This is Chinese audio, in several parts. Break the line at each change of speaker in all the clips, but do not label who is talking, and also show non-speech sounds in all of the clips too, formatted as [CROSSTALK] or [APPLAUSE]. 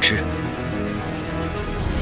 质。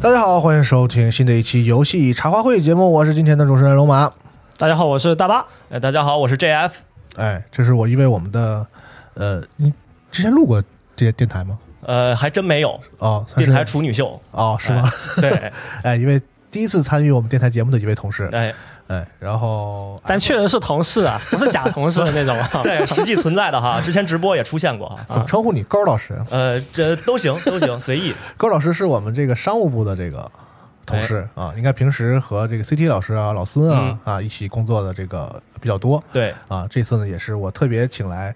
大家好，欢迎收听新的一期游戏茶话会节目，我是今天的主持人龙马。
大家好，我是大巴。
哎，大家好，我是 JF。
哎，这是我因为我们的，呃，你之前录过这些电台吗？
呃，还真没有
哦，算
电
是
台处女秀，
哦，是吗？
哎对，
[LAUGHS] 哎，因为第一次参与我们电台节目的一位同事，
哎，
哎，然后
但确实是同事啊，不是假同事的那种啊。
对，实际存在的哈，之前直播也出现过哈。啊
怎么称呼你？高老师，
呃，这都行，都行，随意。
高老师是我们这个商务部的这个同事、
哎
啊，应该平时和这个 CT 老师啊、老孙
嗯
啊、啊一起工作的这个比较多。
对，
啊，这次呢也是我特别请来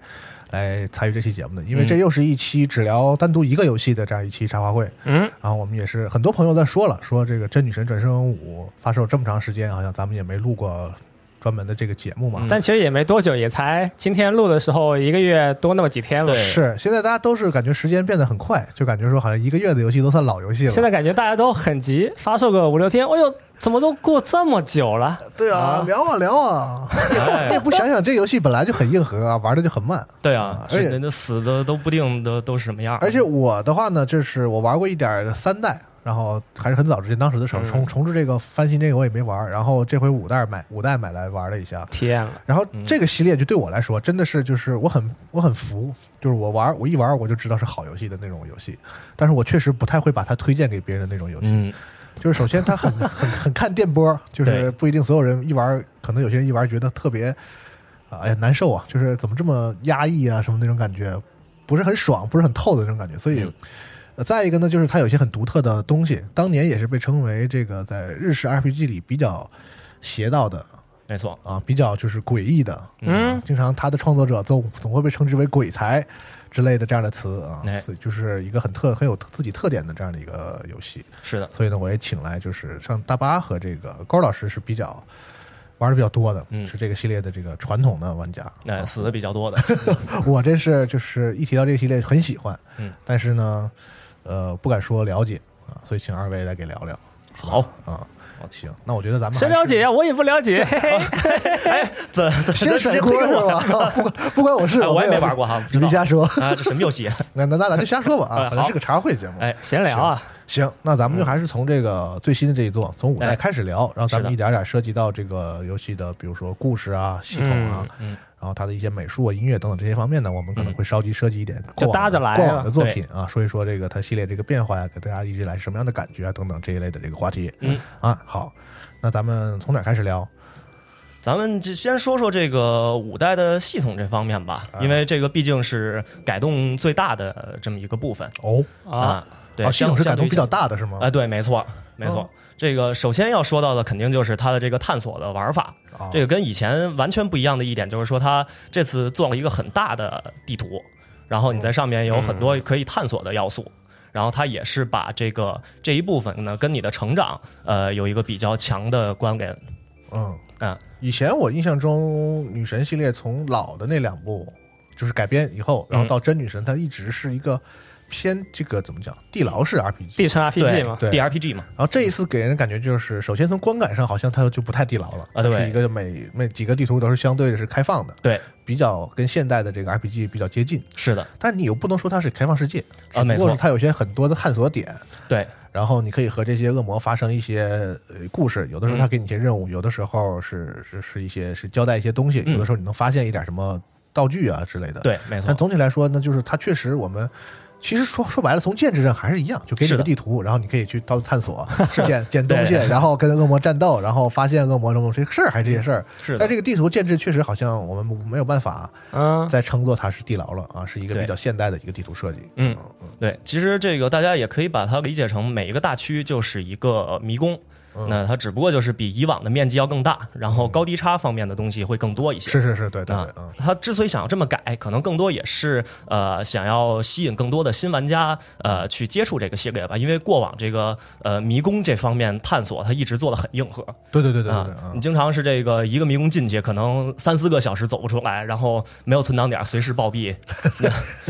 来参与这期节目的，因为这
嗯
又是一期只聊单独一个游戏的这样一期茶话会。
嗯，
然后我们也是很多朋友在说了，说这个《真女神转生五》发售这么长时间，好像咱们也没录过专门的这个节目嘛。
但其实也没多久，也才今天录的时候一个月多那么几天了。
对
是，现在大家都是感觉时间变得很快，就感觉说好像一个月的游戏都算老游戏了。
现在感觉大家都很急，发售个五六天，哎呦，怎么都过这么久了？
对啊，聊啊聊啊，你 [LAUGHS] 也不想想这游戏本来就很硬核啊，玩的就很慢。
哎对啊，
而且
是那那死的都不定都都是什么样儿。
而且我的话呢，就是我玩过一点儿三代，然后还是很早之前，当时的时候重重置这个翻新这个我也没玩儿，然后这回五代买五代买来玩了一下，
体验了，
然后这个系列就对我来说真的是就是我很我很服，就是我玩我一玩我就知道是好游戏的那种游戏，但是我确实不太会把它推荐给别人的那种游戏，
嗯，
就是首先它很 [LAUGHS] 很很看电波，就是
对
不一定所有人一玩，可能有些人一玩觉得特别，啊哎呀难受啊，就是怎么这么压抑啊什么那种感觉，不是很爽，不是很透的那种感觉。所以，
嗯
呃再一个呢，就是它有一些很独特的东西，当年也是被称为这个在日式 RPG 里比较邪道的
没错，
啊，比较就是诡异的，啊
嗯，
经常他的创作者总总会被称之为鬼才之类的这样的词啊，
哎
所以就是一个很特很有自己特点的这样的一个游戏。
是的，
所以呢，我也请来就是像大巴和这个高老师是比较玩的比较多的，
嗯
是这个系列的这个传统的玩家。
哎，死的比较多的。
[LAUGHS] 我真是就是一提到这个系列很喜欢，
嗯，
但是呢，呃，不敢说了解啊，所以请二位来给聊聊
好，
啊。行，那我觉得咱们
谁
还是
了解呀？我也不了解。嘿嘿
这这
先
这
甩
这
锅
这
是
个我
吧？啊不管不管我是，
哎我也没玩过哈不知
你
道
别瞎说。
啊，这什么游戏？
那那那咱就瞎说吧啊，
哎
反正
好
是个茶会节目。
哎，
闲聊啊，
行，那咱们就还是从这个最新的这一座，从五代
嗯哎
开始聊，然后咱们
是的
一点点涉及到这个游戏的，比如说故事啊、系统啊，
嗯嗯嗯
然后它的一些美术啊、音乐等等这些方面呢，我们可能会稍及涉及一点过往的
就搭着来啊
过往的作品啊，说一说这个它系列这个变化呀、给大家一直以来什么样的感觉啊等等这一类的这个话题。
嗯
啊，好，那咱们从哪儿开始聊？
咱们就先说说这个五代的系统这方面吧，因为这个毕竟是改动最大的这么一个部分
哦，
啊，
对，
啊系统是
相
改动比较。
相对于
大的是吗
啊、？对，没错，没错。
哦
这个首先要说到的肯定就是它的这个探索的玩法，
啊，
这个跟以前完全不一样的一点就是说，它这
嗯
次做了一个很大的地图，然后你在上面有很多可以探索的要素。然后它也是把这个这一部分呢跟你的成长呃有一个比较强的关联。
嗯，
嗯，
以前我印象中，女神系列从老的那两部就是改编以后，
嗯
然后到真女神，它一直是一个偏这个怎么讲地牢式 RPG。
地城 RPG 嘛，
对
d r p g 嘛，
然后这一次给人的感觉就是，首先从观感上好像它就不太地牢了，
啊对
是一个每每几个地图都是相对的是开放的，
对，
比较跟现代的这个 RPG 比较接近，
是的，
但你又不能说它是开放世界，
啊没
只不过
错
是它有些很多的探索点，
对，
然后你可以和这些恶魔发生一些呃故事，有的
嗯
时候他给你一些任务，有的时候是是是一些是交代一些东西，
嗯
有的时候你能发现一点什么道具啊之类的。，
对，没错
但，总体来说呢，就是它确实我们。其实说说白了，从建制上还是一样，就给你
是
个
的
地图，然后你可以去到处探
[LAUGHS]
索、捡捡东西，
对
然后跟恶魔战斗，然后发现恶魔什么这个事儿，还是这些事儿。
是的
但这个地图建制确实好像我们没有办法
嗯，
再称作它是地牢了啊，是一个
对
比较现代的一个地图设计。
嗯，对，其实这个大家也可以把它理解成每一个大区就是一个呃迷宫，
嗯
那它只不过就是比以往的面积要更大，然后高低差方面的东西会更多一些。
是是是，对对
啊
对，嗯，
它之所以想要这么改，可能更多也是呃想要吸引更多的新玩家呃去接触这个系列吧，因为过往这个呃迷宫这方面探索它一直做的很硬核
对对对对对
啊
对，，嗯
你经常是这个一个迷宫进去可能三四个小时走不出来，然后没有存档点，随时暴毙，
[LAUGHS]
[LAUGHS]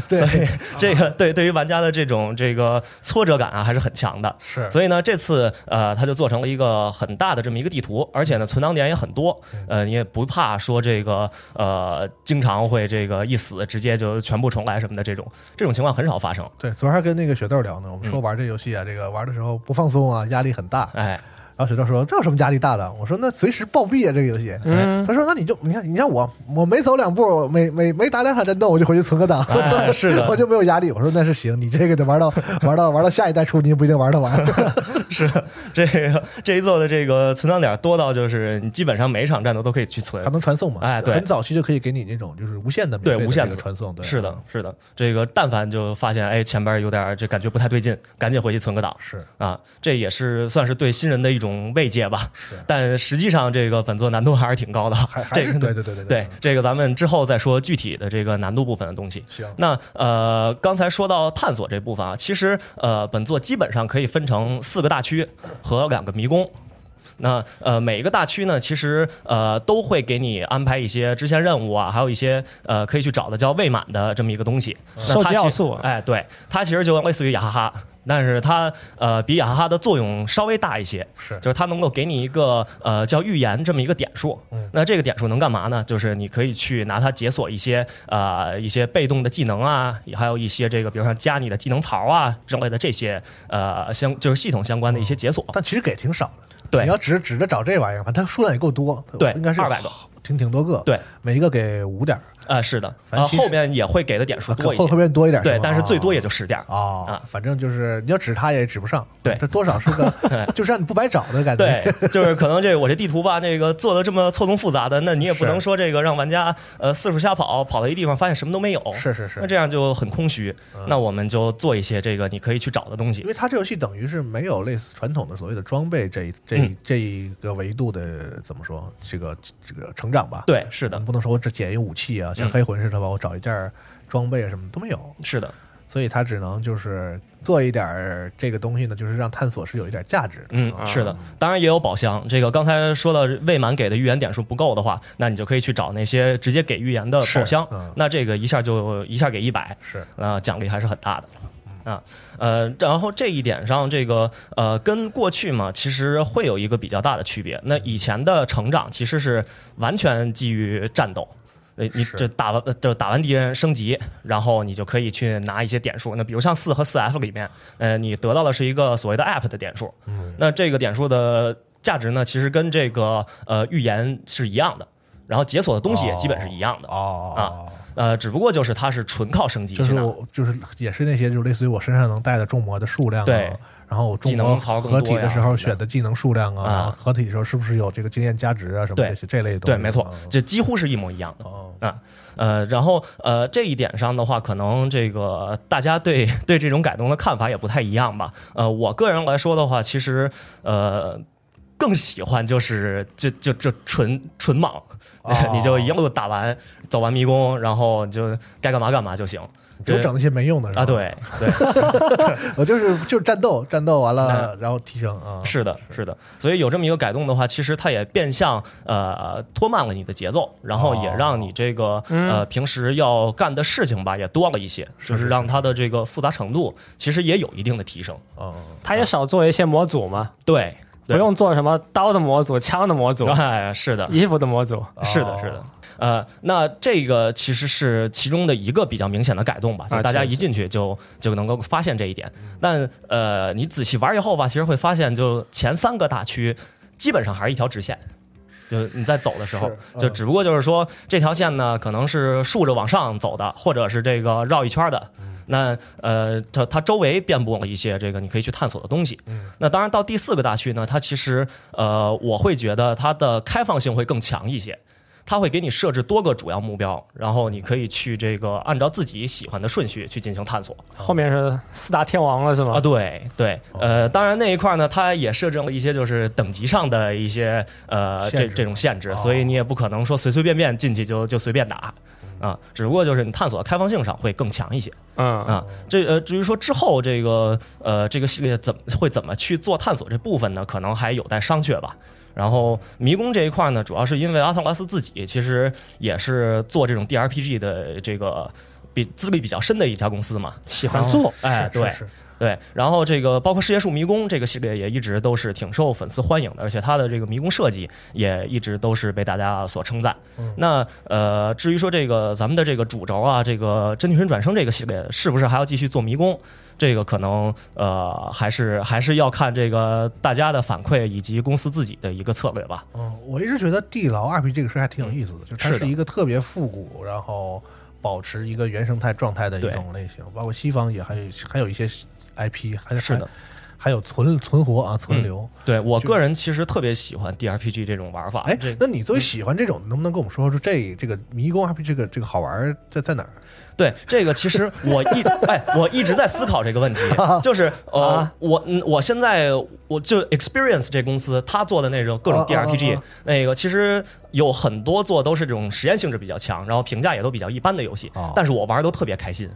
对
所以这个 [LAUGHS] 对对于玩家的这种这个挫折感啊还是很强的。
是，
所以呢，这次呃，它就做成了一个很大的这么一个地图，而且呢，存档点也很多，
嗯
呃，你也不怕说这个呃，经常会这个一死直接就全部重来什么的这种，这种情况很少发生。
对，昨儿还跟那个雪豆聊呢，我们说玩这游戏啊，这个玩的时候不放松啊，压力很大。[LAUGHS]
嗯哎，
然后雪豆说：“这有什么压力大的？”我说：“那随时暴毙啊，这个游戏。”
嗯
他说：“那你就你看，你像我，我没走两步，每每每打两场战斗，我就回去存个档，
哎是
[LAUGHS]
的
我就没有压力。”我说：“那是行，你这个得玩到玩到玩到下一代出，你也不一定玩得完。 [LAUGHS]
是的 [LAUGHS] 这个这一座的这个存档点多到就是你基本上每一场战斗都可以去存
它，能传送嘛？
哎对
很早期就可以给你那种就是无限的免
对
费的
无限
这个
的
传送，对，
是的，是的，这个但凡就发现哎前边有点儿这感觉不太对劲，赶紧回去存个档
是
啊，这也是算是对新人的一种慰藉吧。
是，
但实际上这个本作难度还是挺高的，
还还
这
是
个
对对对对
对，这个咱们之后再说具体的这个难度部分的东西。
行，
那呃，刚才说到探索这部分啊，其实呃，本作基本上可以分成四个大区和两个迷宫。那呃，每一个大区呢，其实呃都会给你安排一些支线任务啊，还有一些呃可以去找的叫未满的这么一个东西。那
收
它
集
其
嗯要素啊
哎，对，它其实就类似于雅哈哈，但是它呃比雅哈哈的作用稍微大一些。
是
就是它能够给你一个呃叫预言这么一个点数。
嗯
那这个点数能干嘛呢？就是你可以去拿它解锁一些呃一些被动的技能啊，还有一些这个比如说加你的技能槽啊之类的这些呃相就是系统相关的一些解锁。
但其实给挺少的。
对
你要指指着找这玩意儿吧，它数量也够多，
对
应该是
200个，
挺挺多个，
对，
每一个给五点儿，
呃，是的，
反
呃，
正其实
后面也会给的点数
啊可
多一
后后
些，
边多一点，
对
吗，
但是最多也
哦
就十点儿。
哦
啊
反正就是你要指它也指不上，
对
这多少是
[LAUGHS]
个，就是让你不白找的感觉，
对，就是可能这我这地图吧，这个做的这么错综复杂的，那你也不
是
能说这个让玩家呃四处瞎跑，跑到一地方发现什么都没有，
是是嗯是
那，这样就很空虚。那我们就做一些这个你可以去找的东
[LAUGHS] 因
西。
为它这游戏等于是没有类似传统的所谓的装备
嗯
这一这一这一个维度的怎么说这个这个成长吧，，
对，是的，
不能说我只捡一武器啊，像
嗯
黑魂似的吧，我找一件儿装备啊什么都没有，
是的，
所以它只能就是做一点儿这个东西呢，就是让探索是有一点价值的。
嗯
啊，
是的。当然也有宝箱。这个刚才说到未满给的预言点数不够的话，那你就可以去找那些直接给预言的
是
宝箱。
嗯
那这个一下就一下给一百，
是
啊、奖励还是很大的。啊，呃，然后这一点上，这个呃，跟过去嘛，其实会有一个比较大的区别。那以前的成长其实是完全基于战斗，呃，你
是
就打完呃就打完敌人升级，然后你就可以去拿一些点数。那比如像四和四 F 里面，呃，你得到的是一个所谓的 App 的点数，
嗯，
那这个点数的价值呢，其实跟这个呃预言是一样的，然后解锁的东西也基本是一样的，
哦，
呃，只不过就是它是纯靠升级
就
去
是
拿。
我就是也是那些就是类似于我身上能带的众魔的数量啊，
对
然后我众
技
魔
能槽更
合
多
体的
呀
时候
等
选的技能数量啊
啊，
合体的时候是不是有这个经验加值啊什么
对
这些这类的东西？
对，没错
嗯，
这几乎是一模一样的。
哦，
啊，呃，然后呃，这一点上的话，可能这个大家对对这种改动的看法也不太一样吧。呃，我个人来说的话，其实呃，更喜欢就是就就就纯纯莽，
哦
[LAUGHS] 你就一路打完走完迷宫，然后就该干嘛干嘛就行。
给我
对
整那些没用的是吧
啊，，对对，
我就是就是战斗，战斗完了然后提升啊，
是的，是的。所以有这么一个改动的话，其实它也变相呃拖慢了你的节奏，然后也
哦
让你这个、呃平时要干的事情吧也多了一些，
是
就是是让它的这个复杂程度其实也有一定的提升。
哦，
他也少做一些模组嘛，
对，
不用做什么刀的模组、枪的模组
对。、哎，是的，
衣服的模组。
是的，
哦
是的。呃，那这个其实是其中的一个比较明显的改动吧，就
啊
大家
是
一进去就就能够发现这一点。但呃，你仔细玩以后吧，其实会发现，就前三个大区基本上还是一条直线。就你在走的时候
是，嗯
就只不过就是说这条线呢，可能是竖着往上走的，或者是这个绕一圈的。
嗯
那呃，它它周围遍布了一些这个你可以去探索的东西。
嗯
那当然，到第四个大区呢，它其实呃，我会觉得它的开放性会更强一些。它会给你设置多个主要目标，然后你可以去这个按照自己喜欢的顺序去进行探索
后面是四大天王了是
啊。
吗？
对对，呃，
哦
当然那一块呢，它也设置了一些就是等级上的一些呃
限
这
制
这种限制，
哦
所以你也不可能说随随便便进去就就随便打啊。只不过就是你探索的开放性上会更强一些。
哦
嗯，
啊，这呃，至于说之后这个呃这个系列怎么会怎么去做探索这部分呢，可能还有待商榷吧。然后迷宫这一块呢，主要是因为阿特拉斯自己其实也是做这种 DRPG 的这个比资历比较深的一家公司嘛，
喜欢做。
哎，
是
对
是是
对。然后这个包括《世界树迷宫》这个系列也一直都是挺受粉丝欢迎的，而且它的这个迷宫设计也一直都是被大家所称赞。那呃，至于说这个咱们的这个主轴啊，这个《真女神转生》这个系列是不是还要继续做迷宫？这个可能呃，还是还是要看这个大家的反馈以及公司自己的一个策略吧。
嗯，我一直觉得地牢 RPG 这个事儿还挺有意思的，就它
嗯是
是
的
一个特别复古，然后保持一个原生态状态的一
对
种类型，包括西方也还有还有一些 IP，还
是的，嗯
还有存存活啊存留。
对我个人其实特别喜欢 DRPG 这种玩法。
哎
这，嗯
那你最喜欢这种，能不能跟我们说说这这个迷宫 RPG 这个这个好玩儿在在哪儿？
对这个，其实我
[LAUGHS]
一哎，我一直在思考这个问题，就是呃，
啊
我嗯我现在我就 Experience 这公司，他做的那种各种
啊啊啊
DRPG，、
啊
那个其实有很多做都是这种实验性质比较强，然后评价也都比较一般的游戏，
哦
但是我玩都特别开心。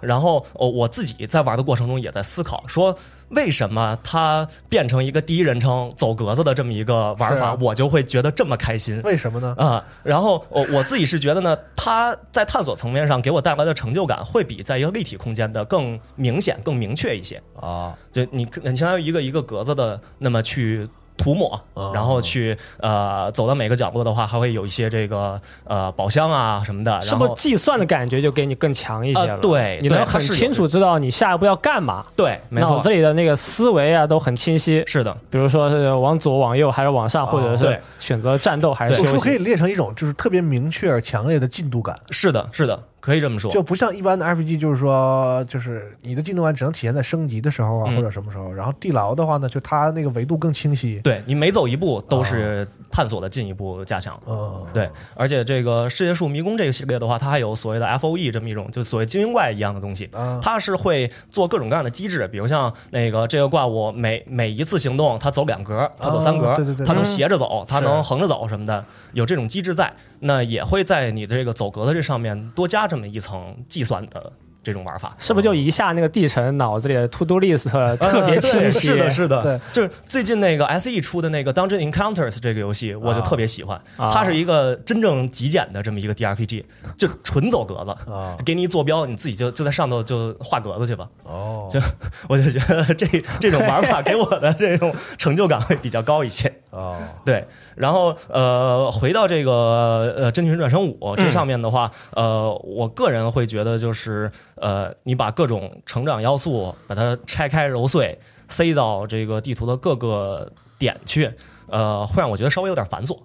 然后哦我自己在玩的过程中也在思考，说为什么它变成一个第一人称走格子的这么一个玩
是
法，
啊嗯
我就会觉得这么开心。
为什么呢？
[LAUGHS] 啊、然后我我自己是觉得呢，它在探索层面上给我带来的成就感，会比在一个立体空间的更明显、更明确一些。
啊，
就你你相当于一个一个格子的那么去涂抹
哦，
然后去呃走到每个角落的话，还会有一些这个呃宝箱啊什么的，
是
然
不是
后
计算的感觉就给你更强一些了？
啊对
你能
对
很
它是有
清楚知道你下一步要干嘛，
对，没
脑
错
子，里的那个思维啊都很清晰。
是的，
比如说是往左、往右，还是往上，或者是
哦对
选择战斗还是
对
我是
休
不是可以
息？
列成一种就是特别明确而强烈的进度感，
是的，是的，可以这么说，
就不像一般的 RPG，就是说就是你的进度感只能体现在升级的时候啊，
嗯
或者什么时候。然后地牢的话呢，就它那个维度更清晰。
对你每走一步
哦
都是探索的进一步加强。
嗯，
对，而且这个《世界树迷宫》这个系列的话，它还有所谓的 F O E 这么一种，就所谓精英怪一样的东西
啊，
它是会做各种各样的机制，比如像那个这个怪物每每一次行动，它走两格，它走三格，
啊对对对
它能
嗯
斜着走，它能
是
横着走什么的，有这种机制在，那也会在你的这个走格的这上面多加这么一层计算的这种玩法。啊
是不是就一下那个地层脑子里的 to do list 特 [LAUGHS] 别清
呃对
晰？
是的，是的，
对，
就是最近那个 S E 出的那个 Dungeon Encounters 这个游戏，我就特别喜欢，
啊
它是一个真正极简的这么一个 D R P G，就纯走格子，
啊
给你一坐标，你自己就就在上头就画格子去吧。
哦，
就我就觉得这这种玩法给我的这种成就感会比较高一些。
哦，
对，然后呃，回到这个呃《真女神转生五》这上面的话，呃，我个人会觉得就是呃，你把各种成长要素把它拆开揉碎，塞到这个地图的各个点去，呃，会让我觉得稍微有点繁琐。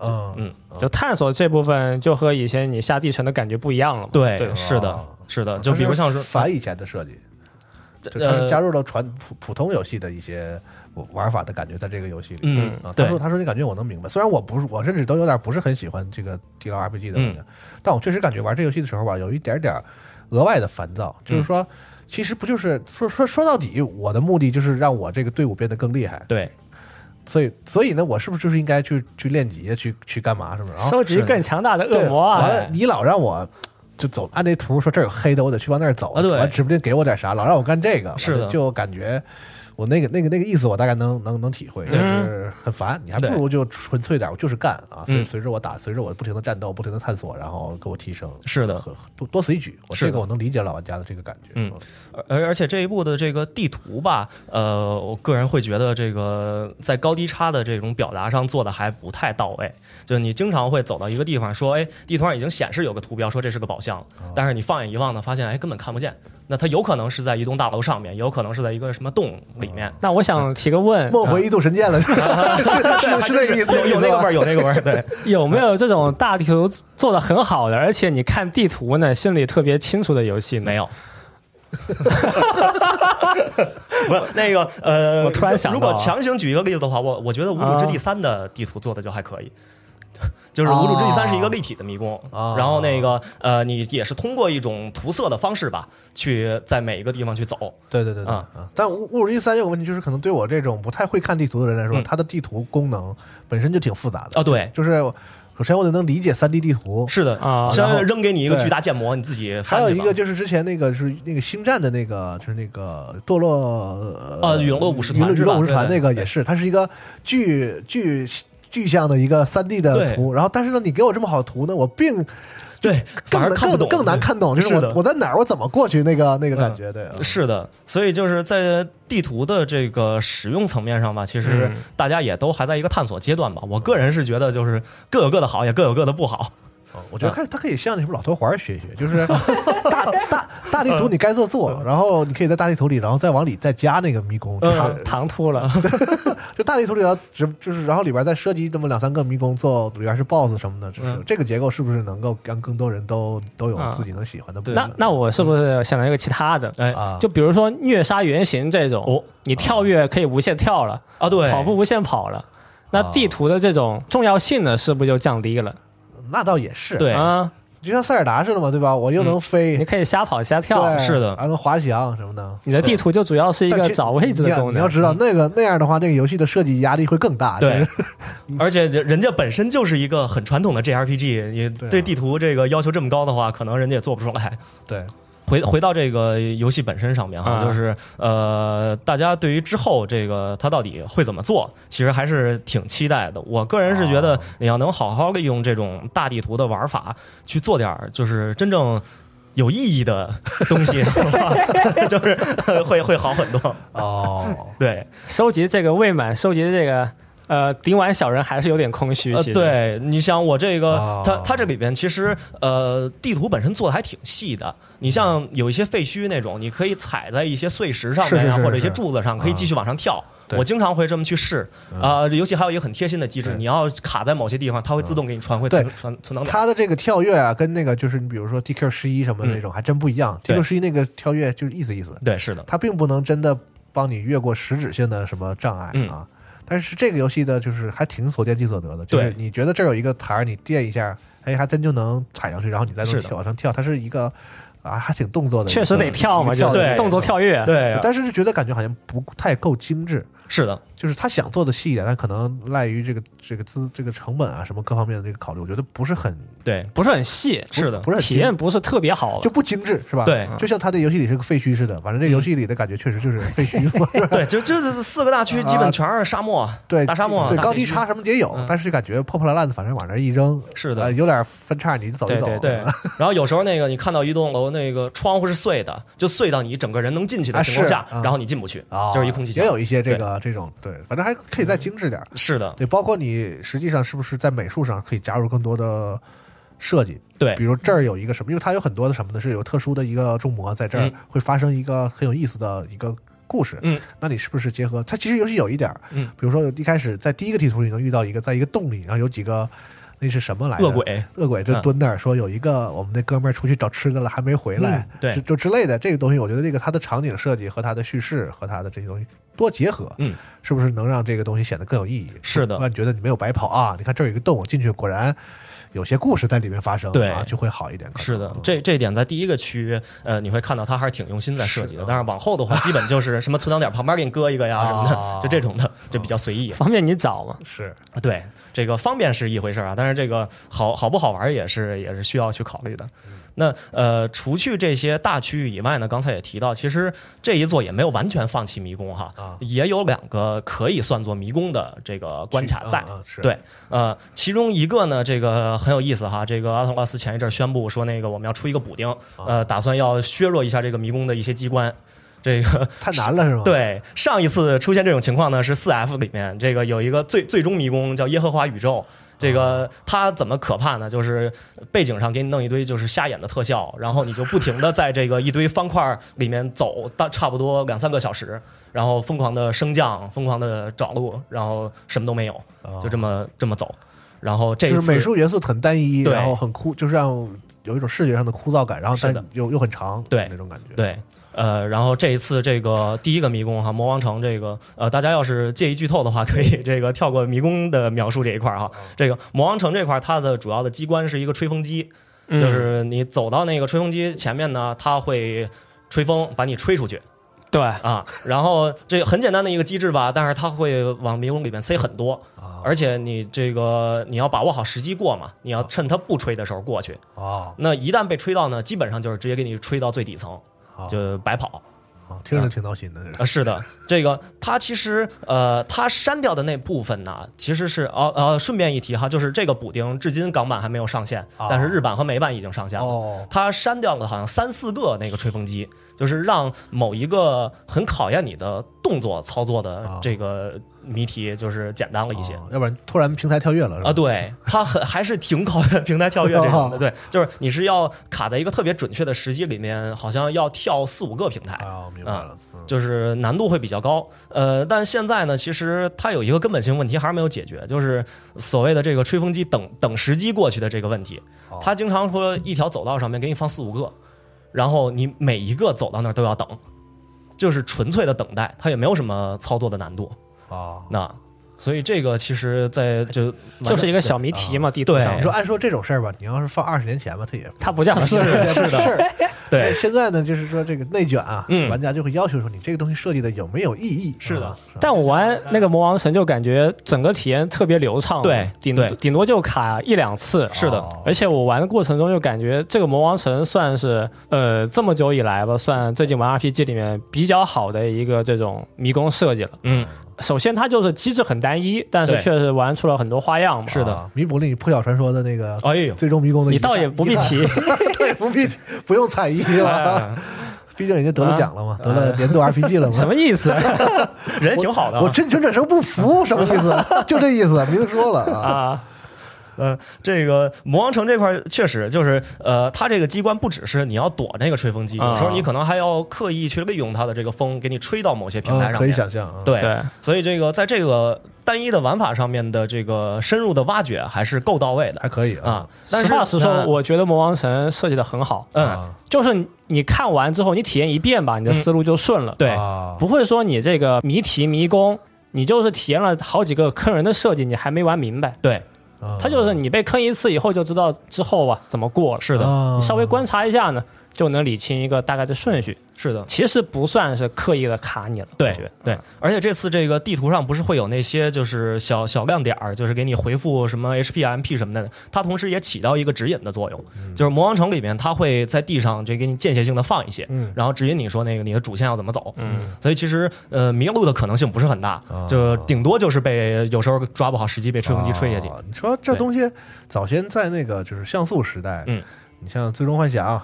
嗯，
嗯，
就探索这部分就和以前你下地层的感觉不一样了嘛？
对，
对
是的
哦，
是的，嗯就比如像是
反以前的设计，就它是
呃
加入了传普普通游戏的一些玩法的感觉，在这个游戏里。
嗯
啊，，他
对
说，他说你感觉我能明白，虽然我不是，我甚至都有点不是很喜欢这个地牢 RPG 的玩
嗯
家，但我确实感觉玩这游戏的时候吧，有一点点额外的烦躁，
嗯
就是说，其实不就是说说说到底，我的目的就是让我这个队伍变得更厉害，
对，
所以所以呢，我是不是就是应该去去练级去去干嘛什么？然后
收集更强大的恶魔
完
啊！
哎
了，你老让我就走按那图说这儿有黑的，我得去往那儿走
啊对
完指不定给我点啥，老 [LAUGHS] 让我干这个，
是的
完了就感觉我那个那个那个意思，我大概能能能体会，
嗯
但是很烦。你还不如就纯粹点，我就是干啊！随
嗯
随着我打，随着我不停的战斗，不停的探索，然后给我提升，
是的
和多多此一举。我
是的
这个我能理解老玩家的这个感觉，啊
嗯而而且这一部的这个地图吧，呃，我个人会觉得这个在高低差的这种表达上做的还不太到位。就是你经常会走到一个地方，说，哎，地图上已经显示有个图标，说这是个宝箱，但是你放眼一望呢，发现哎根本看不见。那它有可能是在一栋大楼上面，也有可能是在一个什么洞里面。
那我想提个问，
梦回一度神剑了，是 [LAUGHS] 是是那 [LAUGHS] 个意思，
哦 [LAUGHS] 有有那个味儿，有那个味儿，对。
有没有这种大地图做的很好的，而且你看地图呢，心里特别清楚的游戏呢？
没有。 [LAUGHS] 不是那个呃，
我突然想到啊
如果强行举一个例子的话，我我觉得《无主之地三》的地图做的就还可以。 [LAUGHS] 就是《无主之地三》是一个立体的迷宫，
哦
然后那个呃，你也是通过一种涂色的方式吧，去在每一个地方去走。
对对对对
啊
但《物物语一三》有个问题，就是可能对我这种不太会看地图的人来说，
嗯
它的地图功能本身就挺复杂的。
哦，对，
就是我首先我得能理解三 D 地图，
是的
啊，
相当
然后
于扔给你一个
对
巨大建模，你自己
还
翻
有
去
一
吧
个就是之前那个是那个星战的那个，就是那个堕落
呃陨落武士团
陨
是
落
吧
武士团
对对
那个也是，它是一个巨巨具象的一个三 D 的
对
图，然后但是呢，你给我这么好的图呢，我并
对，
更
反而看不
更
懂，
更难看懂，就是
是
我
的嗯
我在哪儿，我怎么过去那个那个感觉，对，啊
是的，所以就是在地图的这个使用层面上吧，其实
嗯
大家也都还在一个探索阶段吧。我个人是觉得，就是各有各的好，也各有各的不好。
哦我觉得看他可以向那什么老头环儿学一学，就是 [LAUGHS] 大大大地图你该做做，然后你可以在大地图里，然后再往里再加那个迷宫，就是
唐唐突了，
嗯就大地图里头只就是然后里边再设计这么两三个迷宫，做里边是 BOSS 什么的，就是
嗯
这个结构是不是能够让更多人都都有
啊
自己能喜欢的部
那
分？
那我是不是想到一个其他的？
哎
啊，
就比如说虐杀原型这种
哦，
你跳跃可以无限跳了，
啊，对，
跑步无限跑了，那
哦
地图的这种重要性呢，是不是就降低了？
那倒也是，
对
啊，
就像塞尔达似的嘛，对吧？我又能飞
你，可以瞎跑瞎嗯跳
对，，
是的
还能滑翔什么的。
你的地图就主要是一
但
个
其
找位置
你
的
要
功
你要
能。嗯
知道那个那样的话，那个游戏的设计压力会更大。就
对
是，
而且人人家本身就是一个很传统的 JRPG，你
对啊
对地图这个要求这么高的话，可能人家也做不出来。
对，
回回到这个游戏本身上面哈，
啊
就是呃，大家对于之后这个它到底会怎么做，其实还是挺期待的。我个人是觉得，你要能好好利用这种大地图的玩法去做点儿，就是真正。有意义的东西， [LAUGHS] 就是呃会会好很多。
[LAUGHS] 哦，
对，
收集这个未满，收集这个呃顶碗小人还是有点空虚。
呃，
其实，
对，你像我这个，
哦
它它这里边其实呃，地图本身做的还挺细的。你像有一些废墟那种，你可以踩在一些碎石上面啊，
是是是
或者一
是啊
些柱子上，可以继续往上跳。
对嗯
我经常会这么去试啊、游戏还有一个很贴心的机制，
对
你要卡在某些地方，它会自动给你传回
对
存存存档点。
它的这个跳跃啊，跟那个就是你比如说 DQ 十一什
嗯
么的那种还真不一样。
对
DQ 十一那个跳跃就是意思意思，
对，是的，
它并不能真的帮你越过实质性的什么障碍啊。
嗯
但是这个游戏的就是还挺所见即所得的，就是
对
你觉得这儿有一个台儿，你垫一下，哎，还真就能踩上去，然后你再能
是的
跳往上跳，它是一个啊，还挺动作的一个，
确实得跳嘛，
一个
就
的
是
对
动作。跳跃。啊
对，
但是就觉得感觉好像不太够精致，
是的，
就是他想做的细一点，但可能赖于这个这个资这个成本啊什么各方面的这个考虑，我觉得不是很
对，
不是很细，
是的
不，是很
体
精
验不是特别好
就。不精致是吧？
对嗯
就像他这游戏里是个废墟似的，反正这游戏里的感觉确实就是 [LAUGHS] 废墟
[LAUGHS]
嘛，是吧
对，就就是四个大区基本全是沙漠，
啊对，
大沙漠啊，
对
大
高
废
低
墟
差什么也有，
嗯
但是感觉破破烂烂的，反正往那儿一扔，
是的
呃有点分叉，你走一走，
对
对
啊，
[LAUGHS] 然后有时候那个你看到一栋楼那个窗户是碎的，就碎到你整个人能进去的情况下
啊，是啊
然后你进不去，
啊
就是一空气墙。嗯
也有一些这个这种，对，反正还可以再精致点儿。
是的，
对，包括你实际上是不是在美术上可以加入更多的设计，
对
比，如这儿有一个什么，因为它有很多的什么呢？是有特殊的一个重魔在这儿
嗯
会发生一个很有意思的一个故事。
嗯，
那你是不是结合它？其实游戏有一点儿，
嗯
比如说一开始在第一个地图里能遇到一个，在一个洞里，然后有几个那是什么来着？
恶鬼，
恶鬼就
嗯
蹲那儿说有一个我们那哥们儿出去找吃的了还没回来，
嗯对
就就之类的这个东西，我觉得这个它的场景设计和它的叙事和它的这些东西多结合，
嗯，
是不是能让这个东西显得更有意义？
是的
让你觉得你没有白跑啊！你看这儿有一个洞，我进去果然有些故事在里面发生，
对
啊，就会好一点。可能
是的
嗯，
这这一点在第一个区域，呃，你会看到他还是挺用心在设计
是的
的。但是往后的话，基本就是什么存档点旁边给你搁一个呀什么
啊
的，就这种的就比较随意。
方便你找嘛。
是
对，这个方便是一回事儿啊，但是这个好好不好玩儿也是也是需要去考虑的。
嗯
那呃，除去这些大区域以外呢，刚才也提到，其实这一座也没有完全放弃迷宫哈，
啊
也有两个可以算作迷宫的这个关卡在。
啊啊是
对，呃，其中一个呢，这个很有意思哈。这个阿童拉斯前一阵儿宣布说，那个我们要出一个补丁，
啊
呃，打算要削弱一下这个迷宫的一些机关。这个
太难了是吗？，
对，上一次出现这种情况呢，是四 F 里面这个有一个最最终迷宫叫耶和华宇宙。这
哦
个它怎么可怕呢？就是背景上给你弄一堆就是瞎眼的特效，然后你就不停的在这个一堆方块里面走，大差不多两三个小时，然后疯狂的升降，疯狂的找路，然后什么都没有，就这么这么走。然后这一
啊哦就是
次
美术元素很单一，
对
然后很枯，就是让有一种视觉上的枯燥感，然后
是的
但又又很长，
对
那种感觉。
对，呃，然后这一次这个第一个迷宫哈，魔王城这个，呃，大家要是介意剧透的话， [LAUGHS] 可以这个跳过迷宫的描述这一块
哦
儿哈。这个魔王城这块儿，它的主要的机关是一个吹风机，
嗯
就是你走到那个吹风机前面呢，它会。吹风把你吹出去
嗯对，
啊，然后这很简单的一个机制吧，但是它会往迷宫里面塞很多，
啊
而且你这个你要把握好时机过嘛，你要趁它不吹的时候过去。
哦，
那一旦被吹到呢，基本上就是直接给你吹到最底层
哦，
就白跑。
哦听着挺闹心的，这
啊，是的，这个它其实呃，它删掉的那部分呢，其实是哦呃，顺便一提哈，就是这个补丁至今港版还没有上线，
啊
但是日版和美版已经上线
个
了。
哦，
它删掉了好像三四个那个吹风机，就是让某一个很考验你的动作操作
啊
的这个谜题，就是简单了一些。
哦要不然突然平台跳跃了是吧哦 [LAUGHS]
啊，对，它很还是挺考验平台跳跃这种的，对，就是你是要卡在一个特别准确的时机里面，好像要跳四五个平台，
啊，我明白了，嗯
就是难度会比较高。呃，但现在呢，其实它有一个根本性问题还是没有解决，就是所谓的这个吹风机等等时机过去的这个问题
哦。
他经常说一条走道上面给你放四五个，然后你每一个走到那儿都要等，就是纯粹的等待，它也没有什么操作的难度。
啊。
那所以这个其实在就
就是一个小谜题嘛，地图上
啊对
你说按说这种事儿吧，你要是放二十年前吧，它 [LAUGHS] 也
它不叫
是的，是的。
对
现在呢，就是说这个内卷啊，
嗯
玩家就会要求说你这个东西设计的有没有意义？
是的
啊，
但我玩那个魔王城就感觉整个体验特别流畅，
对
顶
对
顶多就卡一两次。啊
是的
哦
而且我玩的过程中就感觉这个魔王城算是呃这么久以来吧，算最近玩 RPG 里面比较好的一个这种迷宫设计了。
嗯，
首先它就是机制很单一，但是
对
确实玩出了很多花样嘛。
是的
啊弥补了你破晓传说的那个
哎呦。
最终迷宫的遗
你
憾，
倒也不必
遗憾，
提，
[LAUGHS] 倒也不必提，不用彩衣是吧？毕竟人家得了奖了嘛，得了年度 RPG 了嘛。
什么意
[LAUGHS]
思
人挺好的啊、
我真权转生不服，什么意思？ [LAUGHS] 就这意思，明说了啊。
啊？
呃，这个魔王城这块儿确实就是，呃，它这个机关不只是你要躲那个吹风机，
啊
有时候你可能还要刻意去利用它的这个风，给你吹到某些平
嗯
台上
可以
面。
想象啊。
对，
对
所以这个在这个单一的玩法上面的这个深入的挖掘还是够到位的
还可以啊。
啊。但是
实话实
呢
说，我觉得魔王城设计的很好，
嗯，
啊
就是你看完之后，你体验一遍吧，你的
嗯
思路就顺了。
对，
啊
不会说你这个谜题迷宫，你就是体验了好几个坑人的设计，你还没玩明白。
对，
啊
它就是你被坑一次以后就知道之后啊怎么过了，
是的，
啊
你稍微观察一下呢，就能理清一个大概的顺序。
是的。
其实不算是刻意的卡你了，我
对
觉得
对，
啊
而且这次这个地图上不是会有那些就是小小亮点儿，就是给你回复什么 HP、MP 什么的，它同时也起到一个指引的作用。
嗯
就是魔王城里面，它会在地上这给你间歇性的放一些，
嗯
然后指引你说那个你的主线要怎么走。
嗯，
所以其实呃迷路的可能性不是很大
啊，
就顶多就是被有时候抓不好时机被吹风机吹下去。
啊你说这东西早先在那个就是像素时代，
嗯，
你像《最终幻想》，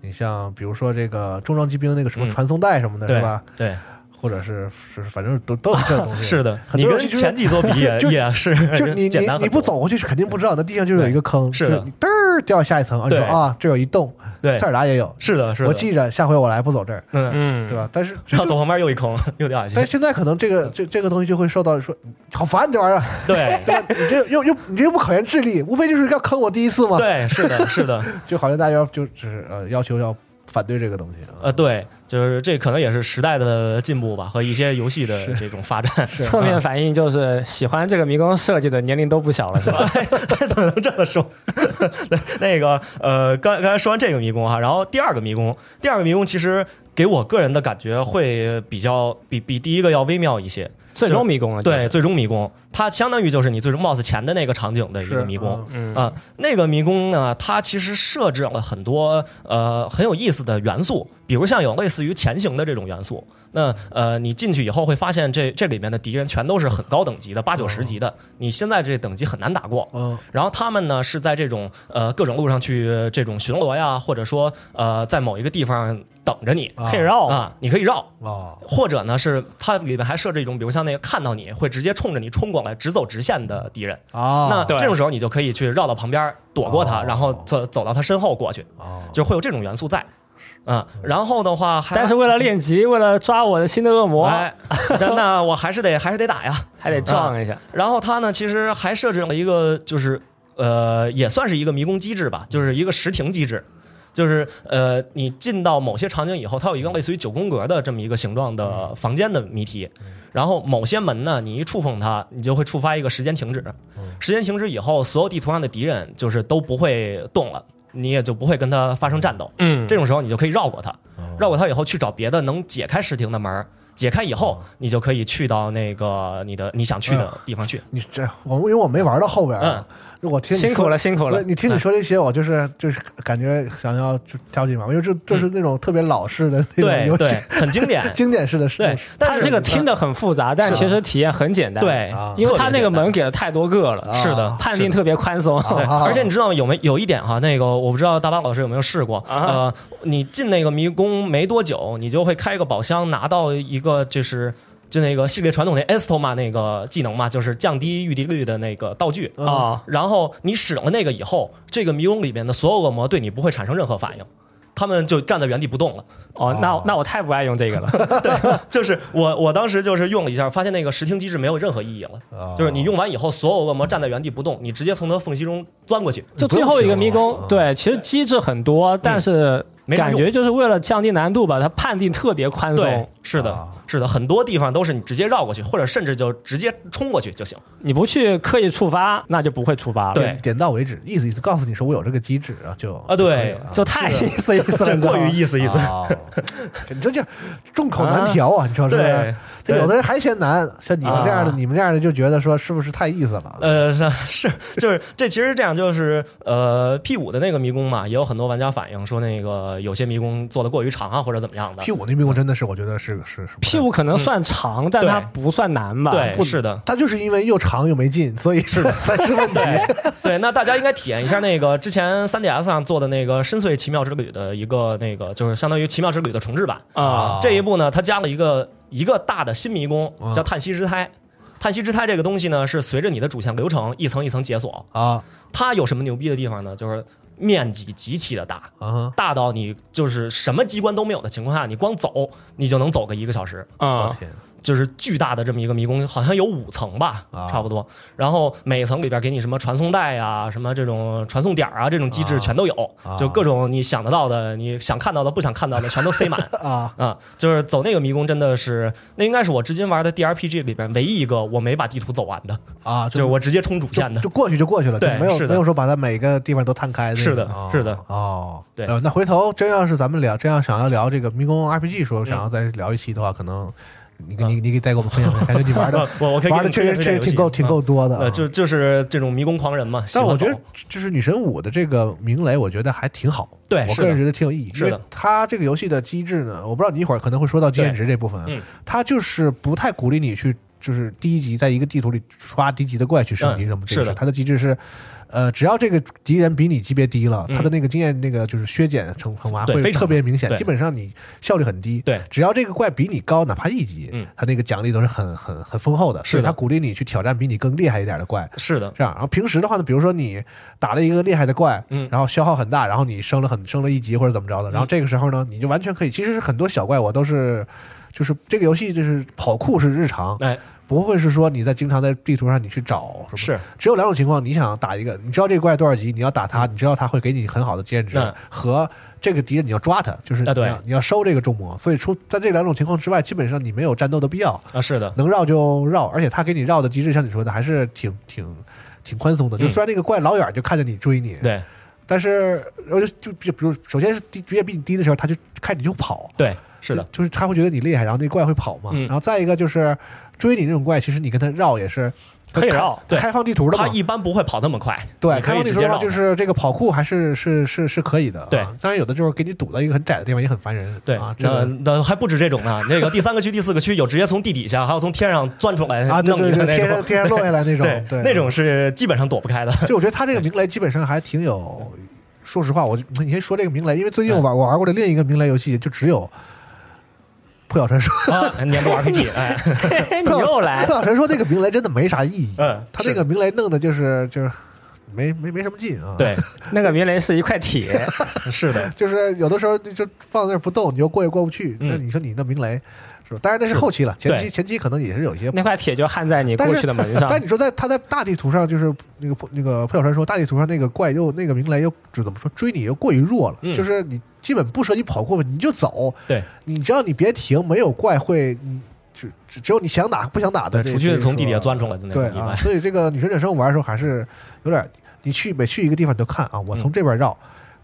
你像比如说这个重装机兵那个什么
嗯
传送带什么的，
对
是吧？
对，
或者是是反正都都有这种东西。
[LAUGHS] 是的，
很
你
多游
跟
戏就是
前几座比
[LAUGHS]
也
就
也是
就你
[LAUGHS] 简
你
单很
你不
多
走过去是肯定不知道，那地上就是有一个坑，
是
就
的
你嘚儿掉下一层，啊，你
对
说啊，这有一洞，
对
塞，尔达也有，
是的，是的，
我记着下回我来不走这儿，
[LAUGHS] 嗯，
嗯，
对？吧？但是
然后走旁边又一坑，又掉下
但
去
是。现在可能这个这这个东西就会受到说，好烦你这玩意儿，
对
对吧？你这又又你这又不考验 [LAUGHS] 智力，无非就是要坑我第一次嘛。
对，是的，是的，
就好像大家就只是呃要求要反对这个东西啊。
呃，对，就是这可能也是时代的进步吧，和一些游戏的这种发展。 [LAUGHS]
侧面反映就是喜欢这个迷宫设计的年龄都不小
[LAUGHS]
了，是吧？
哎怎么能这么说？ [LAUGHS] 那那个呃，刚刚才说完这个迷宫哈，然后第二个迷宫，第二个迷宫其实给我个人的感觉会比较比比第一个要微妙一些。
最终迷宫了，
对，，最终迷宫，它相当于就是你最终 BOSS 前的那个场景的一
是
个迷宫啊、
嗯
那个迷宫呢，它其实设置了很多呃很有意思的元素，比如像有类似于潜行的这种元素。那呃，你进去以后会发现这这里面的敌人全都是很高等级的，八九十级
哦
的，你现在这等级很难打过。
嗯，
然后他们呢是在这种呃各种路上去呃这种巡逻呀，或者说呃在某一个地方等着你
啊
可以绕嘛，
啊，你可以绕，
哦，
或者呢是它里面还设置一种，比如像那个看到你会直接冲着你冲过来，直走直线的敌人，
啊，
那
对
这种时候你就可以去绕到旁边躲过他，
哦
然后走走到他身后过去，
哦，
就会有这种元素在。嗯，然后的话还，
但是为了练级，为了抓我的新的恶魔，
哎，那那我还是得还是得打呀。
还得撞一下。
然后它呢，其实还设置了一个，就是呃，也算是一个迷宫机制吧，就是一个时停机制，就是呃，你进到某些场景以后，它有一个类似于九宫格的这么一个形状的房间的谜题，然后某些门呢，你一触碰它，你就会触发一个时间停止，时间停止以后，所有地图上的敌人就是都不会动了，你也就不会跟它发生战斗。
嗯，
这种时候你就可以绕过它
哦，
绕过它以后去找别的能解开石亭的门儿，解开以后你就可以去到那个你的你想去的地方去。
你这我因为我没玩到后边啊，我听你
嗯辛苦
说
了，辛苦
不
了嗯
是。你听你说这些，我就是就是感觉想要就跳进嘛，因为这这
嗯
是那种特别老式的那种
对
游
对
[LAUGHS] 戏，，。
很经 [LAUGHS] 典
经典式的事
对
情。，
但
它
是
这个听
的
的很复杂，但其实体验很简单。，
对
啊，
因为它
特别
那个
简单
门给了太多个了，啊
是的
判定特别宽松。
啊
对，
啊
而且你知道有没有一点哈？那个我不知道大巴老师有没有试过，
啊
呃，你进那个迷宫没多久，你就会开一个宝箱，拿到一个就是就那个系列传统的 Estoma 那个技能嘛，就是降低遇敌率的那个道具。
嗯
啊，
然后你使了那个以后，这个迷宫里面的所有恶魔对你不会产生任何反应，他们就站在原地不动了。
[LAUGHS] 哦，那那我太不爱用这个了。
就是我我当时就是用了一下，发现那个时听机制没有任何意义了。
哦
啊
就是你用完以后，所有恶魔站在原地不动，你直接从它缝隙中钻过去。
就最后一个迷
不用
宫
听，
对，其实机制很多，但是
没啥
感
用
觉就是为了降低难度吧，它判定特别宽
对
松。，
是的
啊，
是的，很多地方都是你直接绕过去，或者甚至就直接冲过去就行。
你不去刻意触发，那就不会触发了。
对
点点到为止，意思意思告诉你说我有这个机制啊，就
啊对
就太意 [LAUGHS] 思
[LAUGHS]
意思了，
这
你知道
过
吗
于意思意思。
啊， [LAUGHS] 你这就众口难调啊，你知道是不
对
是？这有的人还嫌难，像你们这样的，
啊
你们这样的就觉得说是不是太意思了？
呃，是是，就是这其实这样，就是呃，P 五的那个迷宫嘛，也有很多玩家反映说，那个有些迷宫做的过于长啊，或者怎么样的
P。五那迷宫真的是，我觉得是是是不太
P 五可能算长，但它
对
啊不算难吧？
对，是的，
它就是因为又长又没劲，所以是 [LAUGHS] 才是
[LAUGHS]
问题。
对，那大家应该体验一下那个之前 3DS 上做的那个《深邃奇妙之旅》的一个那个，就是相当于《奇妙之旅》的重置版。
啊，
这一部呢，它加了一个一个大的新迷宫
嗯，
叫叹息之胎。叹息之胎这个东西呢，是随着你的主线流程一层一层解锁。
啊
它有什么牛逼的地方呢？就是面积极其的大，
啊
大到你就是什么机关都没有的情况下，你光走你就能走个一个小时。
哈！
啊
我，天
就是巨大的这么一个迷宫，好像有五层吧，
啊
差不多。然后每层里边给你什么传送带啊、什么这种传送点啊，这种机
啊
制全都有，
啊
就各种你想得到的、你想看到的、不想看到的，全都塞满
啊！
啊、就是走那个迷宫真的是，那应该是我至今玩的 DRPG 里边唯一一个我没把地图走完的，
啊，
就是我直接冲主
就
线的
就。过去就过去了，就
对
没有
是的
没有说把它每个地方都摊开那种。
是的
哦
是的
哦，
对
呃那回头真要是咱们聊，真要想要聊这个迷宫 RPG，说想要再聊一期的话，可能你给你你给再给我们分享分享，感觉你玩
[LAUGHS]
的
我啊我可以
玩的
给你
确实
推荐这
确实
个游戏
挺够挺够多的啊。
呃，就就是这种迷宫狂人嘛。喜
但
欢
我觉得
走
就是《女神五》的这个鸣雷，我觉得还挺好。
对
我
是
个人
的
觉得挺有意义，
是
因为
的
它这个游戏的机制呢，我不知道你一会儿可能会说到经验值这部分啊
对嗯，
它就是不太鼓励你去，就是第一级在一个地图里刷低级的怪去升级
嗯
什么这
是
个事
的
儿。它的机制是，呃，只要这个敌人比你级别低了，
嗯
它的那个经验那个就是削减惩惩罚
对
会
非常
特别明显，
对
基本上你效率很低。
对
只要这个怪比你高，哪怕一级
嗯，
它那个奖励都是很很很丰厚的，
是
所以它
的
鼓励你去挑战比你更厉害一点的怪。
是的，
这样，然后平时的话呢，比如说你打了一个厉害的怪，
嗯
然后消耗很大，然后你升了很升了一级或者怎么着的，然后这个时候呢，你就完全可以，其实是很多小怪我都是，就是这个游戏就是跑酷是日常，
哎，
不会是说你在经常在地图上你去找什么，
是
只有两种情况，你想打一个，你知道这个怪多少级，你要打它，你知道它会给你很好的经验值，
嗯
和这个敌人你要抓它，就是你要、
啊对
你要收这个重魔，所以出在这两种情况之外，基本上你没有战斗的必要，
啊，是的，
能绕就绕，而且他给你绕的机制，像你说的，还是挺挺挺宽松的。就
嗯
虽然那个怪老远就看见你追你，
对
但是然后就就比比如，首先是低职业比你低的时候，他就看你就跑，
对是的
就，，就是他会觉得你厉害，然后那怪会跑嘛。
嗯
然后再一个就是追你那种怪，其实你跟他绕也是
可以绕
对
开放地图的
他
嘛。
一般不会跑那么快，
对，
你
开
可以
放地
直
图
接
的话，
绕
就
的。
是这个跑酷还是是是是可以的啊。
对
当然有的就是给你堵到一个很窄的地方，也很烦人。
对，
啊，这
那
个
那还不止这种呢。那个第三个区、第四个区有直接从地底下，还有从天上钻出来
啊，对
弄
对
你的
对，
那
天上
种，
天上落
[LAUGHS]
下来那种，对
那种是基本上躲
[LAUGHS]
不开的。
就我觉得他这个鸣雷基本上还挺有，说实话，我就你先说这个鸣雷，因为最近
嗯
我玩我玩过的另一个鸣雷游戏就只有《破晓传说》。
啊，年度 RPG，哎，
[LAUGHS]
[LAUGHS]
你又来
破，晓传说那个鸣雷真的没啥意义，
嗯
他那个鸣雷弄的就是就是没没没什么劲啊。，
对，
那个鸣雷是一块铁，
是
[LAUGHS]
的，
就是有的时候就放在那儿不动，你又过也过不去。
嗯
那你说你那鸣雷是吧？当然那是后期了，前期
对
前期可能也是有一些
那块铁就焊在你
但
过
是
去的门上
但。你说在他在大地图上，就是那个破那个破晓传说大地图上那个怪又那个鸣雷又就怎么说追你又过于弱了，
嗯
就是你基本不涉及跑过，你就走。
对，
你只要你别停，没有怪会你只只只有你想打不想打的这，
对，除去
这
从
一
地底下
说
钻出来的那
对
种意
啊，
外，
所以这个女神转生玩的时候还是有点，你去每去一个地方你就看啊，
嗯
我从这边绕。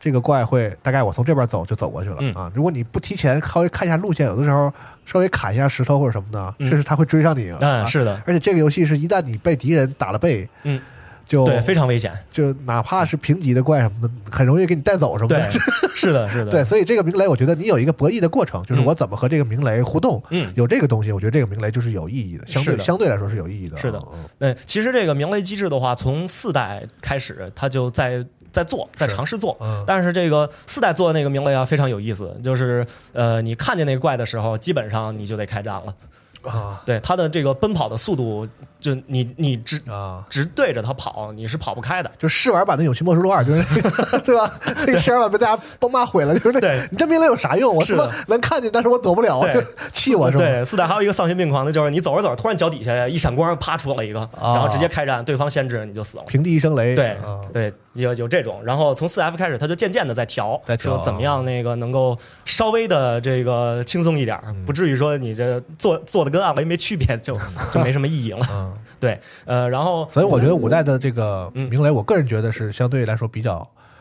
这个怪会大概我从这边走就走过去了、
嗯
啊！如果你不提前稍微看一下路线，有的时候稍微砍一下石头或者什么的，
嗯
甚至他会追上你。啊
嗯，是的，
而且这个游戏是一旦你被敌人打了背，
嗯，
就
对，非常危险，
就哪怕是平级的怪什么的，很容易给你带走什么
对
的。， [LAUGHS]
是的，是的，
对，，所以这个鸣雷，我觉得你有一个博弈的过程，就是
嗯
我怎么和这个鸣雷互动，
嗯。
有这个东西，我觉得这个鸣雷就是有意义的，相
是
对
的
相对来说是有意义的。
是的
嗯，
那呃其实这个鸣雷机制的话，从四代开始，它就在在做，在尝试做。
嗯，
但是这个四代做的那个鸣雷啊，非常有意思，就是呃，你看见那个怪的时候，基本上你就得开战了。
啊
对它的这个奔跑的速度，就你你直
啊。
直对着它跑，你是跑不开的。
就试玩版的《勇气末世录二》，就是那个， [LAUGHS] 对吧？那个试玩版被大家都骂毁了，就是那
对，
你这鸣雷有啥用？我他
是
妈
的
能看见，但是我躲不了，
对
[LAUGHS] 气我是吧？
对，四代还有一个丧心病狂的，就是你走着走着，突然脚底下一闪光，啪出来一个，
啊
然后直接开战，对方先知你就死了。
平地一声雷，
对
啊
对，有有这种，然后从四 F 开始，他就渐渐的在调，
在调啊
说怎么样那个能够稍微的这个轻松一点儿，
嗯
不至于说你这做做的跟暗雷没区别，
[LAUGHS]
就就没什么意义了。
嗯，
对，呃，然后
所以我觉得五代的这个
嗯
鸣雷，我个人觉得是相对来说比较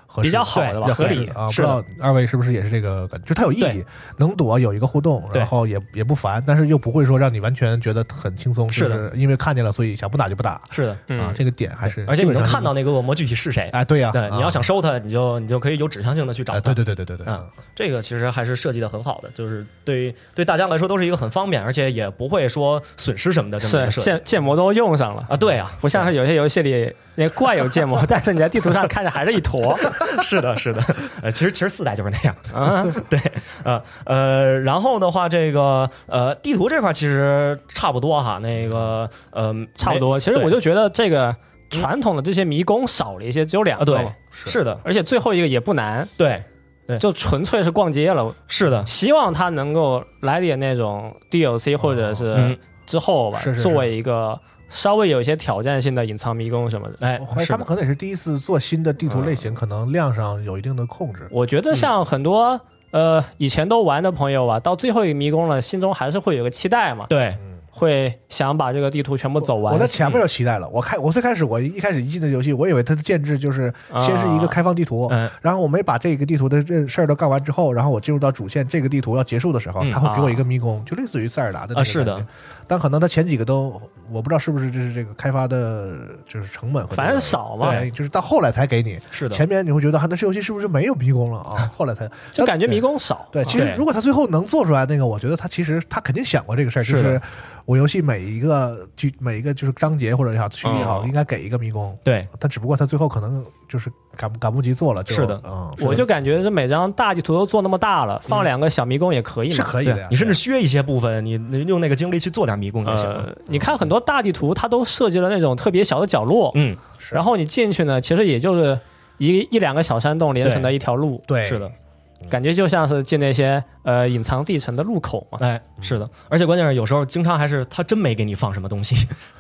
合适的、
比较好的吧
对比较
合
合适
理
的啊。不知
是的
道二位是不是也是这个感觉？就它有意义
对，
能躲有一个互动，
对
然后也也不烦，但是又不会说让你完全觉得很轻松，
是
就
的
是因为看见了，所以想不打就不打
是的，
啊
嗯。，
这个点还是
而且你能
基本上
看到那个恶魔具体是谁，
哎，对呀，
对
啊，
你要想收他，你就你就可以有指向性的去找
哎
他。
对对对对对对，
嗯，这个其实还是设计的很好的，就是对对大家来说都是一个很方便，而且也不会说损失什么的这么一
是
个设计
建建模都用上了
啊。对啊，
不像是有些游戏里那怪有
[LAUGHS]
建模，但是你在地图上看着还是一坨。
是的，
[LAUGHS]
是的，呃，其实其实四代就是那样，
啊，
[LAUGHS] 对，呃呃，然后的话，这个呃地图这块其实差不多哈，那个呃
差不多。其实
对嗯
我就觉得这个传统的这些迷宫少了一些，只有两
啊，
个
对
嘛，，
是的，
而且最后一个也不难，
对，
就纯粹是逛街了。
是的，
希望它能够来点那种 DLC 或者
嗯
是之后吧，
是是是
作为一个稍微有一些挑战性的隐藏迷宫什么的。
哎
我怀，疑
是
他们
的，嗯
可能也是第一次做新的地图类型，可能量上有一定的控制。
我觉得像很多、
嗯
呃以前都玩的朋友吧，到最后一个迷宫了，心中还是会有个期待嘛，
对，
会想把这个地图全部走完。嗯
我在前面就期待了，我开我最开始我一开始一进这游戏，我以为它的建制就是先是一个
啊
开放地图，
嗯，
然后我没把这个地图的这事儿都干完之后，然后我进入到主线这个地图要结束的时候，
嗯
他会给我一
啊
个迷宫，就类似于塞尔达的那个
啊是的
感觉，但可能他前几个都我不知道是不是就是这个开发的就是成本会
反正少嘛
对，就是到后来才给你，
是的，
前面你会觉得啊，那这游戏是不是没有迷宫了
[LAUGHS]
啊？后来才
就感觉迷
宫。
宫少。
对，其实
对
如果他最后能做出来那个，我觉得他其实他肯定想过这个事儿，就是
的
是我游戏每一个剧每一个就是章节或者也好区域也好，
嗯
应该给一个迷宫。
对，
但只不过他最后可能就是赶不赶不及做了，就是
的
嗯，
我就感觉这每张大地图都做那么大了，放两个小迷宫也可以
是
嘛。
可以的
对啊
呀，
你甚至削一些部分，你你用那个精力去做点迷宫就行了。
呃，你看很多大地图，它都设计了那种特别小的角落，
嗯，
是
然后你进去呢，其实也就是一一两个小山洞连成的一条路。
对
是的，
感觉就像是进那些呃隐藏地层的入口嘛。
哎，是的，而且关键是有时候经常还是他真没给你放什么东西，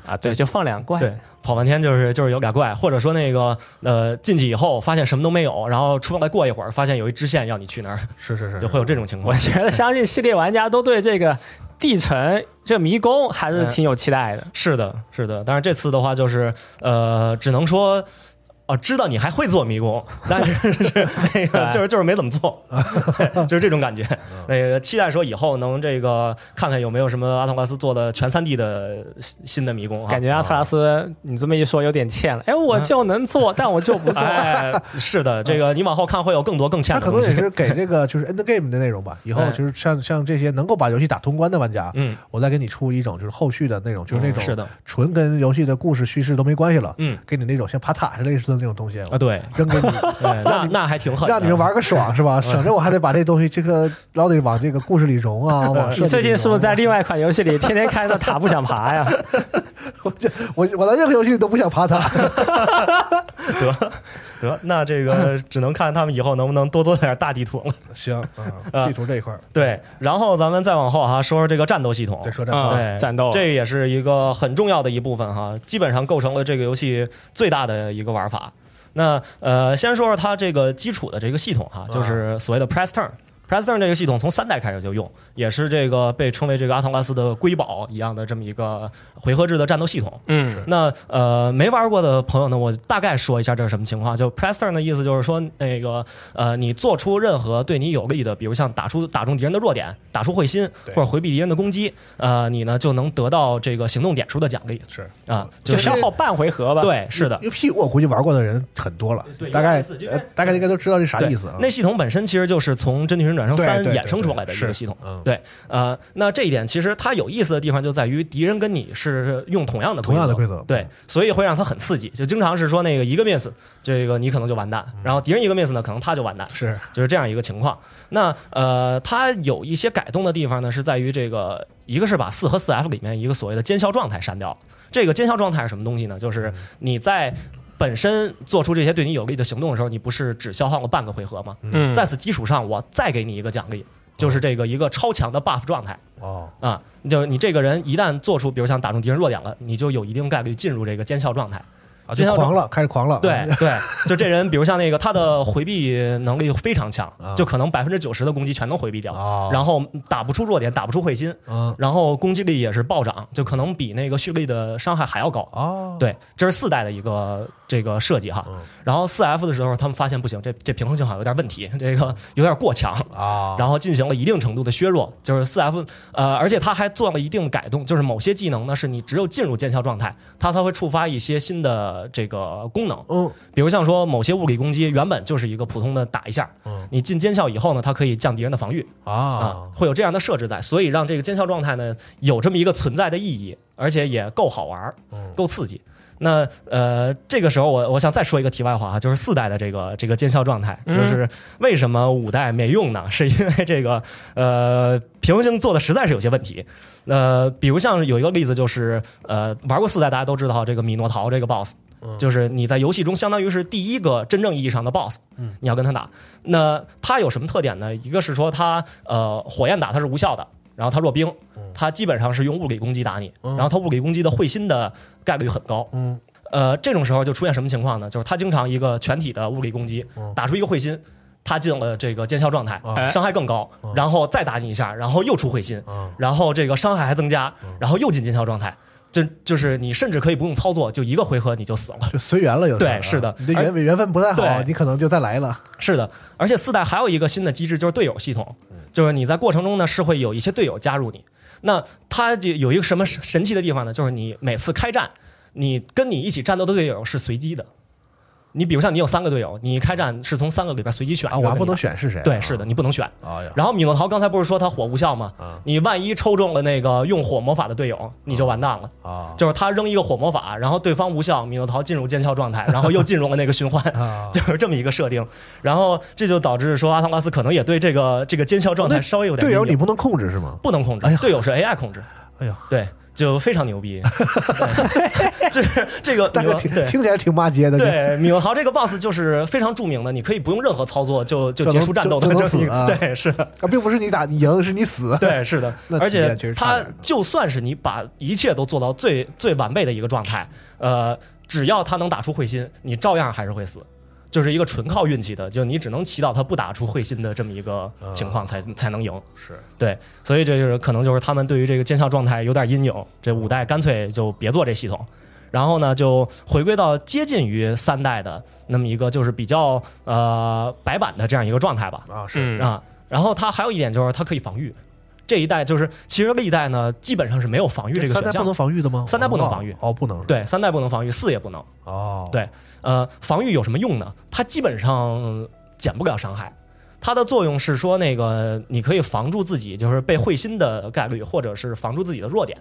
啊，对，就放两怪。
对，跑半天就是就是有俩怪，或者说那个呃进去以后发现什么都没有，然后出来过一会儿发现有一支线要你去那儿，
是是是，
就会有这种情
我
况。
觉得相信系列玩家都对这个地层、这迷宫还是挺有期待的。
是的，是的，但是这次的话就是呃，只能说啊、知道你还会做迷宫， [LAUGHS] 但是是那个就是就是没怎么做， [LAUGHS] 对就是这种感觉。
嗯
那个期待说以后能这个看看有没有什么阿汤瓜斯做的全三 D 的新的迷宫啊，
感觉阿特拉斯，你这么一说有点欠了。哎，我就能做，但我就不做。
嗯 [LAUGHS] 哎，
[LAUGHS]
是的，这个你往后看会有更多更欠
他
的
可
东
能也
西。
是给这个就是 end game 的内容吧，以后
哎
就是像像这些能够把游戏打通关的玩家，
嗯，
我再给你出一种就是后续的那种，就是那种
是的，
纯跟游戏的故事叙事都没关系了，
嗯
给你那种像爬塔是类似的那种东西，
啊，对，
扔给你， [LAUGHS]
哎那那还挺狠的，嗯
让你们玩个爽是吧？省得我还得把这东西这个老得往这个故事里融
[LAUGHS]
啊，往设计
[LAUGHS] 你
里
最近是不是在另外一款游戏里天天看到塔不想
[LAUGHS]
爬呀？
融啊？我我在任何游戏里都不想爬塔，
[LAUGHS] 得得，那这
[LAUGHS]
个只能看他们以后能不能多做点大地图了。
行，啊，
啊
地图这一块儿
对，然后咱们再往后哈、啊说说这个战斗系统。
再说这
啊
对，
战斗
这也是一个很重要的一部分哈，基本上构成了这个游戏最大的一个玩法。那呃，先说说它这个基础的这个系统哈，
啊
就是所谓的 press turn。press turn 这个系统从三代开始就用，也是这个被称为这个阿汤拉斯的瑰宝一样的这么一个回合制的战斗系统。
嗯，
那呃，没玩过的朋友呢，我大概说一下这是什么情况。就 press turn 的意思就是说，那个呃，你做出任何对你有利的，比如像打出打中敌人的弱点、打出会心
对
或者回避敌人的攻击，呃，你呢就能得到这个行动点数的奖励
是。
啊、
就
就是
消耗半回合吧。，
对，是的
因。为 P 我估计玩过的人很多了
对，
大概
有意思就是
呃大概应该都知道这啥
对
意思啊。
那系统本身其实就是从《真女神转生
对
三
对》对
衍生出来的
对
一
是
个系统。
嗯
对，呃，那这一点其实它有意思的地方就在于敌人跟你是用同样的
同样的规则
对
嗯，
所以会让它很刺激。就经常是说那个一个 miss，这个你可能就完蛋，
嗯
然后敌人一个 miss 呢，可能他就完蛋，
是
就是这样一个情况。那呃，它有一些改动的地方呢，是在于这个，一个是把四和四 F 里面一个所谓的奸笑状态删掉了。这个奸笑状态是什么东西呢？就是你在本身做出这些对你有利的行动的时候，你不是只消耗了半个回合吗？
嗯，
在此基础上，我再给你一个奖励，就是这个一个超强的 buff 状态
哦，
啊，就是你这个人一旦做出，比如像打中敌人弱点了，你就有一定概率进入这个奸笑状态。
啊
就
就
像
狂了，开始狂了。
对对，就这人，比如像那个他的回避能力非常强
啊，
就可能百分之九十的攻击全能回避掉
哦，
然后打不出弱点，打不出会心，
[LAUGHS] 嗯，
然后攻击力也是暴涨，就可能比那个蓄力的伤害还要高。
哦，
对，这是四代的一个这个设计哈
嗯。
然后四 F 的时候，他们发现不行，这这平衡性好像有点问题，这个有点过强。
啊，
然后进行了一定程度的削弱，就是四 F，呃，而且它还做了一定改动，就是某些技能呢是你只有进入见效状态，它才会触发一些新的这个功能，
嗯
比如像说某些物理攻击原本就是一个普通的打一下，
嗯
你进见效以后呢，它可以降敌人的防御啊
啊，，
会有这样的设置在，所以让这个见效状态呢有这么一个存在的意义，而且也够好玩儿
嗯，
够刺激。那呃，这个时候我我想再说一个题外话啊，就是四代的这个这个见效状态，就
嗯
是为什么五代没用呢？是因为这个呃平衡性做的实在是有些问题。呃，比如像有一个例子就是呃玩过四代大家都知道这个米诺陶这个 BOSS，就是你在游戏中相当于是第一个真正意义上的 BOSS，你要跟他打。那它有什么特点呢？一个是说它呃火焰打它是无效的，然后它弱冰，它基本上是用物理攻击打你，然后它物理攻击的会心的概率很高。
嗯，
呃，这种时候就出现什么情况呢？就是它经常一个全体的物理攻击
嗯
打出一个会心。它进了这个见效状态
啊，
伤害更高，然后再打你一下，然后又出会心，
嗯
然后这个伤害还增加，然后又进见效状态，就就是你甚至可以不用操作，就一个回合你就死了。
就随缘了，有时候
对
啊
是的
你的
而
缘缘分不太好，
对
你可能就再来了。
是的，而且四代还有一个新的机制，就是队友系统，
嗯
就是你在过程中呢是会有一些队友加入你。那它这有一个什么神神奇的地方呢？就是你每次开战，你跟你一起战斗的队友是随机的。你比如像你有三个队友，你一开战是从三个里边随机选一
啊，
个
我还
跟
不
你
能
打。
选是谁啊？
对，是的，你不能选。
哎呀，
然后米诺陶刚才不是说他火无效吗？
啊
你万一抽中了那个用火魔法的队友，你就完蛋了。
啊，
就是他扔一个火魔法，然后对方无效，米诺陶进入见效状态，然后又进入了那个循
啊
环， [LAUGHS] 就是这么一个设定。然后这就导致说阿汤拉斯可能也对这个这个见效状态稍微有
哦
点
队友
阴
啊你
影
不能控制是吗？
不能控制，
哎呀
队友是 AI 控制。
哎呀，
对，就非常
[LAUGHS]
牛逼，对就是这个
但
米
是
文
挺
对
听起来挺骂街的，
对，米文豪这个 boss 就是非常著名的，你可以不用任何操作就就
就能
结束战斗的
就就能
这么一
死啊
个，对，是的。
[LAUGHS] 啊，并不是你打你赢，是你 [LAUGHS] 死。
对，是的
那，
而
体验
且
确实差
他
点儿
就算是你把一切都做到最最完备的一个状态，呃，只要他能打出彗心，你照样还是会死，就是一个纯靠运气的，就你只能祈祷他不打出彗心的这么一个
啊
情况才、才能赢。
是，
对，所以这就是可能就是他们对于这个见效状态有点阴影，这五代干脆就别做这系统。然后呢，就回归到接近于三代的那么一个就是比较呃白板的这样一个状态吧。
啊，是，
嗯
啊。然后它还有一点就是它可以防御，这一代就是其实历代呢基本上是没有防御这个
三代
选
不
项
能，防御的吗？
三代不能
我忘
防御
了哦，不能，，
对，三代不能防御，四也不能。
哦，
对呃，防御有什么用呢？它基本上减不了伤害。它的作用是说，那个你可以防住自己，就是被会心的概率，或者是防住自己的弱点，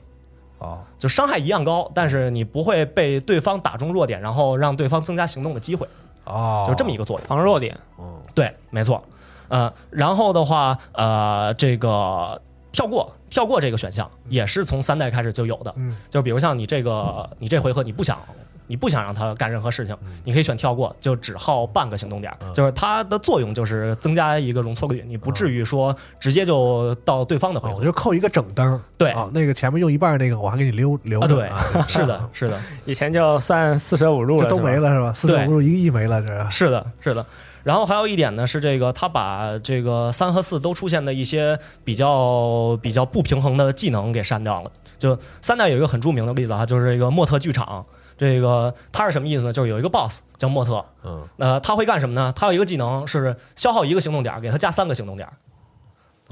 哦，
就伤害一样高，但是你不会被对方打中弱点，然后让对方增加行动的机会，
哦，
就这么一个作用。
防弱点，
嗯，
对，没错。呃，然后的话，呃，这个跳过跳过这个选项也是从三代开始就有的，
嗯，
就比如像你这个你这回合你不想你不想让他干任何事情，
嗯
你可以选跳过，就只耗半个行动点儿，就是它的作用就是增加一个容错率，你不至于说直接就到对方的回
嗯哦，
合
我。就扣一个整灯，
哎对
啊，那个前面用一半儿那个我还给你留留
啊，
着，
对
啊， [LAUGHS]
是的，是的，
以前就算四舍五入
这
了，
都
是吧
没。了是吧？四
对
舍五入一个亿没了，这
是的，是的。然后还有一点呢，是这个他把这个三和四都出现的一些比较比较不平衡的技能给删掉了。就三代有一个很著名的例子啊，就是这个莫特剧场。这个它是什么意思呢？就是有一个 BOSS 叫莫特，
嗯，
呃，他会干什么呢？他有一个技能是消耗一个行动点儿，给他加三个行动点儿。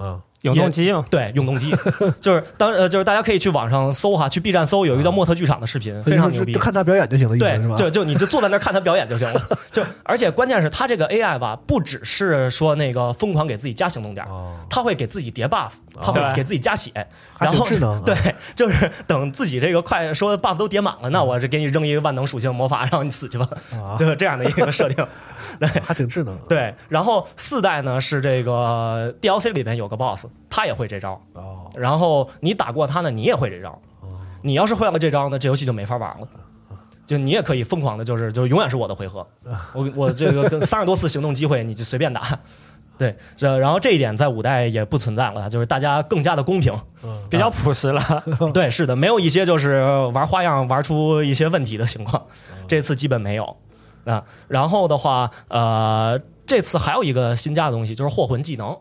嗯，
永动机嘛，
对，永
[LAUGHS]
动机就是当呃，就是大家可以去网上搜哈，去 B 站搜有一个叫莫特剧场
[LAUGHS]
的视频，非常牛
嗯就
逼
就。看他表演就行了，意思是吧
对，？就就你就坐在那儿看他表演就行
[LAUGHS]
了。就而且关键是他这个 AI 吧，不只是说那个疯狂给自己加行动点儿，
哦，
他会给自己叠 buff，他
对
会给自己加血，
还
然
挺
后
智能啊
对，就是等自己这个快说 buff 都叠满了，那我这给你扔一个万能属性魔法，让你死去吧，
啊
就是这样的一个设定。
[LAUGHS] 还挺智能，，
对，然后四代呢是这个 DLC 里面有个 BOSS，他也会这招，
哦，
然后你打过他呢，你也会这招。你要是会了这招呢，这游戏就没法玩了。就你也可以疯狂的，就是就是永远是我的回合，我我这个跟三十多次行动机会，你就随便打。 [LAUGHS] 对，这然后这一点在五代也不存在了，就是大家更加的公平。
嗯，
比
啊
较朴实了。
[LAUGHS] 对，是的，没有一些就是玩花样玩出一些问题的情况，这次基本没有啊、然后的话，呃，这次还有一个新加的东西，就是祸魂技能。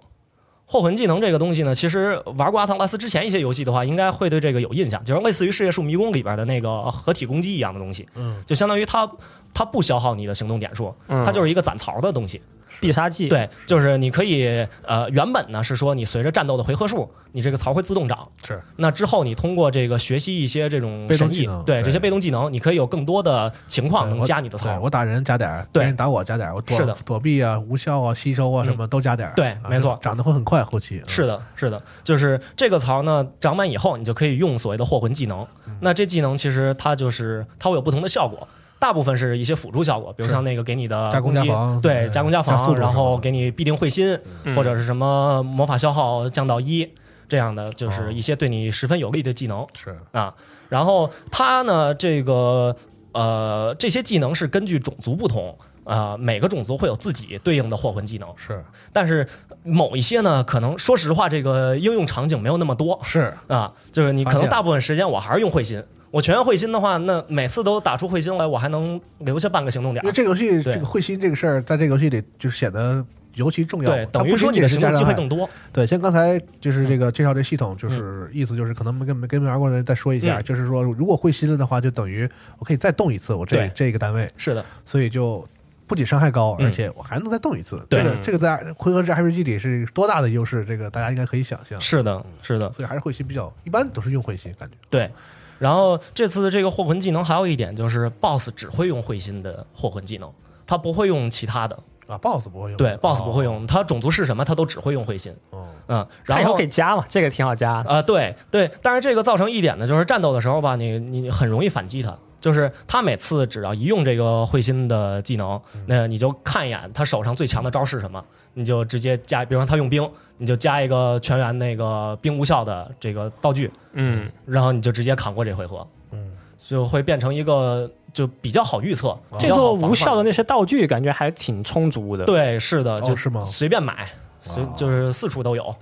祸魂技能这个东西呢，其实玩过阿唐拉斯之前一些游戏的话，应该会对这个有印象，就是类似于《世界树迷宫》里边的那个合体攻击一样的东西，
嗯，
就相当于它它不消耗你的行动点数，
嗯
它就是一个攒槽的东西。
必杀技，，
对，就是你可以呃，原本呢是说你随着战斗的回合数，你这个槽会自动长。
是。
那之后你通过这个学习一些这种
被动
神
技
技
能，
对
对
这些被动技能，你可以有更多的情况能
我
加你的
对
槽。
我打人加点儿，
对
别人打我加点儿，我躲
是的嗯
躲避啊、无效啊、吸收啊什么都加点儿，
对
啊
没错
长得会很快，后期嗯
是的，是的，就是这个槽呢长满以后，你就可以用所谓的祸魂技能。
嗯
那这技能其实它就是它会有不同的效果，大部分是一些辅助效果，比如
是
像那个给你的
加工
攻
加
击，
防
对
嗯
加工加
加速
防，
度
然
什么
后
的
给你必定会心，
嗯
或者是什么魔法消耗降到一这样的，就
哦
是一些对你十分有利的技能。
是
啊。然后它呢，这个呃，这些技能是根据种族不同。啊、每个种族会有自己对应的祸魂技能，
是
但是某一些呢，可能说实话，这个应用场景没有那么多
是，
啊。就是你可
发
能
现
大部分时间我还是用彗心，我全用彗心的话，那每次都打出彗心来，我还能留下半个行动点
因为。这个游戏
对
这个会心这个事儿，在这个游戏里就显得尤其重要。
对，
它
等
不
于说
仅仅
你的
是
行
加
动机
伤
会
害。
更嗯多。
对，像刚才就是这个介绍这系统，就是意思就是可能没跟没跟没玩过的人再说一下，
嗯
就是说如果会心了的话，就等于我可以再动一次我这
对
这个单位，
是的，
所以就。不仅伤害高，
嗯
而且我还能再动一次。
对
这个这个在回合制 RPG 里是多大的优势？这个大家应该可以想象。
是的，是的。
所以还是会心比较，一般都是用会心感觉。
对，然后这次的这个祸魂技能还有一点就是 BOSS 只会用会心的祸魂技能，他不会用其他的。
啊，BOSS 不会用，
对
哦
，BOSS 不会。用，他种族是什么，他都只会用会心。
哦，
嗯，
它以
然
后
后
可以加嘛，这个挺好加的。
啊、对对，但是这个造成一点呢，就是战斗的时候吧，你你你很容易反击他。就是他每次只要一用这个会心的技能，那你就看一眼他手上最强的招是什么，你就直接加，比如说他用冰，你就加一个全员那个冰无效的这个道具，
嗯，
然后你就直接扛过这回合，
嗯，
就会变成一个就比较好预测，比
哦
这
较好
座
防范
无效的那些道具感觉还挺充足的。，
对，是的，
哦
啊就是
吗啊
随便买，随
哇
就是四处都有。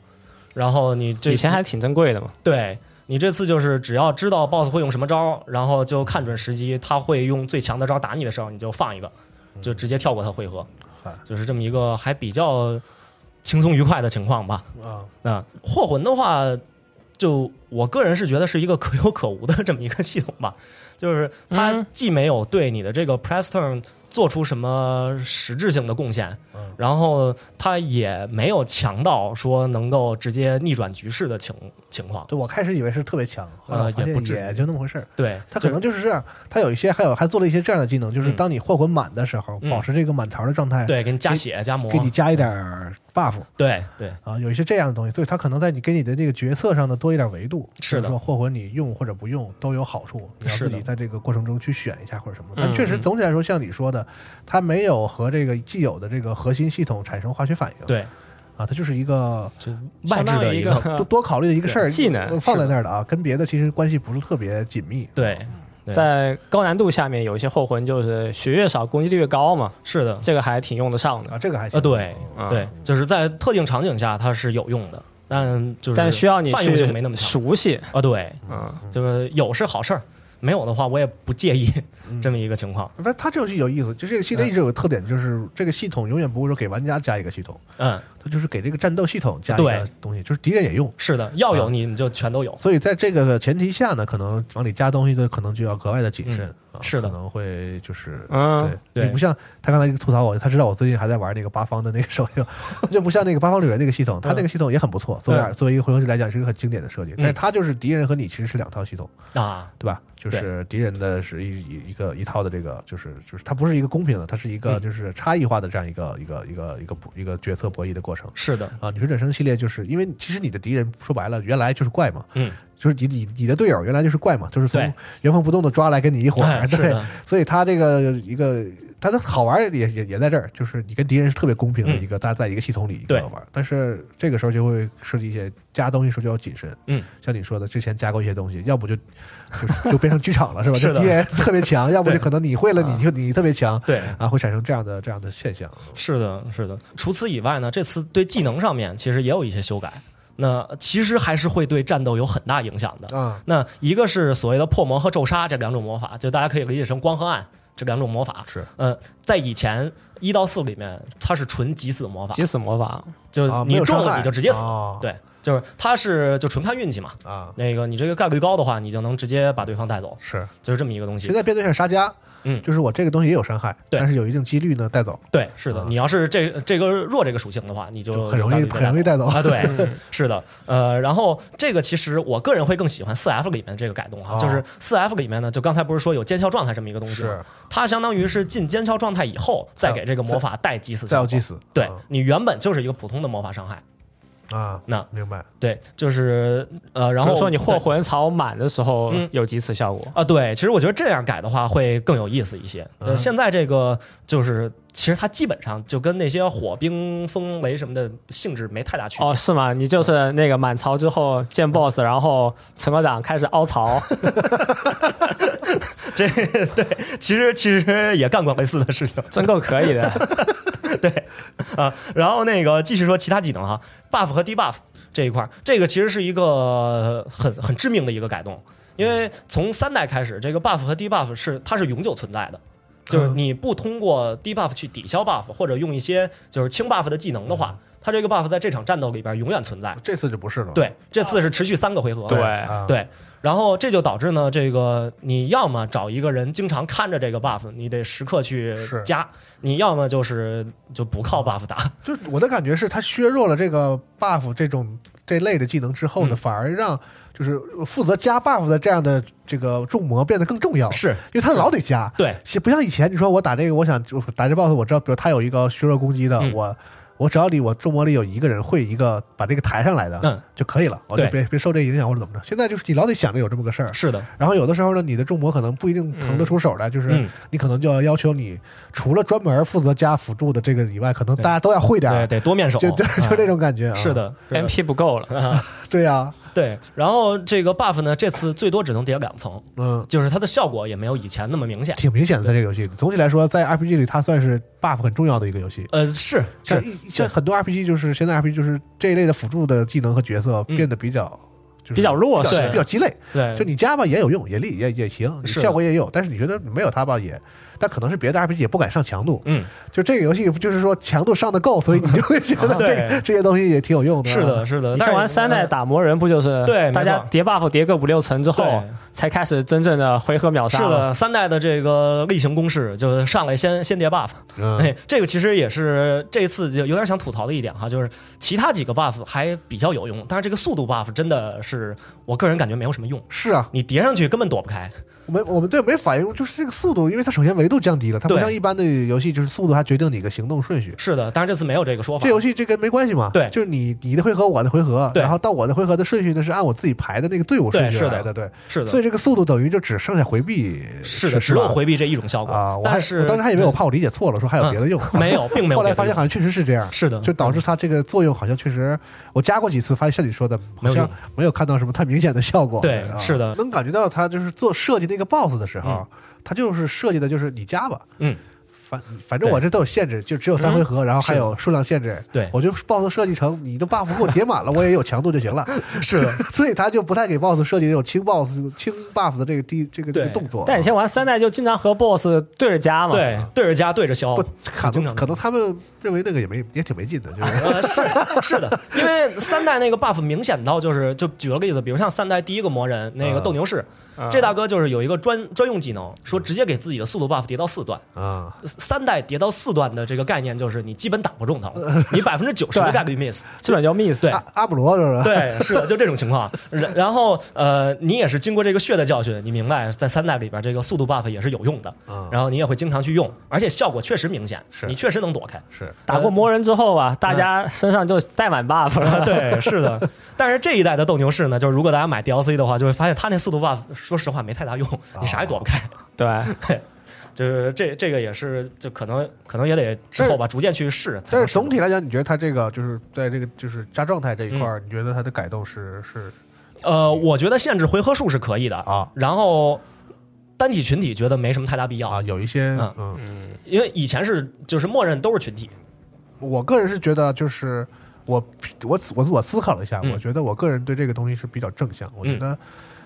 然后你这
以前还挺珍贵的嘛。
对你这次就是只要知道 BOSS 会用什么招，然后就看准时机，他会用最强的招打你的时候，你就放一个，就直接跳过他回合
嗯嗨，
就是这么一个还比较轻松愉快的情况吧。
啊，
那祸魂的话，就我个人是觉得是一个可有可无的这么一个系统吧，就是它
嗯
既没有对你的这个 press turn 做出什么实质性的贡献，
嗯
然后它也没有强到说能够直接逆转局势的情情况。
对我开始以为是特别强，后来
呃
发
也不
现
至于
也就那么回事儿。
对，
他可能就是这样，他有一些还有还做了一些这样的技能，就是
嗯
当你祸魂满的时候，
嗯
保持这个满槽的状态，
对嗯给你加血加魔
给，你加一点儿 buff
对对
啊，有一些这样的东西，所以他可能在你给你的这个决策上呢多一点维度，
是的
比如说祸魂你用或者不用都有好处，你要
是
自
的
己在这个过程中去选一下或者什么。
嗯
但确实总体来说，像你说的，它没有和这个既有的这个核心系统产生化学反应，
对，
啊，它就是一
[LAUGHS]
个
就外置
相当
的
于一
个
[LAUGHS]
多多考虑的一个事儿，
对技能
放在那儿的啊，跟别的其实关系不是特别紧密。
对，对
在高难度下面，有一些后魂就是血越少，攻击力越高嘛，
是的。
这个还挺用得上的。
啊，这个还行。
呃，对
嗯
啊
对，就是在特定场景下它是有用的，但就是
但需要你
泛用
去
性没那么强
熟悉，
啊。对，
嗯，
就是有是好事儿，没有的话我也不介意
嗯
这么一嗯个情况。
反正它这游戏有意思，就这个系列一直有个特点，就是这个系统永远不会说给玩家加一个系统，
嗯，
它就是给这个战斗系统加一个
对
东西，就是敌人也用。
是的，要有
啊
你你就全都有。
所以在这个前提下呢，可能往里加东西的可能就要格外的谨慎、啊，
嗯是的
可能会就是。
嗯，
对，
对
你不像他刚才吐槽我，他知道我最近还在玩那个八方的那个手游， [LAUGHS] 就不像那个八方旅人那个系统，他那个系统也很不错。作为
嗯
作为一个回合制来讲，是一个很经典的设计，但是它就是敌人和你其实是两套系统，
啊，
对吧？就是敌人的是一一一个一套的这个，就是就是它不是一个公平的，它是一个
嗯
就是差异化的这样一个一个一个一个一个决策博弈的过程。
是的，
啊，女神转生系列就是因为其实你的敌人说白了原来就是怪嘛，
嗯，
就是你你你的队友原来就是怪嘛，就是从
对
原封不动的抓来跟你一伙儿，
哎是
对
的，
所以他这个一个他的好玩儿也也也在这儿，就是你跟敌人是特别公平的
嗯
一个，大家在一个系统里一块
对
玩儿，但是这个时候就会设计一些加东西时候就要谨慎，
嗯，
像你说的之前加过一些东西，要不就就就变成剧场了是吧？
[LAUGHS] 是
就
的啊
敌人特别
[LAUGHS]
强，要不就可能你会了你就你特别强，
对。
啊，会产生这样的这样的现象，
是的，是的。除此以外呢，这次对技能上面其实也有一些修改，那其实还是会对战斗有很大影响的。
啊，
那一个是所谓的破魔和咒杀这两种魔法，就大家可以理解成光和暗这两种魔法。
是，
呃，在以前一到四里面，它是纯急死魔法，
急死魔法，
就
啊，没
你
有
中
伤
了
害
你就直接死。
啊
对，就是它是就纯看运气嘛。
啊。
那个你这个概率高的话，你就能直接把对方带走，
是，
就是这么一个东西
现。在变对上杀家，
嗯
就是我这个东西也有伤害，
对
但是有一定几率呢带走，
对，是的，
啊
你要是这这个弱这个属性的话，你就
就很容易
有概率被
很
[LAUGHS]
容易带走
啊。对，是的，呃，然后这个其实我个人会更喜欢四 F 里面这个改动哈，
哦
就是四 F 里面呢，就刚才不是说有见效状态这么一个东西吗，它相当于是进尖鞘状态以后，再给这个魔法带击死
再
效
要
果。
祭死，
对
啊
你原本就是一个普通的魔法伤害，
啊，
那
明白
对，就是呃，然
比
后
如说你
对
祸魂草满的时候
嗯
有几次效果，
啊，对，其实我觉得这样改的话会更有意思一些。呃，
嗯
现在这个就是其实它基本上就跟那些火、冰、风、雷什么的性质没太大区别。
哦，是吗？你就是那个满槽之后见 BOSS，然后陈科长开始
[LAUGHS]
凹槽，
这 [LAUGHS] 对，其实其实也干过类似的事情
真够可以的。
[LAUGHS] 啊。然后那个继续说其他技能哈，buff 和 debuff 这一块儿，这个其实是一个很很致命的一个改动，因为从三代开始，这个 buff 和 debuff 是它是永久存在的。就是你不通过 debuff 去抵消 buff，或者用一些就是轻 buff 的技能的话，它这个 buff 在这场战斗里边永远存在。
这次就不是了，
对，这次是持续三个回合。
对
啊，
对，然后这就导致呢，这个你要么找一个人经常看着这个 buff，你得时刻去
是
加；你要么就是就不靠 buff 打。
就是我的感觉是，它削弱了这个 buff 这种这类的技能之后呢，
嗯
反而让就是负责加 buff 的这样的这个众魔变得更重要，
是
因为他老得加，
对，
是不像以前，你说我打这个，我想就打这 boss，我知道，比如他有一个削弱攻击的，
嗯
我我只要你我中国里有一个人会一个把这个抬上来的，
嗯，
就可以了，我就
对
别别受这影响或者怎么着。现在就是你老得想着有这么个事儿，
是的，
然后有的时候呢，你的重模可能不一定腾得出手来，就是
嗯
你可能就要要求你除了专门负责加辅助的这个以外，可能大家都要会点
对，
儿，
得多面手，
就对，就这种感觉啊。
嗯，是，的是的
MP 不够了，
对啊呀，
对。然后这个 buff 呢，这次最多只能叠两层，
嗯，
就是它的效果也没有以前那么明显。
挺明显的，在这个游戏里，总体来说，在 RPG 里它算是 buff 很重要的一个游戏。
呃，是
像
是，
一像很多 RPG 就是现在 RPG 就是这一类的辅助的技能和角色
嗯
变得比较。就是
比较弱
比较
对
比较鸡肋。
对，
就你加吧也有用，也力也也行，
是的
效果也有，但是你觉得没有它吧也，但可能是别的 RPG 也不敢上强度，
嗯，
就这个游戏就是说强度上的够，所以你就会觉得这个、
啊对
这些东西也挺有用的。啊嗯
是的，，是的。
你
但
像
是
玩三代打魔人不就是？
对没错
大家叠 buff 叠个五六层之后
呃对，
才开始真正的回合秒
是
杀嘛。
的，三代的这个例行公式就是上来先先叠 buff，
嗯，
哎，这个其实也是这一次就有点想吐槽的一点哈，就是其他几个 buff 还比较有用，但是这个速度 buff 真的是我个人感觉没有什么用，
是啊，
你叠上去根本躲不开。
我们我们对没反应，就是这个速度，因为它首先维度降低了，它不
对
像一般的游戏，就是速度它决定你个行动顺序。
是的，但是这次没有这个说法。
这游戏这跟没关系嘛？
对
就是你你的回合，我的回合，
对
然后到我的回合的顺序呢是按我自己排的那个队伍顺序
对是的
来的，对，
是的，
所以这个速度等于就只剩下回避，
是的，
是
只
吧
有回避这一种效果。
啊，我还
但是嗯
我当时还以为我怕我理解错了，说还有别的用，
没有，并没
后
有这个用。
来发现好像确实是这样，
是的，
就导致它这个作用好像确实，我加过几次，发现像你说的，好
没有
像
用
没有看到什么太明显的效果。
对
啊
是的
能感觉到它就是做设计那个 BOSS 的时候，它就是设计的就是你加吧，
嗯，
反反正我这都有限制，就只有三回合，然后还有数量限制。
对
我就 BOSS 设计成你都 buff 给我叠满了，我也有强度就行了。
[LAUGHS] 是的，
[LAUGHS] 所以它就不太给 BOSS 设计这种轻 BOSS 轻 buff 的这个第这个这个
对
动作。
但以前玩三代就经常和 BOSS 对着加嘛。
对，对着加，对着消
啊不。，可
经
能
常
可能他们认为那个也没也挺没劲的，就是
[LAUGHS] 呃，是是的，因为三代那个 buff 明显到就是，就举了个例子，比如像三代第一个魔人那个
嗯
斗牛士，
嗯，
这大哥就是有一个专专用技能，说直接给自己的速度 buff 叠到四段，
啊，
三代叠到四段的这个概念就是你基本打不中他了，你百分之九十的概率 miss。
基本就 miss。
对
阿阿姆罗 [LAUGHS] 就是
对，是的，就这种
[LAUGHS]
情况。然然后呃，你也是经过这个血的教训，你明白在三代里边这个速度 buff 也是有用的
嗯，
然后你也会经常去用，而且效果确实明显，
是
你确实能躲
[LAUGHS]
开。
是
打过魔人之后
嗯
啊，大家身上就带满 buff 了。
对，
[LAUGHS]
是的。但是这一代的斗牛士呢，就是如果大家买 DLC 的话，就会发现他那速度 buff，说实话没太大用，
啊
你啥也躲不开。
[LAUGHS] 对，
就是这这个也是，就可能可能也得之后吧，逐渐去试。才
但
能
是
试
总体来讲，你觉得它这个就是在这个就是加状态这一
嗯
块儿，你觉得它的改动是是
呃，我觉得限制回合数是可以的
啊
然后单体群体觉得没什么太大必要，
啊有一些
嗯
嗯，
因为以前是就是默认都是群体，
我个人是觉得就是我我我我思考了一下，
嗯
我觉得我个人对这个东西是比较正向，我觉
嗯
得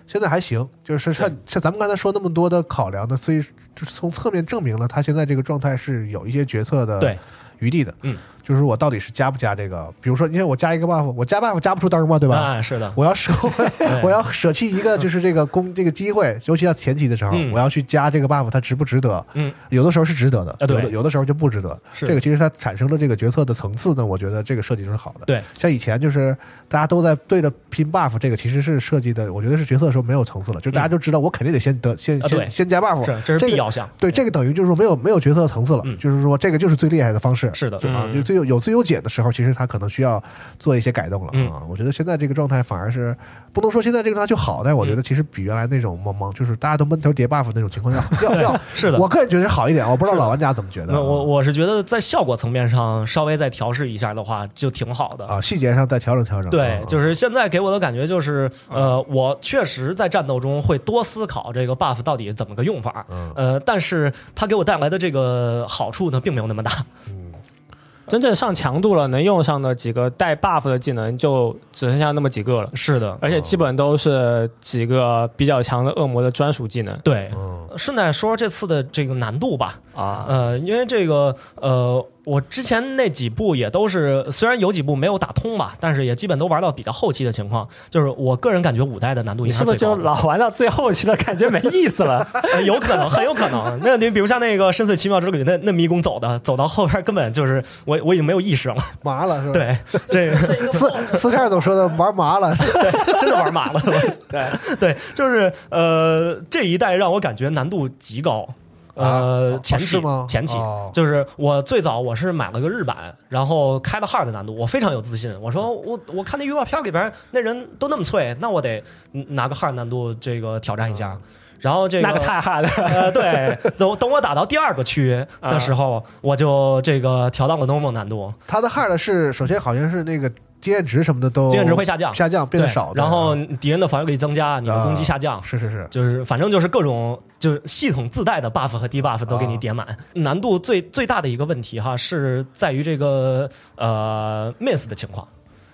现在还行，就是像像咱们刚才说那么多的考量呢，所以就是从侧面证明了他现在这个状态是有一些决策的
对
余地的，
嗯，
就是我到底是加不加这个，比如说因为我加一个 buff，我加 buff 加不出刀嘛，对吧？
啊，是的，
我要
[LAUGHS]
舍， [LAUGHS] 我要舍弃一个就是这个工这个机会，尤其到前期的时候，
嗯
我要去加这个 buff，它值不值得？
嗯，
有的时候是值得的，
啊对
有的有的时候就不值得。
是
这个其实它产生了这个决策的层次呢，我觉得这个设计就是好的。
对，
像以前就是大家都在对着拼 buff，这个其实是设计的，我觉得是决策的时候没有层次了，就大家就知道我肯定得先得先
嗯啊对
先先加 buff，
是这是必
个
要项，
对，这个等于就是说没有没有决策层次了，
嗯
就是说这个就是最厉害的方式。
是的
对啊，
嗯
就最有有最优解的时候，其实他可能需要做一些改动了、
嗯
啊。我觉得现在这个状态反而是不能说现在这个状态就好，但我
嗯
觉得其实比原来那种懵懵，就是大家都闷头叠 buff 那种情况
[LAUGHS]
要要要，
是的
我个人觉得好一点，我不知道老玩家怎么觉得
那
啊。
我我是觉得在效果层面上稍微再调试一下的话，就挺好的。
啊，细节上再调整调整。
对，就是是现在给我的感觉就是，呃，我确实在战斗中会多思考这个 buff 到底怎么个用法，呃，但是它给我带来的这个好处呢，并没有那么大。
真正上强度了，能用上的几个带 buff 的技能就只剩下那么几个了，
是的，
而且基本都是几个比较强的恶魔的专属技能
对。
嗯，
顺带说说这次的这个难度吧，
啊。
呃，因为这个呃，我之前那几部也都是，虽然有几部没有打通吧，但是也基本都玩到比较后期的情况。就是我个人感觉五代的难度应
你
该
是不是
最
就
高的
老玩到最后期了，感觉没意
[LAUGHS]
思了？
呃有可能，很有可能。那你比如像那个《深邃奇妙之旅》，那那迷宫走的，走到后边根本就是我我已经没有意识了。
麻了是吧？，
对，这个
四四十二总说的玩麻了，
[LAUGHS] 真的玩
[LAUGHS]
麻 [LAUGHS] 了。对对，就是呃，这一代让我感觉难度极高。
啊
呃，前
哦
期、
是吗
前期、
哦
就是我最早我是买了个日版，然后开了 hard 难度，我非常有自信。我说我我看那预告片里边那人都那么脆，那我得拿个 hard 难度这个挑战一
啊
下。然后这个
那个
[LAUGHS]
太哈了，
呃，对，等等我打到第二个区
啊
的时候，我就这个调到了 normal 难度，
它的 hard 是首先好像是那个经验值什么的都
经验值会下降
下降变得
对
少啊的，
然后敌人的防御力增加，你的攻击下降，
是是是，
就是反正就是各种就是系统自带的 buff 和 debuff 都给
啊
你叠满。难度最最大的一个问题哈，是在于这个呃 miss 的情况，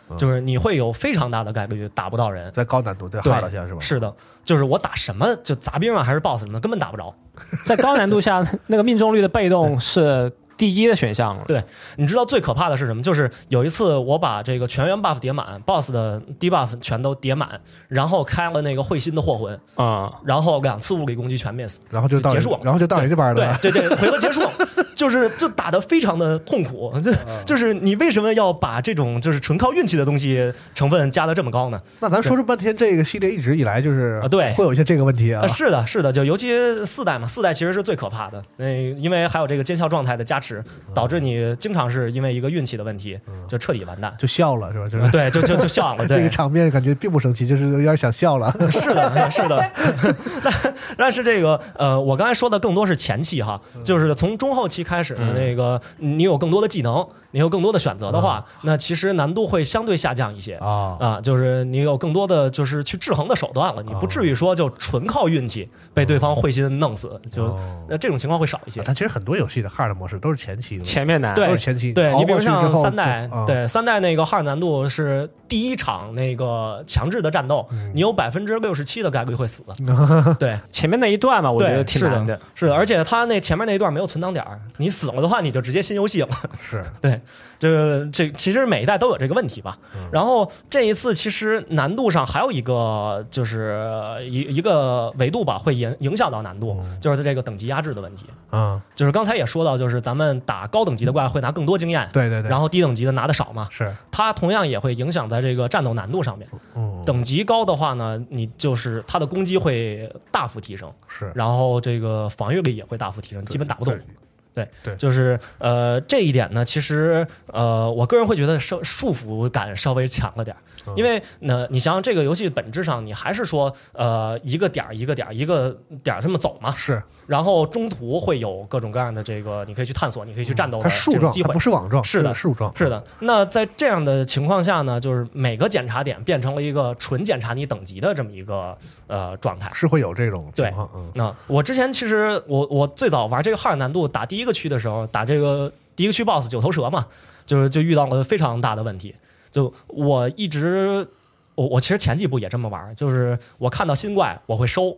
嗯
就是你会有非常大的概率打不到人。
在高难度在
对
hard 下是吧？
是的，就是我打什么就杂兵啊，还是 boss 什么的，根本打不着。
嗯
在高难度下，那个命中率的被动是第一的选项了。
对，你知道最可怕的是什么？就是有一次我把这个全员 buff 叠满，boss 的 debuff 全都叠满，然后开了那个会心的祸魂，
嗯，
然后两次物理攻击全 miss，
然后就到
结束
然后就到你这边了。
对对对，回合结束，就是就打得非常的痛苦，就
啊
就是你为什么要把这种就是纯靠运气的东西成分加的这么高呢？
那咱说这半天，这个系列一直以来就是
啊对
会有一些这个问题啊
啊，。是的，是的，就尤其四代嘛，四代其实是最可怕的。那因为还有这个见效状态的加持，导致你经常是因为一个运气的问题就彻底完蛋。
就笑了是吧？ [LAUGHS] 就是
啊对，就就就笑了，
嗯那
对
个，场面感觉并不神奇，就是有点想笑了。
[LAUGHS] 是的，是的。 [LAUGHS] 但但是这个呃，我刚才说的更多是前期哈，
嗯
就是从中后期开始的那个，你有更多的技能，你有更多的选择的话，那其实难度会相对下降一些。
嗯啊
啊，就是你有更多的就是去制衡的手段了，你
啊
不至于说就纯靠运气被对方会心弄死，就
哦
那这种情况会少一些。
但其实很多游戏的 hard 模式都是前期的，
前面难，
对，
都是前期
对
熬
你比
过
如
去之
像
后
三
就
代，
啊
对三代那个哈尔难度是第一场那个强制的战斗，
嗯
你有百分之六十七的概率会死。
[LAUGHS]
对，
前面那一段嘛，我觉
对
得挺难
是的，是的，而且他那前面那一段没有存档点儿，你死了的话，你就直接新游戏了。
是
对，这这其实每一代都有这个问题吧。
嗯
然后这一次其实难度上还有一个就是一一个维度吧，会影影响到难度，
嗯
就是这个等级压制的问题。
啊，
就是刚才也说到，就是咱们打高等级的怪会拿更多经验，
对对对
然后低等级的拿的少嘛，
是
它同样也会影响在这个战斗难度上面。
嗯
等级高的话呢，你就是它的攻击会大幅提升，
是
然后这个防御力也会大幅提升，基本打不动
对。
对
对
就是呃这一点呢，其实呃我个人会觉得稍束缚感稍微强了点儿，
嗯
因为呢、你想想这个游戏本质上你还是说呃一个点儿一个点儿一个点儿这么走嘛，
是
然后中途会有各种各样的这个你可以去探索，你可以去战斗
嗯它
的
树
这种
状，
机
它
会
不。是网状，
是的
树状，
是的，那在这样的情况下呢，就是每个检查点变成了一个纯检查你等级的这么一个呃状态。
是会有这种情
对
况，嗯，
那我之前其实我我最早玩这个哈尔难度打第一个区的时候，打这个第一个区 BOSS 九头蛇嘛，就是就遇到了非常大的问题。就我一直我我其实前几部也这么玩，就是我看到新怪我会收，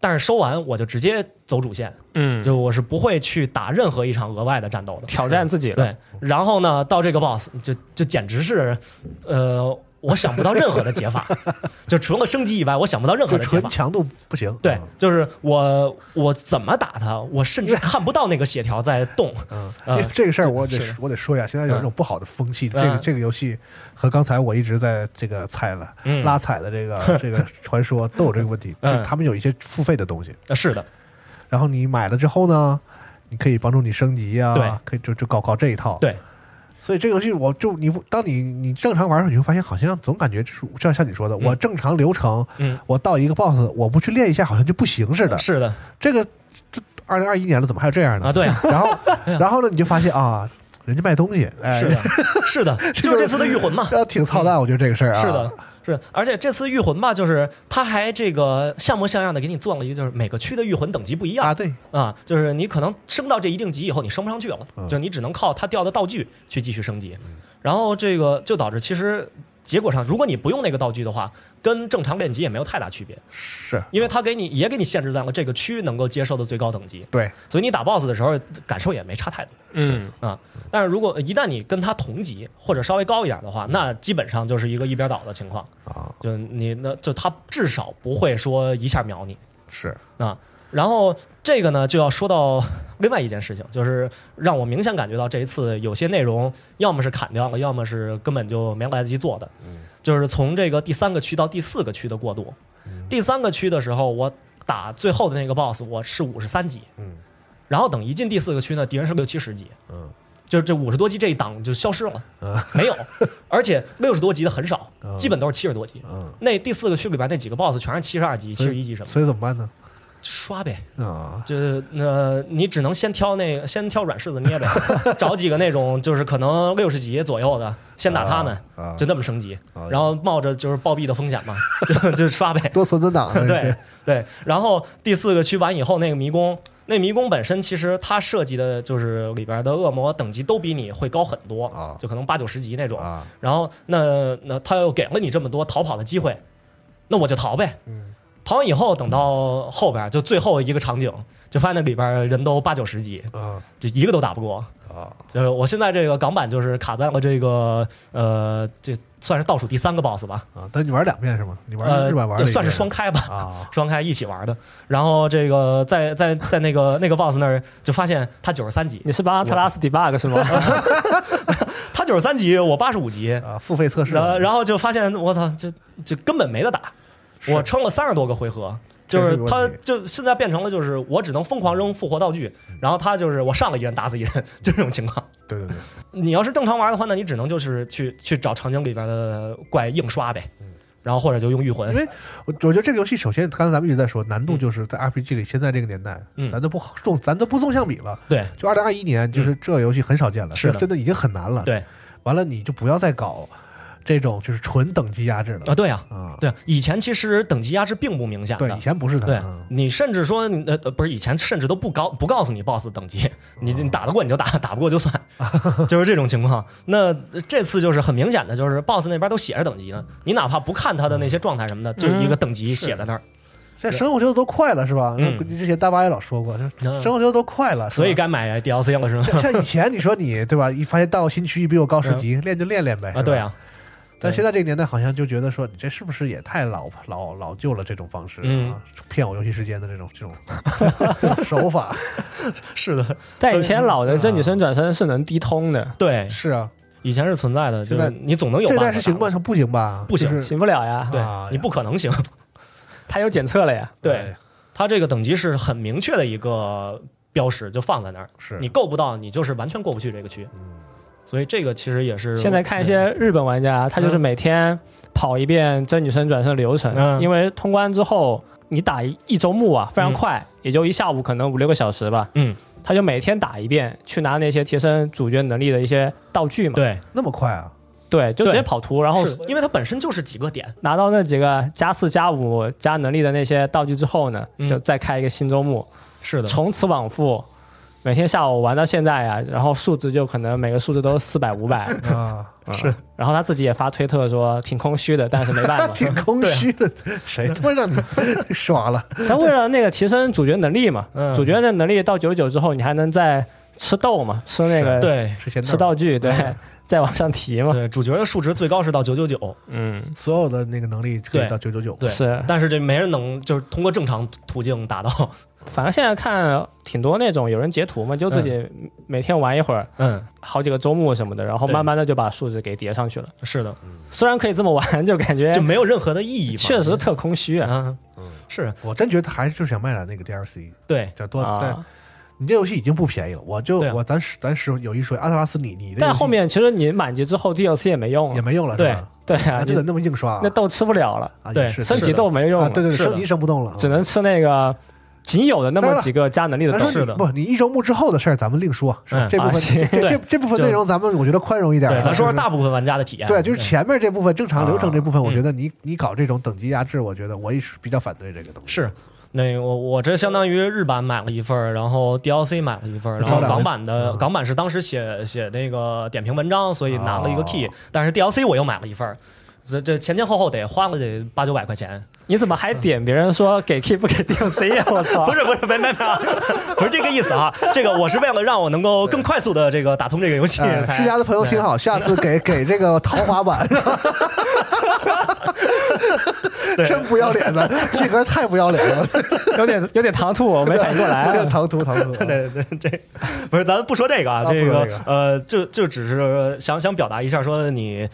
但是收完我就直接走主线，
嗯，
就我是不会去打任何一场额外的战斗的。
挑战自己了。
对，然后呢，到这个 boss 就就简直是，呃，我想不到任何的解法， [LAUGHS] 就除了升级以外，我想不到任何
就
的解
纯
法。
强度不行，
对
嗯，
就是我我怎么打他，我甚至看不到那个血条在动。
嗯，因
呃
为 [LAUGHS] 这个事儿我得
是啊
我得说一下，现在有一种不好的风气，这
嗯
个这个游戏和刚才我一直在这个踩了
嗯
拉踩的这
[LAUGHS]
个这个传说都有这个问题，就
嗯
是他们有一些付费的东西，
呃是的，
然后你买了之后呢，你可以帮助你升级
对
啊，可以就就搞搞这一套，
对，
所以这个游戏我就你当你你正常玩的时候，你会发现好像总感觉就是像像你说的，我正常流程，
嗯
我到一个 BOSS，我不去练一下好像就不行似的，
是的
这个这二零二一年了，怎么还有这样呢？
啊，对啊，
[LAUGHS] 然后然后呢，你就发现啊，人家卖东西，哎， [LAUGHS]
是的，是的，就是这次的御魂嘛。
呃，挺操蛋，我觉得这个事儿 [LAUGHS] 啊，
是的，，是的，而且这次御魂吧，就是他还这个像模像样的给你做了一个，就是每个区的御魂等级不一样
啊，对，
啊，就是你可能升到这一定级以后，你升不上去了，
嗯
就是你只能靠它掉的道具去继续升级，然后这个就导致其实结果上，如果你不用那个道具的话，跟正常练级也没有太大区别，
是
因为它给你也给你限制在了这个区能够接受的最高等级，
对，
所以你打 BOSS 的时候感受也没差太多
嗯，
啊。但是如果一旦你跟它同级或者稍微高一点的话，那基本上就是一个一边倒的情况，
啊，
就你那就它至少不会说一下秒你。
是
啊。然后这个呢，就要说到另外一件事情，就是让我明显感觉到这一次有些内容要么是砍掉了，要么是根本就没来得及做的。
嗯
就是从这个第三个区到第四个区的过渡。
嗯
第三个区的时候，我打最后的那个 BOSS，我是五十三级。
嗯
然后等一进第四个区呢，敌人是六七十级，
嗯，
就是这五十多级这一档就消失了，
嗯
没有，而且六十多级的很少
嗯，
基本都是七十多级。
嗯，
那第四个区里边那几个 BOSS 全是七十二级、七十一级什么的，
所以怎么办呢？
刷呗，
啊，
就是呃，你只能先挑那先挑软柿子
[LAUGHS]
捏呗，找几个那种就是可能六十级左右的，先打他们
啊啊，
就那么升级
啊，
然后冒着就是暴毙的风险嘛，就就刷呗。
多存存档，啊
对，对，然后第四个区完以后，那个迷宫，那迷宫本身其实它设计的就是里边的恶魔等级都比你会高很多，
啊
就可能八九十级那种。
啊，
然后那那他又给了你这么多逃跑的机会，那我就逃呗。
嗯
逃完以后，等到后边就最后一个场景，就发现那里边人都八九十级，
啊
就一个都打不过。
啊
就是我现在这个港版就是卡在了这个呃，这算是倒数第三个 boss 吧，
啊！但你玩两遍是吗？你玩
呃
日版玩，了一遍
算是双开吧。 [LAUGHS]
啊
双开一起玩的。然后这个在在在那个那个 boss 那儿就发现他九十三级，
你是帮 Atlas
嗯
debug 是吗？
[LAUGHS] 他九十三级，我八十五级，
啊，付费测试，
然后然后就发现我操，就就根本没得打，
是
我撑了三十多个回合。
这
就是是
个
他
问题，
就现在变成了，就是我只能疯狂扔复活道具，然后他就是我上了一人打死一人， [LAUGHS] 就这种情况。
对对对，
你要是正常玩的话，那你只能就是去去找场景里边的怪硬刷呗，然后或者就用御魂
嗯因。为我我觉得这个游戏首先，刚才咱们一直在说难度，就是在 RPG 里，现在这个年代，
嗯
咱都不好纵，咱都不纵向比了。
对
就二零二一年，就是这游戏很少见了，
嗯是
这
的
真的已经很难了。
对，
完了你就不要再搞这种就是纯等级压制了
啊，对啊，
啊。
对啊，以前其实等级压制并不明显的，
对，以前不是的
对
啊
你甚至说你呃呃不是以前甚至都不告不告诉你 boss 的等级，
嗯
你你打得过你就打， [LAUGHS] 打不过就算，就是这种情况。那呃这次就是很明显的，就是 boss 那边都写着等级呢，你哪怕不看他的那些状态什么的，
嗯
就一个等级写在那儿，
现在生活节奏都快了是吧？
嗯
那之前大巴也老说过，就
嗯
生活节奏都快了，是吧
所以该买 DLC 了是吗？
像像以前你说你对吧？一发现到新区域比我高十级，练就练练呗。是吧
啊，对。啊，
但现在这个年代好像就觉得说，你这是不是也太老老老旧了？这种方式
嗯
啊，骗我游戏时间的这种这种 [LAUGHS] 手法
是的，
但以前老的
嗯
真女生转身是能低通的，
对，
是啊。
以前是存在的，就
现在
是你总 [LAUGHS] 能有
这
办
代
法
是行
打
吗？
的？
不行吧？
不行
就是
行不了呀，
对
啊，
你不可能行，
他有检测了呀。
对
哎，
它这个等级是很明确的一个标识，就放在那儿。
是
你够不到，你就是完全过不去这个区。所以这个其实也是嗯
现在看一些日本玩家，他就是每天跑一遍真女生转身流程，
嗯
因为通关之后你打一一周目啊，非常
嗯
快，也就一下午，可能五六个小时吧。
嗯，
他就每天打一遍，去拿那些提升主角能力的一些道具嘛。
对，
那么快啊？
对，就直
对
接跑图，然后
是嗯因为它本身就是几个点，
拿到那几个加四加五加能力的那些道具之后呢，
嗯
就再开一个新周目，
是的，
从此往复。每天下午玩到现在呀，然后数值就可能每个数值都四百五百，
[LAUGHS]
啊，
是。然后他自己也发推特说挺空虚的，但是没
[LAUGHS]
办法。
[LAUGHS] 挺空虚的，谁他妈让你爽了？
他为了那个提升主角能力嘛，
嗯
主角的能力到九十九之后，你还能再吃豆嘛，吃那个
对
之前
吃道具，对，再往上提嘛。
嗯对，主角的数值最高是到九九九，
嗯，
所有的那个能力可以
对
到九九九，
对
是。
但是这没人能就是通过正常途径达到。
反正现在看挺多那种有人截图嘛，就自己每天玩一会儿，
嗯，
好几个周末什么的，然后
对
慢慢的就把数值给叠上去了。
是的，
虽然可以这么玩，就感觉
就没有任何的意义嘛。
哎确实特空虚啊。
啊，是
我真觉得还是就是想卖点那个 DLC，
对，
叫多再
啊，
你这游戏已经不便宜了，我就、
对啊
我咱实咱实有一说，阿特拉斯你你的游
但
戏
后面其实你满级之后 DLC 也没用
也
啊，
没用了，
对
是吧？
[LAUGHS] 对啊，
啊，就
你
得那么硬刷啊
那豆吃不了了，
啊，
对
也是
升
是
级
的
豆没用
啊，
了
对，对对，
是的
升级升不动了，
只能吃那个仅有的那么几个加能力的
咱
豆
说
是
你
的
不，你一周目之后的事儿咱们另说，是吧？
嗯
这部
啊
分这
行
这这
对
这部分
就
内容咱们我觉得宽容一点啊，
[LAUGHS] 对，咱说
就
说
是
大部分玩家的体验。
对，就是前面这部分正常流程这部分，
嗯啊
我觉得你你搞这种等级压制，我觉得我也是比较反对这个东西。
是，那我我这相当于日版买了一份儿，然后 DLC 买了一份儿，然后
咱俩
港版的
嗯
港版是当时写写那个点评文章，所以拿了一个
哦
key，、但是 DLC 我又买了一份儿，这这前前后后得花了得八九百块钱。
你怎么还
嗯
点别人说给 key 不给 DLC 呀？啊我操
不！是不是，没没没啊，不是这个意思啊，这个我是为了让我能够更快速的这个打通这个游戏
哎，
才。
世家的朋友听好，下次
[LAUGHS]
给给这个豪华版，
对，
真不要脸的，这哥太不要脸
[LAUGHS]
了，
有点有点唐突，我没反应过来
[LAUGHS] 这个
啊。
唐突唐突，
[LAUGHS] 对对，这不是咱不说这个啊，
啊
这
不说
个
这个
呃，就就只是想想表达一下，说你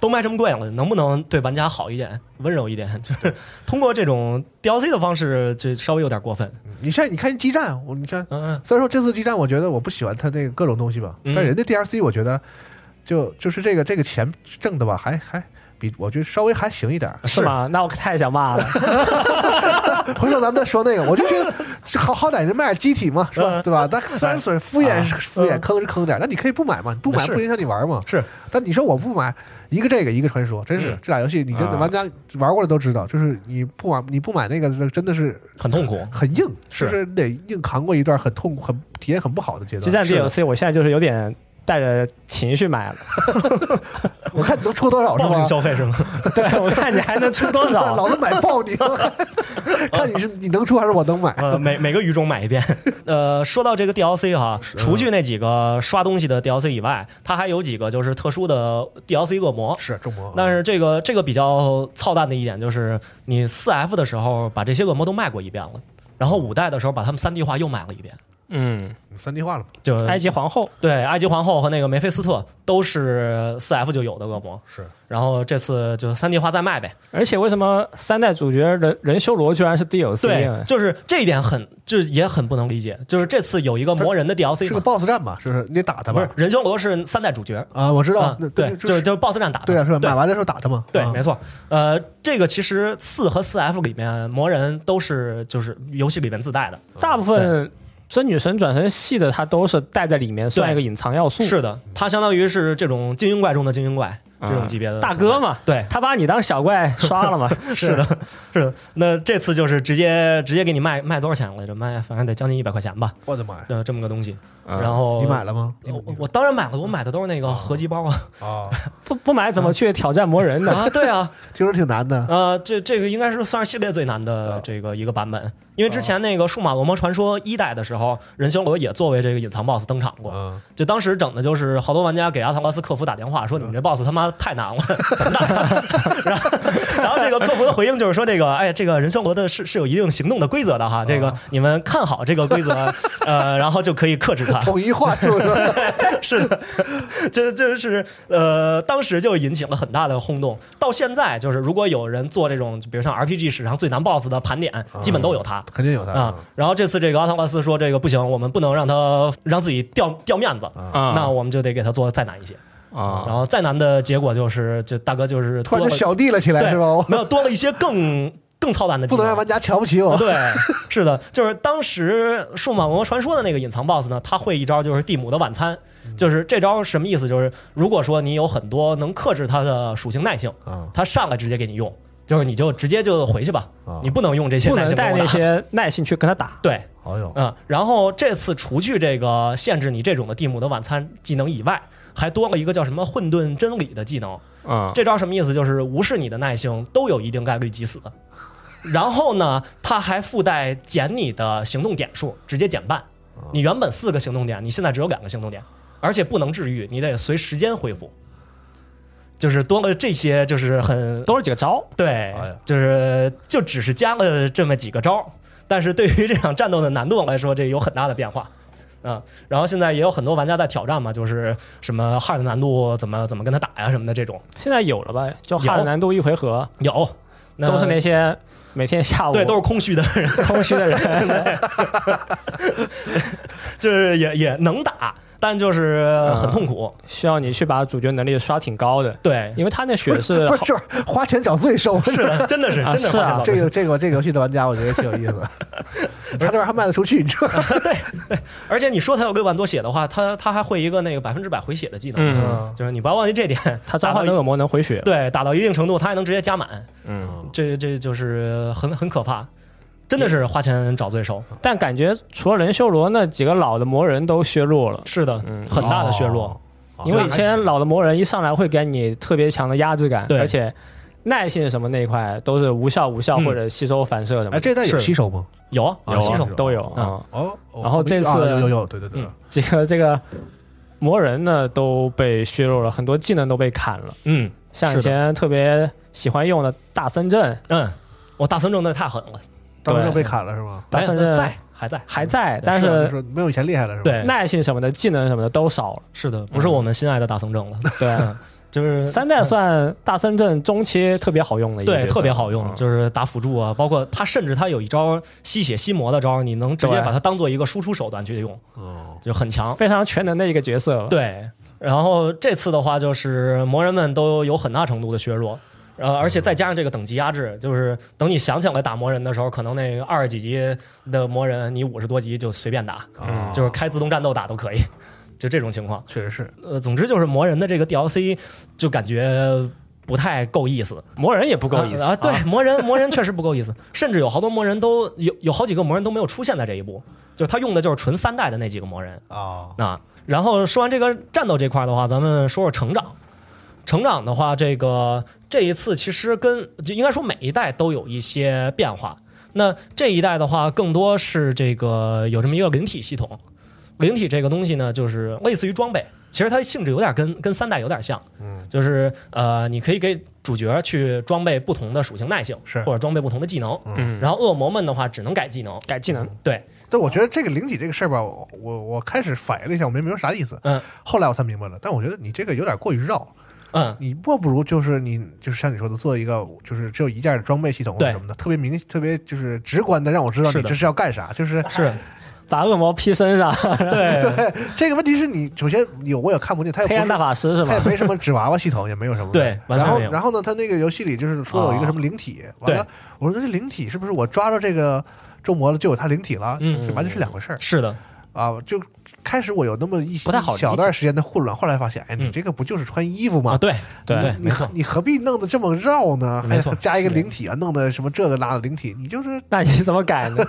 都卖这么贵了，能不能对玩家好一点、温柔一点？ [LAUGHS] 就是通过这种 DLC 的方式，就稍微有点过分。
你像你看激战，我你看，
嗯，
虽然说这次激战，我觉得我不喜欢它这个各种东西吧，
嗯。
但人家 DLC 我觉得就就是这个这个钱挣的吧，还还比我觉得稍微还行一点儿
是
吗？那我可太想骂了。
回头咱们再说那个，我就
[LAUGHS]
觉得这好好歹人卖机体嘛，是
嗯
吧？对吧？但虽然说敷衍是敷衍，坑是坑点儿，那你可以不买嘛，你不买
是
不影响你玩嘛。
是，
但你说我不买一个这个一个传说，真是
嗯
这俩游戏，你真的
啊
玩家玩过的都知道，就是你不玩你不买那个，真的是
很痛苦。
很硬，
是
就是你得硬扛过一段很痛苦、很体验很不好的阶
激
段。
战 DLC 我现在就是有点带着情绪买了，
我看你能出多
[LAUGHS]
少是
暴
吧
式？消费是吗？
对我看你还能出多少。
老子买爆你！ [LAUGHS] 看你是你能出还是我能买？
呃，每每个语种买一遍。 [LAUGHS] 呃，说到这个 DLC 哈，除去那几个刷东西的 DLC 以外，它还有几个就是特殊的 DLC 恶魔。
是中魔，
但是这个这个比较操蛋的一点就是，你四 F 的时候把这些恶魔都卖过一遍了，然后五代的时候把他们三 D 化又卖了一遍，
嗯，
三 D 化了嘛？
就
埃及皇后
对埃及皇后和那个梅菲斯特都是四 F 就有的恶魔，
是
然后这次就三 D 化再卖呗。
而且为什么三代主角人人修罗居然是 DLC？
对，就是这一点很就是也很不能理解，就是这次有一个魔人的 DLC
是个
嘛，
BOSS 战吧？是不是？你得打他
不是
吧？
人修罗是三代主角，
啊，我知道
啊，
那
对，
就
就是就是 BOSS 战打的，
对啊，是吧？
对
买完的时候打他嘛？
对
啊，
没错。呃，这个其实四和四 F 里面魔人都是就是游戏里面自带的，
大部分真女神转身系的，它都是带在里面，算一个隐藏要素。
嗯
是的，它相当于是这种精英怪中的精英怪
啊
这种级别的
大
存在
哥。嘛，
对，
他把你当小怪刷
[LAUGHS]
了嘛。
是的，是的。那这次就是直接直接给你卖卖多少钱来着？卖反正得将近一百块钱吧，
我的妈呀！
呃，这么个东西。
嗯
然后
啊你买了吗？你
我我我当然买了，我买的都是那个合集包
[LAUGHS]
啊
啊，
不不买怎么去挑战魔
[LAUGHS]
人呢？
啊，对啊，
听说挺难的。
呃，这这个应该是算是系列最难的
啊
这个一个版本，因为之前那个《数码恶魔传说》一代的时候，人修罗也作为这个隐藏 BOSS 登场过。
啊，
就当时整的就是好多玩家给阿特拉斯客服打电话说：“你们这 BOSS 他妈太难了，怎么打 [LAUGHS] 呀？”然后，然后这个客服的回应就是说：“这个，哎，这个人修罗的是是有一定行动的规则的哈，这个你们看好这个规则，呃，然后就可以克制它。”
统一化是不是？
[LAUGHS] 是的，这这是呃，当时就引起了很大的轰动。到现在，就是如果有人做这种，比如像 RPG 史上最难 BOSS 的盘点，基本都有它。
肯定有他
啊，然后这次这个阿汤拉斯说这个不行，我们不能让他让自己掉掉面子，
啊
那我们就得给他做得再难一些。然
啊，
后再难的结果就是，就大哥就是
突
多
然
了
就小弟了起来
对
是吧？我
没有多了一些更更操蛋的技
不能
能
让。玩家瞧不起我。
对，是的，就是当时《数码王国传说》的那个隐藏 BOSS 呢，他会一招就是蒂姆的晚餐，
嗯
就是这招什么意思？就是如果说你有很多能克制它的属性耐性，
啊
他上来直接给你用，就是你就直接就回去吧
啊，
你不能用这些
不
耐
能
性
带
跟我
那
打。
些耐性去跟他打。
对，
好友
嗯，然后这次除去这个限制你这种的蒂姆的晚餐技能以外，还多了一个叫什么混沌真理的技能，
嗯，
这招什么意思？就是无视你的耐性，都有一定概率即死。然后呢，它还附带减你的行动点数，直接减半。你原本四个行动点，你现在只有两个行动点，而且不能治愈，你得随时间恢复。就是多了这些，就是很
都是几个招。
对
哎呀，
就是就只是加了这么几个招儿，但是对于这场战斗的难度来说，这有很大的变化。嗯，然后现在也有很多玩家在挑战嘛，就是什么 hard 难度怎么怎么跟他打呀什么的这种。
现在有了吧？就
有
哈尔难度一回合，
有，
都是那些每天下午
对，都是空虚的人， [LAUGHS]
[LAUGHS] 空虚的人，
就是也也能打，但
嗯
就是很痛苦。
需要你去把主角能力刷挺高的，
对，
因为他那血是
不是就是花钱找罪受 [LAUGHS]
是的，真的是，
啊
真的
是呃啊
花
这
钱
个这个这个游戏的玩家，我觉得挺有意思的。 [LAUGHS] 他这玩意儿还卖得出去，你知道吗？
到对对，而且你说他有六万多血的话，他他还会一个那个百分之百回血的技能，
嗯，
嗯
就是你不要忘记这点。
他召
打到
唤
一
的恶魔能回血，
对打到一定程度，他还能直接加满，
嗯，
这这就是很很可怕，真的是花钱找罪受。
但感觉除了人修罗那几个老的魔人都削弱了。
是的
嗯，
很大的削弱。
哦。哦
因为以
那还
前
行
老的魔人一上来会给你特别强的压制感，
对
而且耐性什么那一块都是无效、无效
嗯
或者吸收反射的嘛
哎，，这代有
是
吸收吗？
有啊，
啊
有新
这
手
种
都有
嗯
啊。
哦，哦
然后这次
啊有有有，对对对
嗯，
几个这个魔人呢都被削弱了，很多技能都被砍了，
嗯
像
是
以
的
前特别喜欢用的大森阵
嗯，我大森正的太狠了，
当时
对
就被砍了是吗？
大
没有
森阵
哎在还在嗯
还在，但
啊就是说没有以前厉害了是吧？
对
耐性什么的、技能什么的都少了。
是的，不是我们心爱的大僧正了。嗯
对，
就是
[LAUGHS] 三代算大森镇中期特别好用的一个角
对
色，
特别好用，
嗯
就是打辅助啊，包括他甚至他有一招吸血吸魔的招，你能直接
对
把它当做一个输出手段去用，
哦，
就很强。
非常全能的一个角色。，
对，然后这次的话就是魔人们都有很大程度的削弱，呃，而且再加上这个等级压制，就是等你想起来打魔人的时候，可能那个二十几级的魔人，你五十多级就随便打，
哦
啊
就是开自动战斗打都可以， [LAUGHS] 就这种情况。
确实是，
呃，总之就是魔人的这个 DLC 就感觉。不太够意思，
魔人也不够意思
啊！对，魔人魔人确实不够意思，甚至有好多魔人都有有好几个魔人都没有出现在这一步，就是他用的就是纯三代的那几个魔人，
啊，
啊。然后说完这个战斗这块的话，咱们说说成长。成长的话，这个这一次其实跟就应该说每一代都有一些变化。那这一代的话，更多是这个有这么一个灵体系统。灵体这个东西呢，就是类似于装备，其实它性质有点跟跟三代有点像，
嗯，
就是呃，你可以给主角去装备不同的属性耐性，
是
或者装备不同的技能。
嗯，
然后恶魔们的话，只能改技能，
改技能，
对，
但我觉得这个灵体这个事儿吧，我我我开始反应了一下，我没明白啥意思，
嗯
后来我才明白了。但我觉得你这个有点过于绕，
嗯，
你莫不如就是你就是像你说的，做一个就是只有一件装备系统或者
对
什么的，特别明特别就是直观的让我知道
是
你
的
这是要干啥。 [LAUGHS] 就是
是
把恶魔披身上，
对
这个问题是你首先有我也看不进，它也
[LAUGHS] 黑
不
暗
是哎
大法师是
它
吧
也？没什么纸娃娃系统，也没有什么的
对完全
然后
没有啊
然后呢，它那个游戏里就是说有一个什么灵体，完了
对
我说那这灵体是不是我抓着这个咒魔了就有它灵体了？
嗯
这完全是两回事儿
是的，
啊！就开始我有那么一
不太好理解
小段时间的混乱，后来发现，哎，你
嗯
这个不就是穿衣服吗？
啊，对
对
你何，你何必弄得这么绕呢？还
没错
加一个灵体啊，弄的什么这个那的灵体，你就是
[LAUGHS] 那你怎么改呢？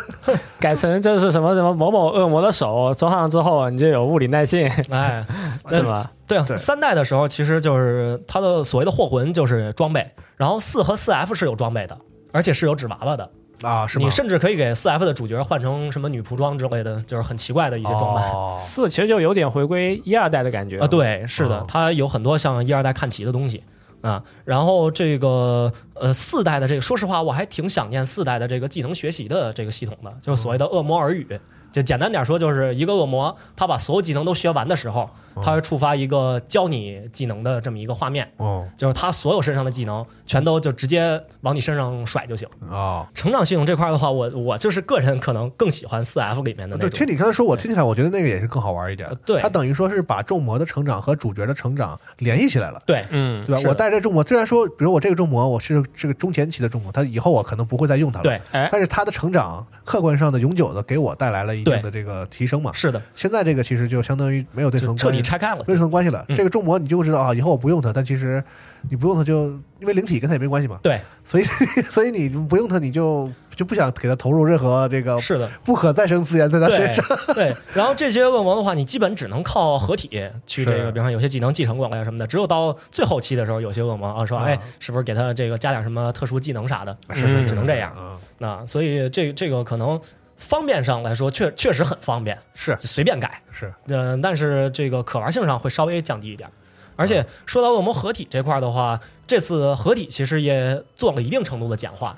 改成就是什么什么某某恶魔的手装上之后，你就有物理耐性， [LAUGHS]
哎，
是吧？
对啊，
对
三代的时候其实就是它的所谓的祸魂就是装备，然后四和四 F 是有装备的，而且是有纸娃娃的，
啊，是吗
你？甚至可以给四 F 的主角换成什么女仆装之类的，就是很奇怪的一些装扮。
哦，
四其实就有点回归一二代的感觉
啊，，对，是的
哦，
它有很多像一二代看齐的东西啊。然后这个呃四代的这个，说实话，我还挺想念四代的这个技能学习的这个系统的，就是所谓的恶魔耳语。就简单点说，就是一个恶魔，他把所有技能都学完的时候，
哦
他会触发一个教你技能的这么一个画面，
哦
就是他所有身上的技能全都就直接往你身上甩就行。
哦，
成长系统这块的话，我我就是个人可能更喜欢四 F 里面的那
对，
种
听。你刚才说，我听起来我觉得那个也是更好玩一点
呃。对
它等于说是把众魔的成长和主角的成长联系起来了。
对，
嗯，
对吧
是？的
我带这众魔，虽然说，比如我这个众魔，我是这个中前期的众魔，它以后我可能不会再用它了。
对
哎，
但是它的成长，客观上的永久的给我带来了一定
对
的这个提升嘛。
是的，
现在这个其实就相当于没有对
就
层
彻底
关
拆开了。
没有什么关系了。
嗯
这个众魔你就会知道啊，以后我不用它，但其实你不用它就因为灵体跟它也没关系嘛，
对，
所以 [LAUGHS] 所以你不用它你就就不想给它投入任何这个
是的。
不可再生资源在它身
对
上。
对，然后这些恶魔的话，你基本只能靠合体去这
是
个，比方说有些技能继承过来什么的。只有到最后期的时候，有些恶魔啊说，
啊
哎，是不是给他这个加点什么特殊技能啥的？嗯
是是是
只能这样。
啊，
那所以这这个可能方便上来说，确确实很方便，
是
就随便改。
是
嗯、但是这个可玩性上会稍微降低一点。而
嗯
且说到恶魔合体这块儿的话，这次合体其实也做了一定程度的简化，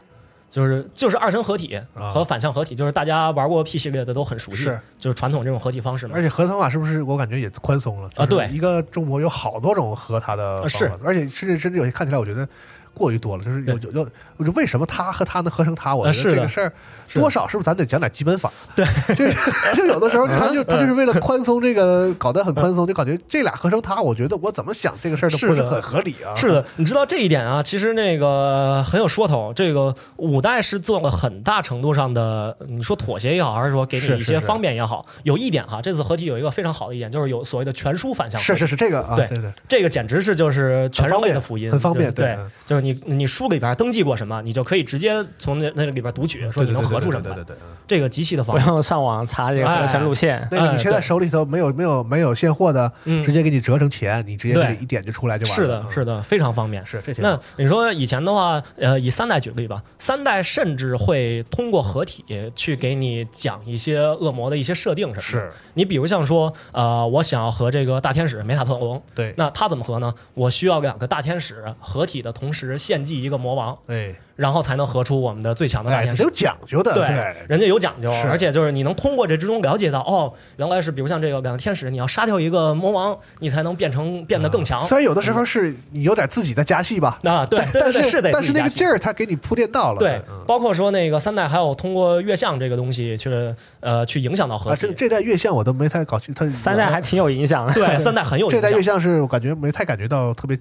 就是就是二神合体
啊
和反向合体，就是大家玩过 P 系列的都很熟悉，
是
就是传统这种合体方式嘛
而。且合同法是不是我感觉也宽松了
啊对啊
就是一个中国有好多种合它的方法，而且甚至甚至有些看起来我觉得过于多了，就是有有有，我就为什么他和他能合成他？我
啊
觉得
是
这
的
个事儿
是的
多少是不是咱得讲点基本法？对，
[LAUGHS]
就是就有的时候他
嗯
就他就是为了宽松这个搞得很宽松，就感觉这俩合成他，我觉得我怎么想这个事儿都不
是
是
的
很合理啊。
是的，你知道这一点啊？其实那个很有说头。这个五代是做了很大程度上的，你说妥协也好，还是说给
是
你一
是
些
是
方便也好，有一点哈，这次合体有一个非常好的一点，就是有所谓的全书反向合体。
是是是这个啊，
对
对对，
这个简直是就是全人类的福音，
很方便嗯
就是
很
对
方便
就是你你书里边登记过什么，你就可以直接从那那里边读取，说你能合出什
对对
么，
对对对。对
这个极其的方
不
便。
用上网查这个合成路线，
那个你
哎
现在
对
手里头没有没有没有现货的，
嗯
直接给你折成钱，你直接给
对
你一点就出来就完了。
[LAUGHS] 是的，
嗯
是的，非常方便。
是这挺
那
好
你说以前的话，呃，以三代举例吧，三代甚至会通过合体去给你讲一些恶魔的一些设定什么的。
是
你比如像说，呃，我想要和这个大天使梅塔特隆，
对
那他怎么合呢？我需要两个大天使合体的同时，时献祭一个魔王，
哎，
然后才能合出我们的最强的大
哎，
天
这
使
是。有讲究的，
对，人家有讲究，
是
而且就是你能通过这之中了解到，哦，原来是比如像这个两个天使，你要杀掉一个魔王，你才能变成变得更强。
啊虽然有的时候是你有点自己在加戏吧，
啊，对，对
但
对是
是
得
但
自
是那
己加
个
戏
劲儿他给你铺垫到了，
对，
嗯
包括说那个三代还有通过月相这个东西去呃去影响到合
啊，
体。
这这代月相我都没太搞清，他
三代还挺有影响的。
对，三代很有影
这代月
响，
相是我感觉没太感觉到特别，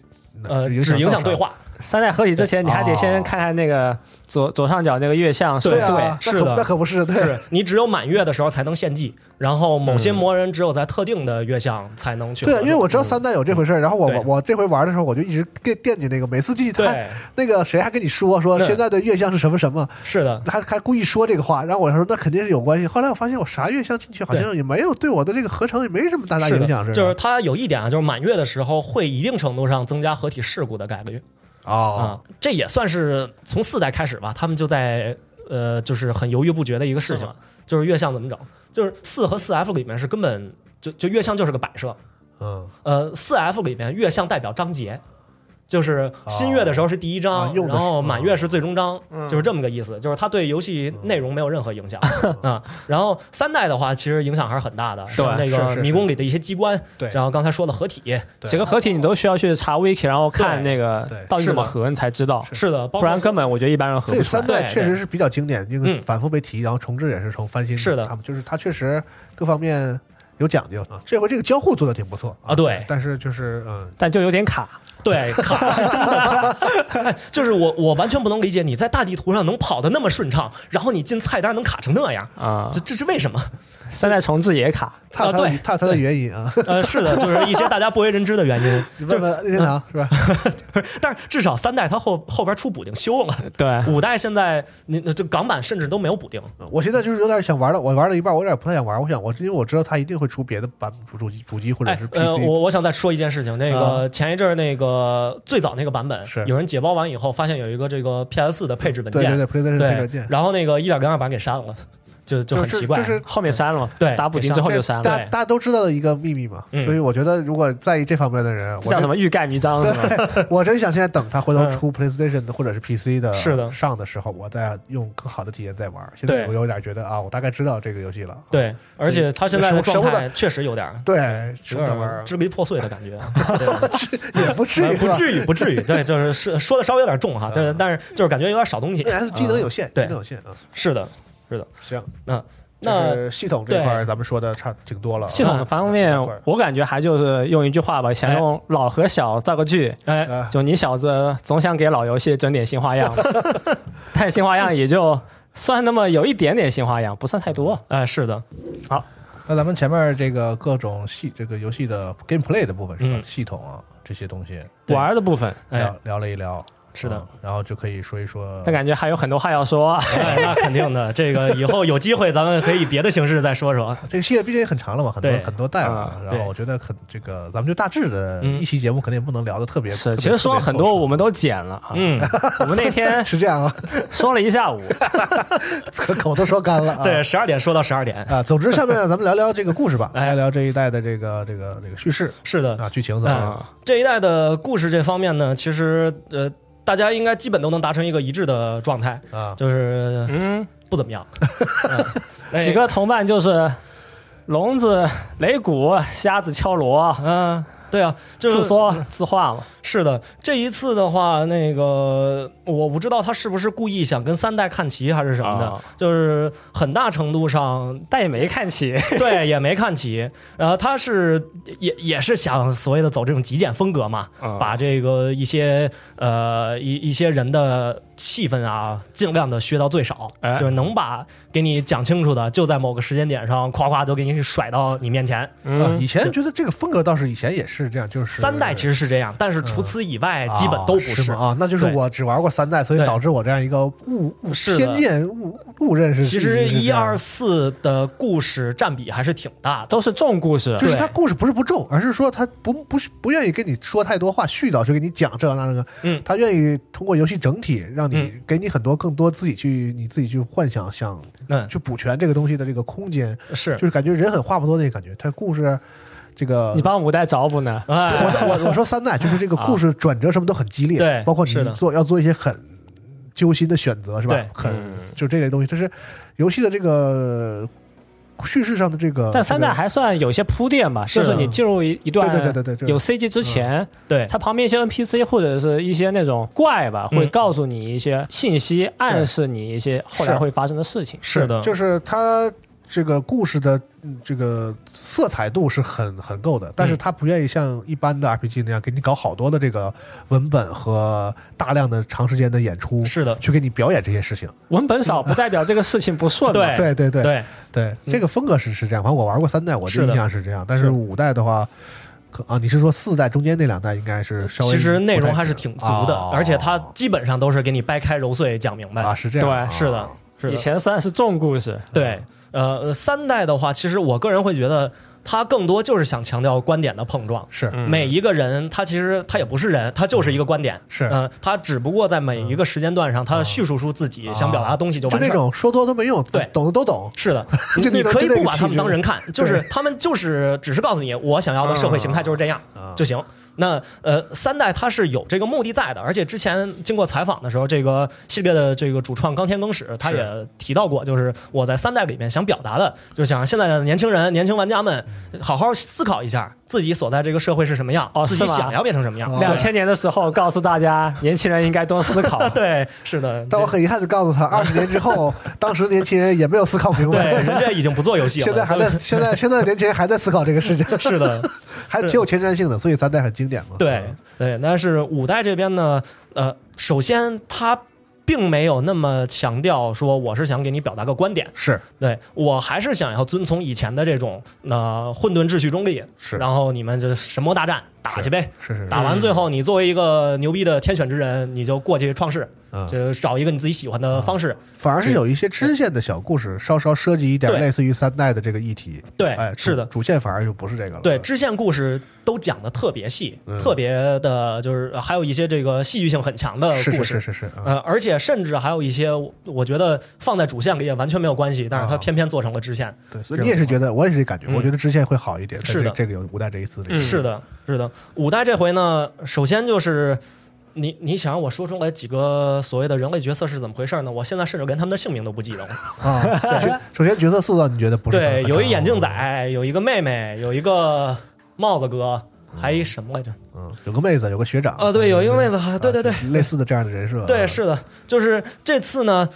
呃，
就
只影
到
响对
啥，
话。
三代合体之前，你还得先看看那个哦左左上角那个月相是不
对
对，
啊，那
是
可
的
那可不是， [LAUGHS] 对
是你只有满月的时候才能献祭，然后某些魔人只有在特定的月相才能去合
嗯
作。嗯
对，因为我知道三代有这回事儿，然后我
对
我我这回玩的时候我就一直惦惦记那个，每次进去他
对，
那个谁还跟你说说
对
现在的月相是什么什么，
是的，
还还故意说这个话，然后我说那肯定是有关系。后来我发现我啥月相进去好像也没有对我的这个合成也没什么太大
是
影
的
响，吧？
就是它有一点啊，就是满月的时候会一定程度上增加合体事故的概率
哦，
啊，这也算是从四代开始吧，他们就在呃，就是很犹豫不决的一个事情
是，
就是月相怎么整，就是四和四 F 里面是根本就就月相就是个摆设，
嗯
呃，四 F 里面月相代表章节，就是新月的时候是第一章，
啊用的
然
是
后
嗯
满月是最终章，
嗯
就是这么个意思。就是它对游戏内容没有任何影响啊。然后三代的话，其实影响还是很大的，像那
对
是
个
是
迷宫里的一些机关，
对
然后刚才说的合体，
对
几个合体你都需要去查 wiki，然后看
对
那个
对
到底怎么
是的
合，你才知道，
是的，包
不
括
然根本我觉得一般人合
所
不
以
出来
三。代
对
确实是比较经典，因为
嗯
反复被提，然后重置也是重翻新。
是的
他们就是它确实各方面有讲究啊。这回这个交互做的挺不错
啊对啊
但是就是嗯，
但就有点卡，
[LAUGHS] 对卡是真的卡， [LAUGHS] 哎就是我我完全不能理解你在大地图上能跑的那么顺畅，然后你进菜单能卡成那样，
啊
这，这是为什么？
三代重置也卡，
它有它的
对啊
它有它的原因 [LAUGHS] 啊。
呃，是的，就是一些大家不为人知的原因。
你问问任天堂是吧？
但是至少三代它后后边出补丁修了，
对，
五代现在你这港版甚至都没有补丁，
嗯我现在就是有点想玩了，我玩了一半，我有点不太想玩。我想我因为我知道它一定会出别的版主主机主机或者
哎
是，PC，、啊
呃，我我想再说一件事情，那个前一阵儿那个最早那个版本
是，
有人解包完以后发现有一个这个 PS 的配置文
对对
件，
对，PlayStation 配置件。
然后那个一点零二版给删了，就就很
是
奇怪
就，是
后面删了嘛，
对
打补丁之后就删
大
了，
对
大家都知道的一个秘密嘛，
嗯
所以我觉得如果在意这方面的人，我
这叫什么欲盖弥彰是吧？
真？我真想现在等他回头出 PlayStation 的或者是 PC 的
嗯是的
上的时候，我再用更好的体验再玩。现
对
在我有点觉得啊，我大概知道这个游戏了。
对，而且它现在的
手手
状
感
态确实有点儿。
对，
有
什么
点
玩意
儿
儿
支离破碎
[LAUGHS]
的感觉，
也不至
呃
于
[LAUGHS] 不
于。
至于，不至于，对，就是说说的稍微有点重
啊
哈，对，但是就是感觉有点少东西。
S 技能有限，技
嗯对
能有限啊。
是的，是的，
行，
嗯，那
就是系统这块儿
对
咱们说的差挺多了啊。
系统方面
那那会儿，哎
我感觉还就是用一句话吧，想用老和小造个句，
哎，
啊，
就你小子总想给老游戏整点新
[LAUGHS]
花样，但新花样也就算那么有一点点新花样，不算太多。
哎，是的，
那咱们前面这个各种系这个游戏的 gameplay 的部分是吧？
嗯
系统啊这些东西
对
玩的部分，
哎
聊，聊了一聊，
是的
嗯，然后就可以说一说
但感觉还有很多话要说。啊
[LAUGHS] 哎，那肯定的，这个以后有机会咱们可以以别的形式再说啊说。
这个系列毕竟也很长了嘛，很多
对
很多代了，
啊
然后
对
我觉得很这个咱们就大致的
嗯
一期节目肯定也不能聊的特别，哎特
[LAUGHS] 是，
别
其实说了很多，我们
特
都剪了啊。
嗯，
我们那天
别透彻是这样啊， [LAUGHS]
说了一下午，
可口都说干了 [LAUGHS] 啊。
对，十二点说到十二点，
啊，总之下面咱们聊聊这个故事吧，
[LAUGHS] 哎
聊聊这一代的这个这个这个叙事
是的，
啊剧情怎么样？
这一代的故事这方面呢，其实呃，大家应该基本都能达成一个一致的状态，
啊，
就是
嗯，
不怎么
[LAUGHS]
样。
哎
嗯
几个同伴就是聋子、擂鼓、瞎子敲锣，
嗯、对啊，就是
自说自话嘛。
是的，这一次的话，那个我不知道他是不是故意想跟三代看齐还是什么的，
啊
就是很大程度上
但也没看起，
[LAUGHS] 对，也没看齐。然后他是也也是想所谓的走这种极简风格嘛，
啊
嗯
把这个一些呃一一些人的气氛啊，尽量的削到最少，
哎
就是能把给你讲清楚的，就在某个时间点上，夸夸都给你甩到你面前。
啊以
嗯，
前觉得这个风格倒是以前也是这样，就是
三代其实是这样，但是除此以外，基本都不
啊吗啊，那就是
对
我只玩过三代，所以
对
导致我这样一个误误
是的
偏见误误认识。
其实
是这
一
样
二四的故事占比还是挺大的。
都是重故事
就。是
对
他故事不是不重，而是说他不不不愿意跟你说太多话，絮叨去给你讲这那那个。
嗯
他愿意通过游戏整体让你、
嗯
给你很多更多自己去你自己去幻想，想
嗯，
去补全这个东西的这个空间，
是
就是感觉人很话不多那个感觉。他故事这个
你帮五代找补呢？
哎，
我我我说三代就是这个故事转折什么都很激烈，
啊对
包括你
是的
做要做一些很揪心的选择，是吧
对？
很就这类东西，这是游戏的这个叙事上的呃这个。
但三代
这个
还算有些铺垫吧，
是
就是你进入一一段
对对对对对嗯这个
有 CG 之前，
对，
它旁边一些 NPC 或者是一些那种怪吧，会
嗯
告诉你一些信息，暗示你一些后来
是
会发生的事情。
是的，
就是它这个故事的嗯这个色彩度是很很够的，
嗯
但是它不愿意像一般的 RPG 那样给你搞好多的这个文本和大量的长时间的演出，
是的，
去给你表演这些事情。
文本少不代表这个事情不顺嘛。
对
嗯对对对
哎对，嗯
对，这个风格是是这样，反正我玩过三代，我
是
的
的
印象是这样。但是
是
五代的话，可啊，你是说四代中间那两代应该是稍微
其实内
不太
容还是
一
挺
样
足的，
哦
而且它基本上都是给你掰开揉碎讲明白。
啊是这样，
对
啊
是的，是
以
的，
前算是重故事，
对，呃，三代的话，其实我个人会觉得它更多就是想强调观点的碰撞。
是
嗯
每一个人，他其实他也不是人，他就是一个观点，
是嗯
嗯、他只不过在每一个时间段上，他叙述出自己想表达的东西就
啊就
完事
那
儿。
种说多都没用，
对
懂的都懂，，
是的
[LAUGHS] 就那
你你
种
可
就
以
那
不
个
把他
气
们
质
当人看，就是
对
他们就是只是告诉你我想要的社会形态就是这样
啊
就行。那呃，三代它是有这个目的在的，而且之前经过采访的时候，这个系列的这个主创冈田耕史他
是
也提到过，就是我在三代里面想表达的，就是想让现在的年轻人、年轻玩家们好好思考一下自己所在这个社会是什么样，
哦
自
是
己
吗
想要变成什么样。
哦
两
对
千年的时候告诉大家，年轻人应该多思考。
对，是的，
但我很遗憾的告诉他，二十年之后，当时年轻人也没有思考明
对，
白，
人家已经不做游戏了，
[LAUGHS] 现在还在，现在现在的年轻人还在思考这个事情，
[LAUGHS] 是的。
还挺有前瞻性的，所以三代很经典嘛。
对
嗯
对，但是五代这边呢，呃，首先它并没有那么强调说我是想给你表达个观点，
是
对我还是想要遵从以前的这种呃混沌秩序中立，
是
然后你们就神魔大战打去呗。
是是，
打完最后，你作为一个牛逼的天选之人，你就过去创世，
嗯
就找一个你自己喜欢的方式。
反而是有一些支线的小故事，稍稍涉及一点
对
类似于三代的这个议题。
对
哎，
是的
主主线反而就不是这个了。
对，支线故事都讲的特别细，
嗯
特别的，就是还有一些这个戏剧性很强的故事。
是是是是是啊，
呃，而且甚至还有一些，我我觉得放在主线里也完全没有关系，但是它
啊
偏偏做成了支线。
对，所以你也是觉得，我也是这感觉，
嗯
我觉得支线会好一点。
是的
在这这个有五代这一次这个，
嗯
是的，是的。五代这回呢，首先就是你你想让我说出来几个所谓的人类角色是怎么回事呢？我现在甚至连他们的姓名都不记得了。
啊，
[LAUGHS]
对首先角色塑造你觉得 [LAUGHS] 不是
嗯对，
很啊
有一眼镜，仔，有一个妹妹，有一个帽子哥，还一什么来着？
嗯，有个妹子，有个学长
啊，对，有一个妹子，
啊
啊对对对，
类似的这样的人设，
对，
啊
是的，就是这次呢，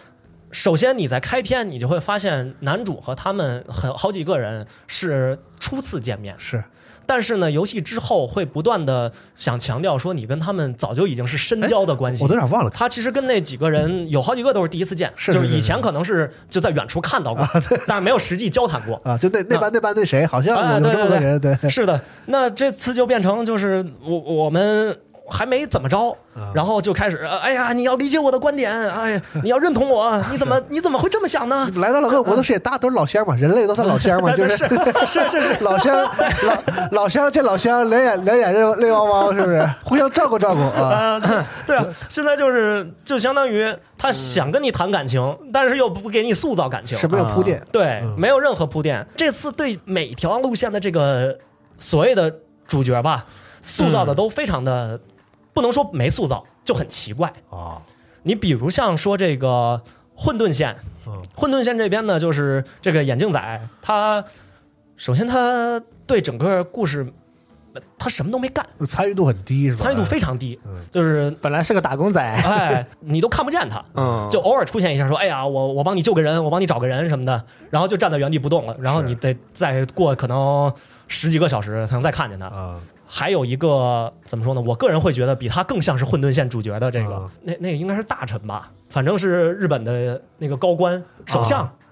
首先你在开篇你就会发现男主和他们很好几个人是初次见面，
是
但是呢，游戏之后会不断的想强调说你跟他们早就已经是深交的关系
哎我都。有点忘了，
他其实跟那几个人有好几个都是第一次见，
是
就是
是是
以前可能是就在远处看到过，但是没有实际交谈过。
[LAUGHS] 啊，就那那班那班那谁，好像
啊
有
对
有这么个人，对，
是的，那这次就变成就是我我们还没怎么着
啊，
然后就开始，呃哎呀，你要理解我的观点，哎呀，你要认同我，你怎么你怎么会这么
[LAUGHS]
想呢？哎
来到了恶魔的世界，大家都是老乡嘛，人类都算老乡嘛，
[LAUGHS]
就
对对
是
是是是
[LAUGHS]
是，
老乡老老乡见老乡，两眼两眼泪泪汪汪，是不是？互相照顾照顾啊，
啊，对 [LAUGHS] 对啊，现在就是就相当于他
嗯
想跟你谈感情，但是又不给你塑造感情
是，没有铺垫，
对，
嗯
没有任何铺垫。这次对每条路线的这个所谓的主角吧，塑造的
嗯
都非常的，不能说没塑造，就很奇怪。
啊，
你比如像说这个混沌线，
嗯
混沌线这边呢，就是这个眼镜仔，他首先他对整个故事，呃他什么都没干，
参与度很低是吧？
参与度非常低，
嗯
就是
[LAUGHS] 本来是个打工仔，
哎，你都看不见他。
嗯，
就偶尔出现一下，说：“哎呀，我我帮你救个人，我帮你找个人什么的。”然后就站在原地不动了。然后
是
你得再过可能十几个小时才能再看见他。
啊，
还有一个怎么说呢？我个人会觉得比他更像是混沌线主角的这个，
啊
那那个应该是大臣吧，反正是日本的那个高官首相
啊
啊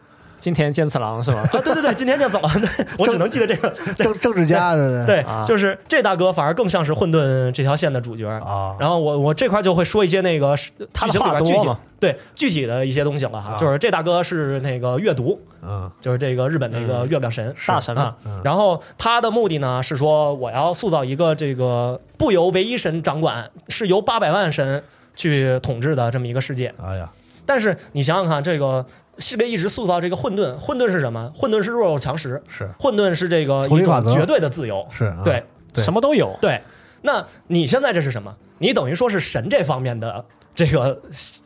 金田健次郎是吧？
对对对，今天就走了， [LAUGHS] 对我只能记得这个。
政政治家是
对
啊，
就是这大哥反而更像是混沌这条线的主角。
啊，
然后我我这块就会说一些那个是
他
剧
的
情里
话
边具
多
体
嘛
对具体的一些东西了哈，
啊
就是这大哥是那个阅读，
嗯
就是这个日本那个月亮神、
大神嘛
啊。然后他的目的呢是说，我要塑造一个这个不由唯一神掌管，是由八百万神去统治的这么一个世界。
哎呀，
但是你想想看，这个系列一直塑造这个混沌，混沌是什么？混沌是弱肉强食，
是
混沌是这个
丛
一
林法
种
则
绝对的自由，
是啊
对
对
什么都有，
对。那你现在这是什么？你等于说是神这方面的这个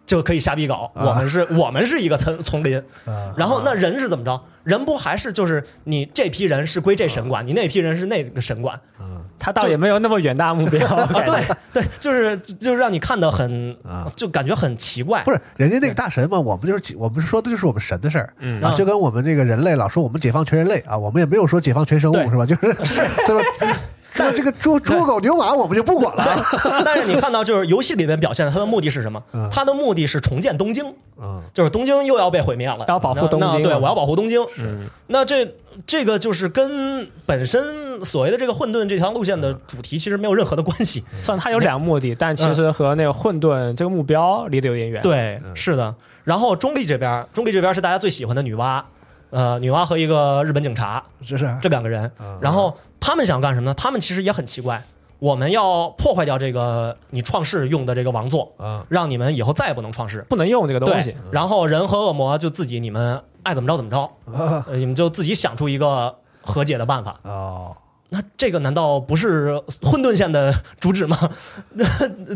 就可以瞎逼搞，
啊
我们是我们是一个丛丛林，
啊，
然后那人是怎么着？人不还是就是你这批人是归这神
啊
管，你那批人是那个神管
嗯
他倒也没有那么远大目标。我
啊？
感觉
对对，就是就是让你看的很
啊，
就感觉很奇怪。
不是 [LAUGHS] 人家那个大神嘛，我们就是解我们说的就是我们神的事儿，
嗯
啊，就跟我们这个人类老说我们解放全人类啊，我们也没有说解放全生物
对
是吧？就是是，
[LAUGHS]
对吧？那这个猪猪狗牛马我们就不管了啊
但是你看到就是游戏里面表现的，它的目的是什么
嗯？
它的目的是重建东京，
嗯，
就是东京又要被毁灭了，
要保护东京
那那对，
了
我要保护东京。
嗯
那这这个就是跟本身所谓的这个混沌这条路线
嗯
的主题其实没有任何的关系。
虽然它有两个目的，但其实和那个混沌这个目标离得有点远。，
对，是的。然后中立这边，中立这边是大家最喜欢的女娲，呃，女娲和一个日本警察
这是
这两个人
嗯。
然后他们想干什么呢？他们其实也很奇怪，我们要破坏掉这个你创世用的这个王座，
啊
让你们以后再也不能创世。
不能用这个东
对
西。，嗯
然后人和恶魔就自己你们爱怎么着怎么着，
啊
呃 [LAUGHS] 你们就自己想出一个和解的办法。
哦，
那这个难道不是混沌线的 [LAUGHS] 主旨吗？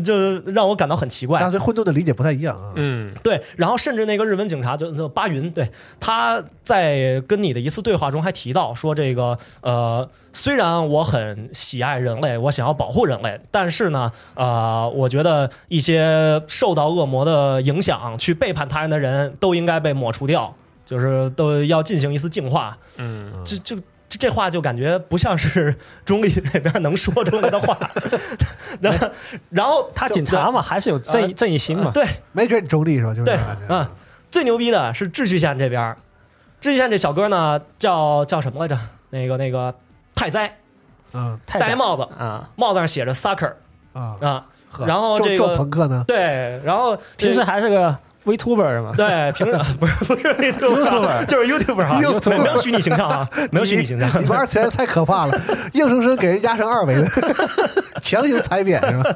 就让我感到很奇怪
大家。对啊混沌的理解不太一样啊，
嗯，
对，然后甚至那个日本警察就就巴云，对他在跟你的一次对话中还提到说，这个呃，虽然我很喜爱人类，我想要保护人类，但是呢，呃，我觉得一些受到恶魔的影响去背叛他人的人都应该被抹除掉，就是都要进行一次净化。
嗯，
就就。这这话就感觉不像是中立那边能说出来的话， [LAUGHS] 然后然后
他警察嘛，还是有正义正义心嘛。
对，
没觉得你中立是吧？就是这
对
种感，觉
嗯，最牛逼的是秩序线这边儿，秩序线这小哥呢叫叫什么来着？那个那个泰哉，
嗯
太
戴
宰
一帽子，
啊，
帽子上写着 sucker
啊，
啊，
呵
然后
这
这
这
个
朋克呢？
对，然后这
平时还是个 VTuber
[LAUGHS]
嘛。
对平时不是不是 YouTuber，就是 YouTuber 啊
YouTuber
没没有虚拟形象啊，没有虚拟形象，
你们二次元太可
[LAUGHS]
怕了，硬生生给人压成二维的， [LAUGHS] 强行踩扁是吧？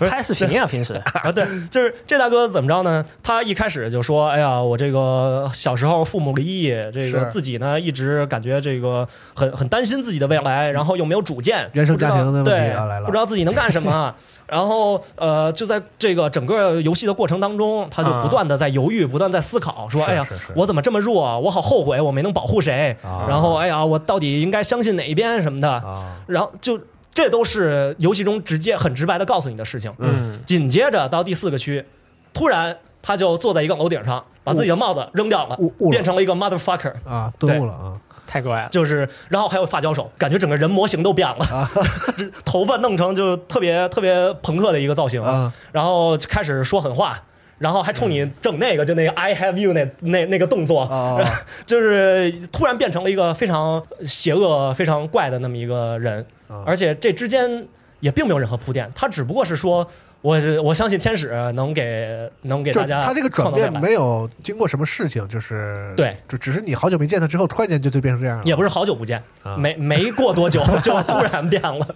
不是
拍
[LAUGHS]
视频啊，平时
啊，对，就是这大哥怎么着呢？他一开始就说：“哎呀，我这个小时候父母离异，这个
是
自己呢一直感觉这个很很担心自己的未来，然后又没有主见，
原生
不知道
家庭的问题
对
啊来了
不知道自己能干
[LAUGHS]
什么。然后呃，就在这个整个游戏的过程当中，他就
啊
不断的在犹豫，不断地在思考，说：
是
哎呀
是是，
我怎么这么弱啊？我好后悔，我没能保护谁。
啊
然后哎呀，我到底应该相信哪一边什么的？
啊，
然后就这都是游戏中直接很直白的告诉你的事情。
嗯
紧接着到第四个区，突然他就坐在一个楼顶上，把自己的帽子扔掉了
悟悟，了
变成了一个 motherfucker，
啊，顿悟了啊，
太怪了。
就是然后还有发胶手，感觉整个人模型都变了，
啊
[LAUGHS] 这头发弄成就特别特别朋克的一个造型，
啊
然后就开始说狠话。然后还冲你整那个，就那个 I have you 那那那个动作，
哦
[LAUGHS] 就是突然变成了一个非常邪恶、非常怪的那么一个人，
啊
而且这之间也并没有任何铺垫，他只不过是说，我我相信天使能给能给
就
大
是
家
他这个转
创造
变
未来
没有经过什么事情，就是
对，
就只是你好久没见他之后，突然间就就变成这样了，
也不是好久不见，
啊
没没过多
[LAUGHS]
久就突然变了。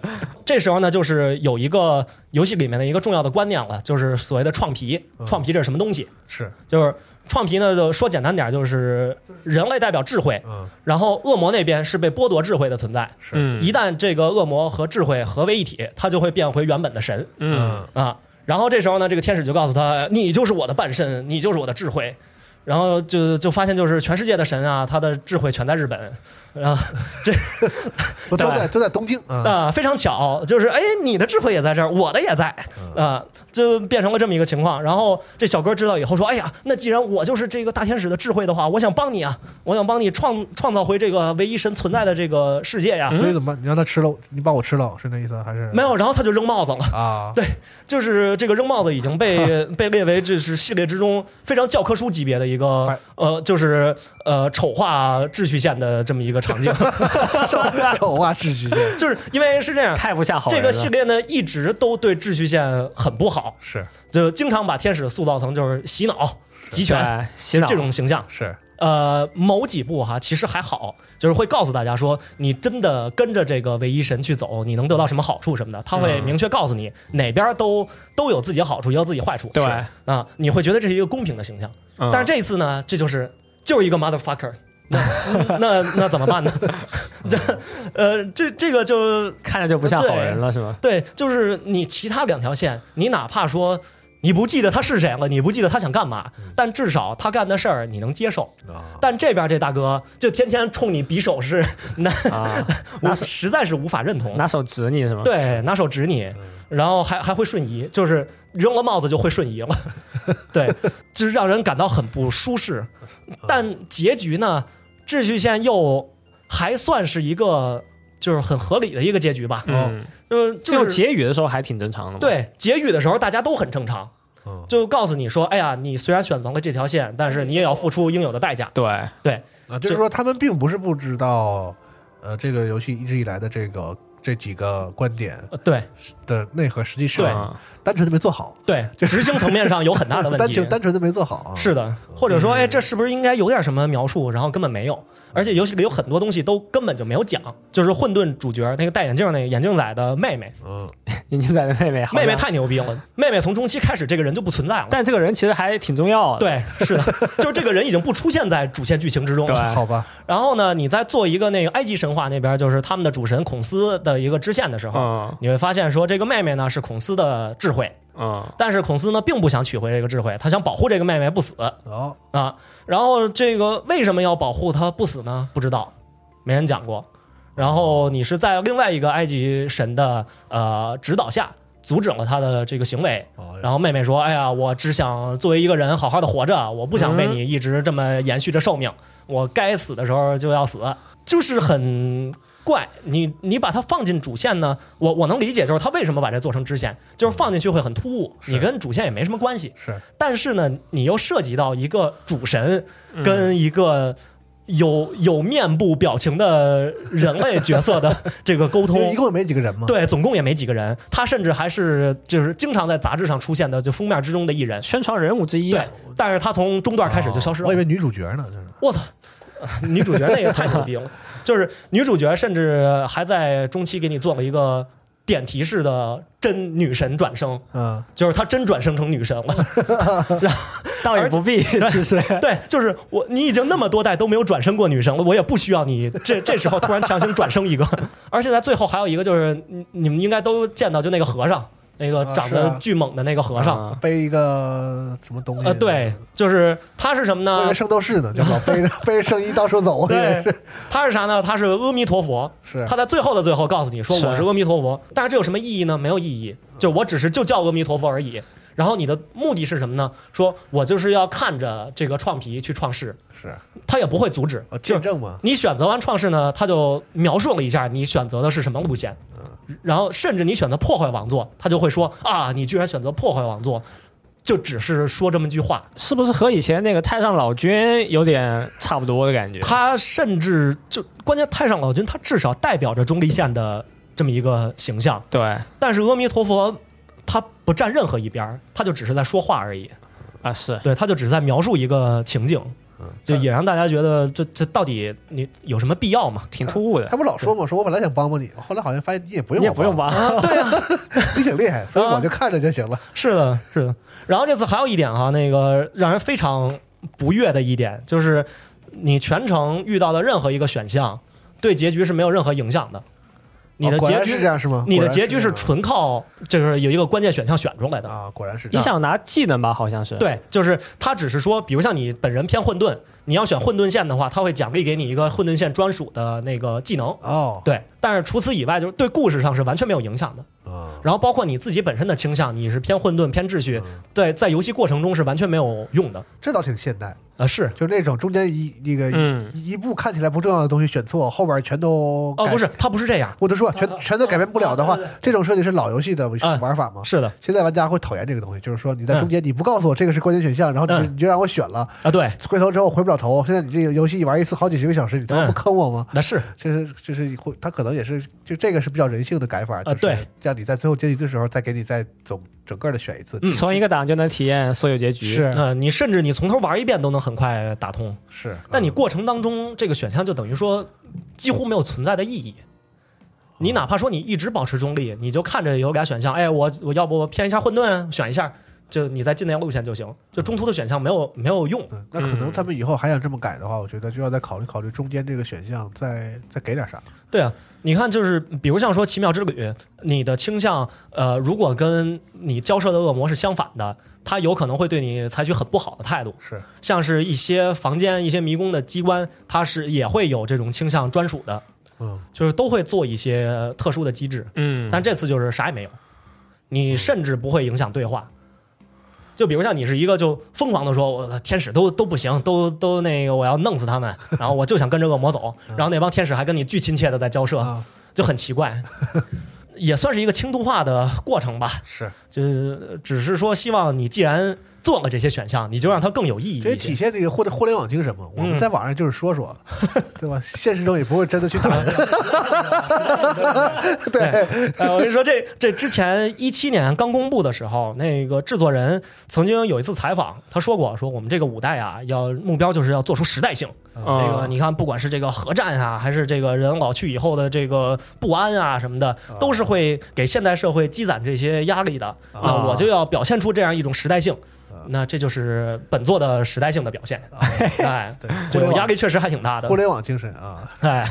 这时候呢，就是有一个游戏里面的一个重要的观念了，就是所谓的创皮。
嗯
创皮这是什么东西？
是
就是创皮呢，就说简单点儿，就是人类代表智慧，
嗯
然后恶魔那边是被剥夺智慧的存在。
是
嗯，
一旦这个恶魔和智慧合为一体，他就会变回原本的神。
嗯，
啊。然后这时候呢，这个天使就告诉他：“你就是我的半身，你就是我的智慧。”然后就就发现，就是全世界的神啊，他的智慧全在日本。然后这
不嗯都
对
在都在东京啊
啊、非常巧，就是哎，你的智慧也在这儿，我的也在啊、
嗯
就变成了这么一个情况。然后这小哥知道以后说：“哎呀，那既然我就是这个大天使的智慧的话，我想帮你啊，我想帮你创创造回这个唯一神存在的这个世界呀。
嗯
所以怎么办？你让他吃了，你把我吃了，是那意思啊还是
嗯没有，然后他就扔帽子了。
啊？
对，就是这个扔帽子已经
[LAUGHS]
被被列为这是系列之中非常教科书级别的一个
反
呃，就是呃丑化秩序线的这么一个场景， [LAUGHS]
[LAUGHS] 丑啊，秩序线
就是因为是这样。
太不下好人
这
了。
个系列呢，一直都对秩序线很不好，
是
就经常把天使塑造成就是洗脑、集权
对洗脑
这种形象。
是
呃，某几部哈，其实还好，就是会告诉大家说，你真的跟着这个唯一神去走，你能得到什么好处什么的，他会明确告诉你哪边都都有自己好处，也有自己坏处。
对
是啊，你会觉得这是一个公平的形象。
嗯
但是这一次呢，这就是就是一个 motherfucker。那 [LAUGHS] 那那怎么办呢？ [LAUGHS] 这呃，这这个就
看着就不像好人了，是吗？
对，就是你其他两条线，你哪怕说你不记得他是谁了，你不记得他想干嘛，但至少他干的事儿你能接受。
啊，
但这边这大哥就天天冲你比手势，那 [LAUGHS]
啊，
我实在是无法认同。
拿手指你是吗？
对，拿手指你，然后还还会瞬移，就是扔了帽子就会瞬移了，对，就是让人感到很不舒适。但结局呢，秩序线又还算是一个就是很合理的一个结局吧，
嗯，
就是
最后
哦就是
结语的时候还挺正常的嘛。，
对结语的时候大家都很正常，
嗯
就告诉你说，哎呀，你虽然选择了这条线，但是你也要付出应有的代价。
对，
对，
啊，就是说他们并不是不知道，呃，这个游戏一直以来的这个这几个观点
呃对
的内核，实际
对
上
嗯
单纯的没做好，
对，执行层面上有很大的问
[LAUGHS] 单
题。
纯单纯的没做好啊。
是的，或者说，哎，这是不是应该有点什么描述？然后根本没有，而且游戏里有很多东西都根本就没有讲。就是混沌主角那个戴眼镜那个眼镜仔的妹妹，
嗯，
尹金仔的妹妹好像，
妹妹太牛逼了，妹妹从中期开始这个人就不存
[LAUGHS]
在了。
但这个人其实还挺重要的。
对，是的， [LAUGHS] 就是这个人已经不出现在主线剧情之中
[LAUGHS] 对
了。 [LAUGHS]
好吧，
然后呢，你在做一个那个埃及神话那边，就是他们的主神孔斯的一个支线的时候，
嗯
你会发现说，这个妹妹呢是孔斯的智慧，
嗯，
但是孔斯呢并不想取回这个智慧，他想保护这个妹妹不死。
哦，
啊。然后这个为什么要保护他不死呢？不知道，没人讲过。然后你是在另外一个埃及神的呃指导下阻止了他的这个行为。
哦
然后妹妹说：“哎呀，我只想作为一个人好好的活着，我不想被你一直这么延续着寿命。我该死的时候就要死，就是很怪。你你把它放进主线呢，我我能理解，就是他为什么把这做成支线，就是放进去会很突兀，你跟主线也没什么关系。
是
但是呢，你又涉及到一个主神跟一个有有面部表情的人类角色的 [LAUGHS] 这个沟
因为一
通。
共也没几个人嘛。，
对，总共也没几个人，他甚至还是就是经常在杂志上出现的，就封面之中的一人。
宣传人物之一。啊
对，但是他从中段开始就消失了
我以。为女主角呢，就是
我操、女主角那个太牛逼了，就是女主角甚至还在中期给你做了一个点题式的真女神转生，
嗯，
就是她真转生成女神了。
倒也不必， [LAUGHS] 其实
[LAUGHS] 对，就是我，你已经那么多代都没有转生过女生了，我也不需要你这这时候突然强行转生一个。 [LAUGHS] 而且在最后还有一个就是，你你们应该都见到，就那个和尚，那个
啊
长
是
得
啊
巨猛的那个和尚。
嗯
背一个什么东西？
呃，对，，就是他是什
嗯
么
我以
呢
为？圣斗士呢，就
[LAUGHS]
老背着背着圣衣到处走。啊我以为 [LAUGHS]
对，他是啥呢？他是阿弥陀佛。
是
他在最后的最后告诉你说
是
我是阿弥陀佛，但是这有什么意义呢？没有意义，就我只是就叫阿弥陀佛而已。然后你的目的是什么呢？说我就是要看着这个创皮去创世，
是啊
他也不会阻止
哦，，
就
见证嘛，
你选择完创世呢，他就描述了一下你选择的是什么路线，然后甚至你选择破坏王座，他就会说啊，你居然选择破坏王座，就只是说这么句话。
是不是和以前那个太上老君有点差不多的感觉？
他甚至就关键太上老君，他至少代表着中立线的这么一个形象，
对
但是阿弥陀佛他不站任何一边儿，他就只是在说话而已，
啊，是
对，他就只是在描述一个情景
嗯。
就也让大家觉得这这到底你有什么必要嘛？
挺突兀的
他。不老说嘛，说我本来想帮帮你，后来好像发现你也不用，
你也不用
帮，
吧？
你挺厉
[LAUGHS]
害，所
啊
以我就看着就行了。
是的，是的。然后这次还有一点哈，那个让人非常不悦的一点就是，你全程遇到的任何一个选项，对结局是没有任何影响的。你的
哦果
结
然
局、
是这样是吗？
你的
果然
结局
这
是
样
纯靠就是有一个关键选项选出来的。
啊，果然是这
[LAUGHS]
样。
你想拿技能吧，好像是。
对，就是他只是说，比如像你本人偏混沌，你要选混沌线的话，他会奖励给你一个混沌线专属的那个技能。
哦，
对，但是除此以外，就是对故事上是完全没有影响的。
啊，
然后包括你自己本身的倾向，你是偏混沌、偏秩序，
嗯
在在游戏过程中是完全没有用的。
这倒挺现代，
呃，是
就那种中间一那个
嗯
一一步看起来不重要的东西选错，后边全都
哦，
改
不是，，他不是这样，
我就说全全都改变不了的话
对对对，
这种设计是老游戏的
嗯
玩法吗？
是的
现在玩家会讨厌这个东西，就是说你在中间你不告诉我这个是关键选项，然后你就
嗯
你就让我选了，
啊，对，
回头之后回不了头。现在你这个游戏玩一次好几十个小时，你他妈
嗯
不坑我吗？
那是
这是这是会，他可能也是就这个是比较人性的改法，就是
啊对
让你在最后结局的时候再给你再总整个的选一次。
嗯
从一个档就能体验所有结局。
是
呃，你甚至你从头玩一遍都能很快打通，
是，
但你
嗯
过程当中这个选项就等于说几乎没有存在的意义。
哦
你哪怕说你一直保持中立，你就看着有俩选项，哎，我我要不偏一下混沌，选一下，就你在进那条路线就行，就中途的选项没有没有用。
嗯，那可能他们以后还想这么改的话，我觉得就要再考虑考虑中间这个选项，再再给点啥。
对啊，你看，就是比如像说《奇妙之旅》，你的倾向，呃，如果跟你交涉的恶魔是相反的，他有可能会对你采取很不好的态度。
是，
像是一些房间、一些迷宫的机关，它是也会有这种倾向专属的，
嗯，
就是都会做一些特殊的机制。
嗯，
但这次就是啥也没有，你甚至不会影响对话。就比如像你是一个就疯狂的说，我天使都都不行，都都那个我要弄死他们，然后我就想跟着恶魔走，然后那帮天使还跟你巨亲切的在交涉，
啊，
就很奇怪， [LAUGHS] 也算是一个轻度化的过程吧。
是，
就是只是说，希望你既然做了这些选项，你就让它更有意义
这也
一
体
[LAUGHS] 些。
现这个互联互联网精神嘛。我们
嗯
在网上就是说说，对吧？ [LAUGHS] 现实中也不会真的去打人。
呃，我跟你说，这这之前一七年刚公布的时候，那个制作人曾经有一次采访，他说过，说我们这个五代啊，要目标就是要做出时代性。
啊
嗯
这个你看，不管是这个核战啊，还是这个人老去以后的这个不安啊什么的，都是会给现代社会积攒这些压力的。那我就要表现出这样一种时代性
啊。
那这就是本作的时代性的表
[LAUGHS]
现，哎，
对，
这
互
种
联
压
网
力确实还挺大的
互，联网精神啊，
哎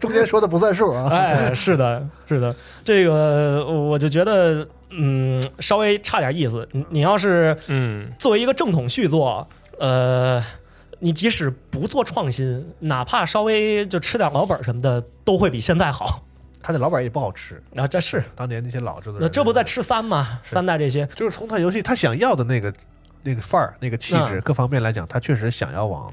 中间说的不算数啊。
哎，是的，是的，这个我就觉得，嗯，稍微差点意思。你你要是
嗯
作为一个正统续作，呃，你即使不做创新，哪怕稍微就吃点老本什么的，都会比现在好。
他的老板也不好吃，
啊，这是，
当年那些老制作
那
人，啊
这不在吃三吗？三代这些，
就是从他游戏他想要的那个那个范儿、那个气质、
嗯
各方面来讲，他确实想要往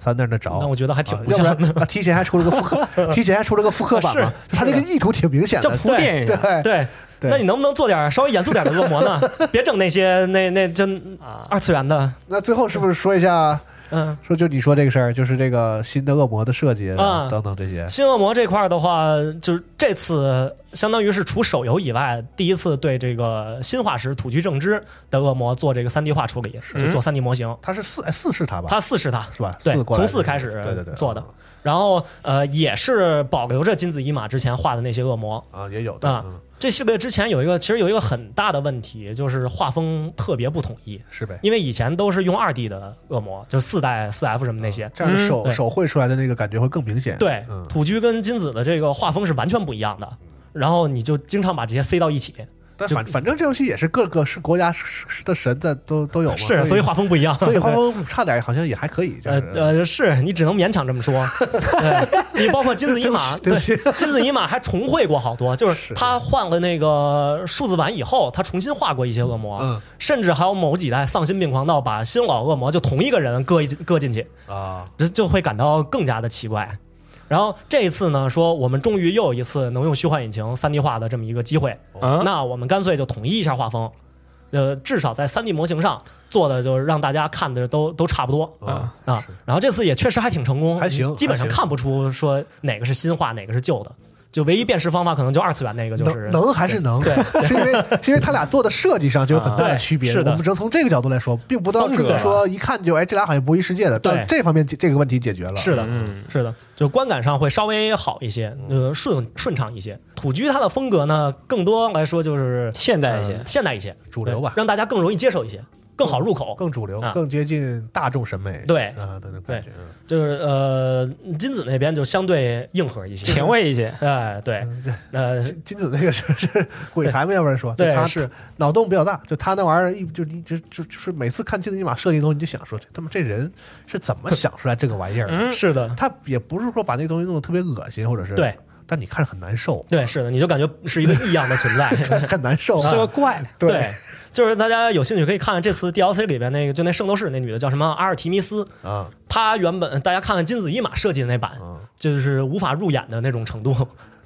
三代那着。
那我觉得
还
还挺
要
不
不
像
然
的。啊
他提前还出了个复
[LAUGHS]
刻，提前还出了个复刻版嘛，
是
他这个意图挺明显
叫
的。
铺垫一下
对
啊对，
对
那你能不能做点稍微严肃点的恶魔
[LAUGHS]
呢？别整那些那那真
啊，
二次元的，
那最后是不是说一下？
嗯。
说就你说这个事儿，就是这个新的恶魔的设计
啊
等等这些，
新恶魔这块儿的话，就是这次相当于是除手游以外，第一次对这个新化石土居正之的恶魔做这个三 D 化处理，就做三 D 模型。
他是四哎四是他吧？
它四是它，
是吧？
对
四过来
从四开始
对对对
做的
嗯
然后呃也是保留着金子伊玛之前画的那些恶魔。
啊，也有的
啊
嗯
这系列之前有一个，其实有一个很大的问题，就是画风特别不统一，
是呗。
因为以前都是用二 D 的恶魔，就四代四 F 什么那些，
这样的
嗯
手
对
手绘出来的那个感觉会更明显。
对，
嗯，
土居跟金子的这个画风是完全不一样的。然后你就经常把这些塞到一起，
但
就
反反正这游戏也是各个是国家是是的神的都都有嘛，
是，所以画风不一样，
哦
[LAUGHS]
所以画风差点好像也还可以，就
呃
是
呃，是你只能勉强这
[LAUGHS]
么说。对，你包括金子伊玛，
对不
对
起对不
金子伊玛还重绘过好多，就是
是
他换了那个数字版以后，他重新画过一些恶魔，
嗯
甚至还有某几代丧心病狂到把新老恶魔就同一个人搁一搁进去，
啊，
这就会感到更加的奇怪。然后这一次呢，说我们终于又有一次能用虚幻引擎三 D 化的这么一个机会，
啊
嗯
那我们干脆就统一一下画风，呃，至少在三 D 模型上做的就让大家看的都都差不多。
啊
啊，然后这次也确实还挺成功，
还行
基本上
还行
看不出说哪个是新画，哪个是旧的，就唯一辨识方法可能就二次元那个就是
能能还是能， [LAUGHS]
对，
是
[LAUGHS]
因为是因为他俩做的设计上就有很大
啊
的区别。
对是的
我们只能从这个角度来说，并不到
风格啊
说一看就哎，这俩好像不一世界的。
对
但这方面解这个问题解决了。
是的，
嗯
是的，就观感上会稍微好一些，呃，顺顺畅一些。土居它的风格呢，更多来说就是
现代一些
呃现代一些，
主流吧
对让大家更容易接受一些，更好入口。
更主流
啊，
更接近大众审美。
对
啊的那种感觉。嗯
就是呃，金子那边就相对硬核一些，
前。卫一些，
哎，对，
嗯
呃，
[LAUGHS] 金金子那个是是 [LAUGHS] 鬼才嘛，要不然说
对
就他
是
脑洞比较大，就他那玩意儿一就你就就就是每次看金子一马设计的东西，你就想说这他妈这人是怎么想出来这个玩意儿的？
嗯
是的，
他也不是说把那个东西弄得特别恶心，或者是
对，
但你看着很难受， [LAUGHS]
对，是的，你就感觉是一个异样的存在。
很难受啊。
是个怪，
对
就是大家有兴趣可以看看这次 DLC 里边那个，就那圣斗士那女的叫什么阿尔提密斯，
啊，
她原本大家看看金子伊玛设计的那版，
嗯
就是无法入眼的那种
[LAUGHS]
程度。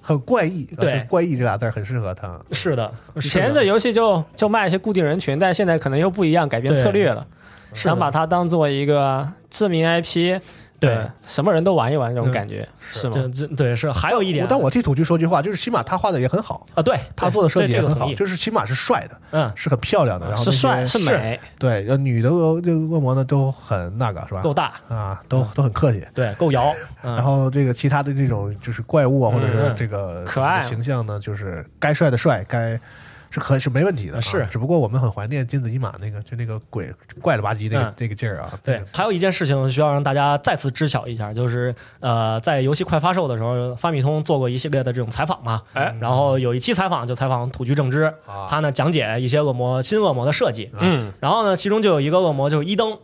很怪异，啊
对
是怪异这俩字儿很适合他。
是的，
以
是
前这
的，
游戏就就卖一些固定人群，但现在可能又不一样，改变
对
策略了，
是的
想把它当做一个知名 IP，
对
呃，什么人都玩一玩这种
嗯
感觉，是
这
吗？
这对是还有一点，
但我替土居说句话，就是起码他画的也很好，
啊，对
他做的设计
这
也
这个
很
同
好，
意
就是起码是帅的，
嗯，
是很漂亮的，然后
是
那些
帅是
是
美，
对，呃女的恶这个恶魔呢都很那个是吧？
够大，
啊，都都很客气。
对，
[LAUGHS]
够摇，
然
嗯，
后这个其他的这种就是怪物啊，或者
嗯
是
嗯
这个
可爱
形象呢，就是该帅的帅，该是可是没问题的、啊，
是
只不过我们很怀念金子一马那个，就那个鬼怪了吧唧那个、
嗯
那个劲儿啊。
对，还有一件事情需要让大家再次知晓一下，就是呃，在游戏快发售的时候，发米通做过一系列的这种采访嘛，
哎
然后有一期采访就采访土居正之，
啊
他呢讲解一些恶魔新恶魔的设计，
嗯，
然后呢，其中就有一个恶魔就是一灯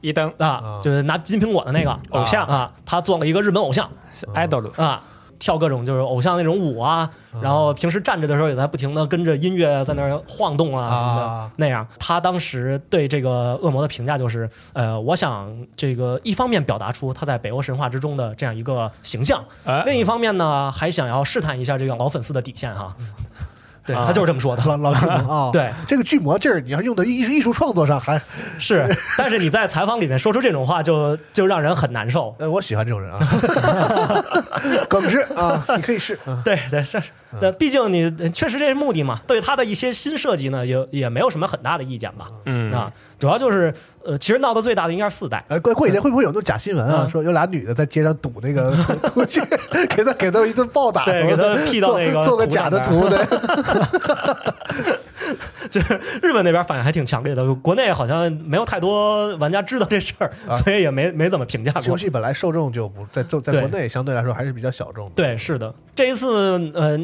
一灯
啊
啊，就是拿金苹果的那个
偶像
啊，他做了一个日本偶像
是 idol，
啊。跳各种就是偶像那种舞啊，然后平时站着的时候也在不停的跟着音乐在那儿晃动啊什么的
啊
那样。他当时对这个恶魔的评价就是，呃，我想这个一方面表达出他在北欧神话之中的这样一个形象，
哎，
另一方面呢，还想要试探一下这个老粉丝的底线哈。对
啊
他就是这么说的。 [LAUGHS]
老老巨魔啊，
对，
这个巨魔劲儿，你要用到艺术艺术创作上还，
[LAUGHS] 是，但是你在采访里面说出这种话就，就让人很难受。
呃，我喜欢这种人啊， [LAUGHS] 耿直啊，你可以试啊，
[LAUGHS] 对对是，嗯那毕竟你确实这是目的嘛。对他的一些新设计呢，也也没有什么很大的意见吧。
嗯
啊，主要就是呃，其实闹得最大的应该是四代。 [LAUGHS]
哎，过过几天会不会有那种假新闻啊？
嗯
说有俩女的在街上堵那个 [LAUGHS] 土去，给他给他一顿暴打，
对给他 P 到那
做
个
做个
图
假的
上 [LAUGHS]
图的，
就是日本那边反应还挺强烈的，国内好像没有太多玩家知道这事儿，所以也没没怎么评价
游
过。
戏本来受众就不在在在
对
国内相对来说还是比较小众的。
对，是的，这一次，呃，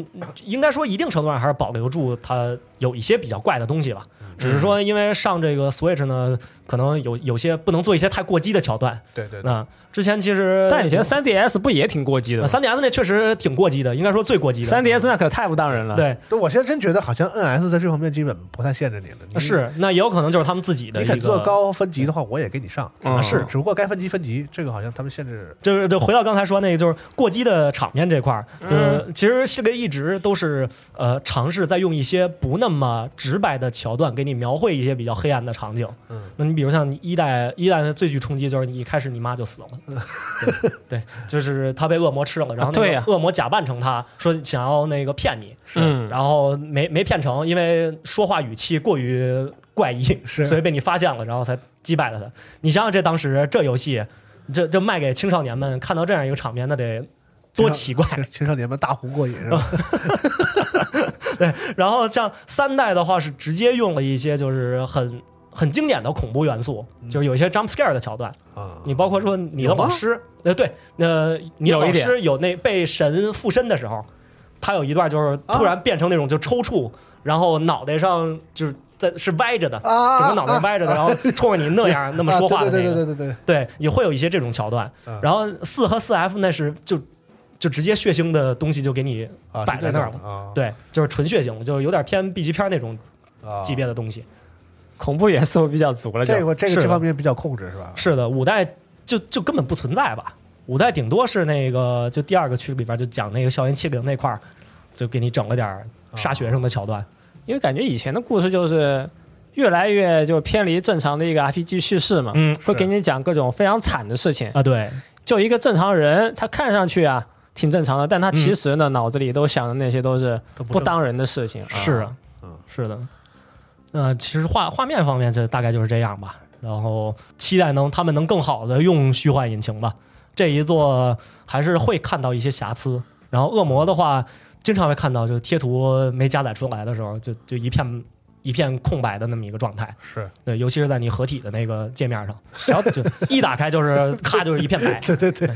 应该说一定程度上还是保留住它有一些比较怪的东西吧。
嗯
只是说，因为上这个 Switch 呢，可能有有些不能做一些太过激的桥段。
对对对，
那之前其实，呃
但以前三 DS 不也挺过激的吗？
啊三 DS 那确实挺过激的，应该说最过激的。
三 DS 那可太不当人了。，
对
对我现在真觉得好像 NS 在这方面基本不太限制你了。
嗯
你，
啊是，那也有可能就是他们自己的
你
一个
肯做，高分级的话，我也给你上。啊
嗯
是
只不过该分级分级，这个好像他们限制。
就是就回到刚才说那个，就是过激的场面这块儿，呃，
嗯
其实系列一直都是呃尝试在用一些不那么直白的桥段给你描绘一些比较黑暗的场景。
嗯，
那你比如像你一代一代的最具冲击就是你一开始你妈就死了，对对，就是他被恶魔吃了，然后
嗯啊对
那
呀
个恶魔假扮成他说想要那个骗你，
嗯
然后没没骗成，因为说话语气过于怪异，
是
所以被你发现了，然后才击败了他。你想想，这当时这游戏，这这卖给青少年们看到这样一个场面，那得多奇
[LAUGHS]
怪！
青青少年们大呼过瘾是吧？
然后像三代的话，是直接用了一些就是很很经典的恐怖元素，就是有一些 jump scare 的桥段。
啊，
你包括说你的
有吗
老师，呃，对，呃，你的
有一
老
点
师有那被神附身的时候，他有一段就是
啊
突然变成那种就抽搐，然后脑袋上就是在是歪着的，
啊
整个脑袋歪着的，然后冲着你那样、那么说话
啊
的那
对对
个，
对对对对，
对也会有一些这种桥段。
啊
然后四和四 F 那是就就直接血腥的东西就给你
啊，
摆在那儿了，
了啊，
对，就是纯血腥，就是有点偏 B 级片那种
啊
级别的东西。
恐怖元素比较足了就，
这个这
是
个
的
这方面比较控制是吧？啊
是的，五代就就根本不存在吧？五代顶多是那个就第二个区里边就讲那个校园欺凌那块儿，就给你整了点儿
啊
杀学生的桥段。
因为感觉以前的故事就是越来越就偏离正常的一个 RPG 叙事嘛，
嗯
会给你讲各种非常惨的事情。
啊，对，
就一个正常人，他看上去啊挺正常的，但他
嗯
其实呢、脑子里都想的那些都是
都不
不当人的事情。
是
啊
啊，
嗯
是的。呃，其实画画面方面就大概就是这样吧。然后期待能他们能更好的用虚幻引擎吧。这一座还是会看到一些瑕疵。然后恶魔的话，经常会看到就贴图没加载出来的时候，就就一片一片空白的那么一个状态。
是，
对，尤其是在你合体的那个界面上，然后就一打开就是 [LAUGHS] 咔就是一片白。
对对对，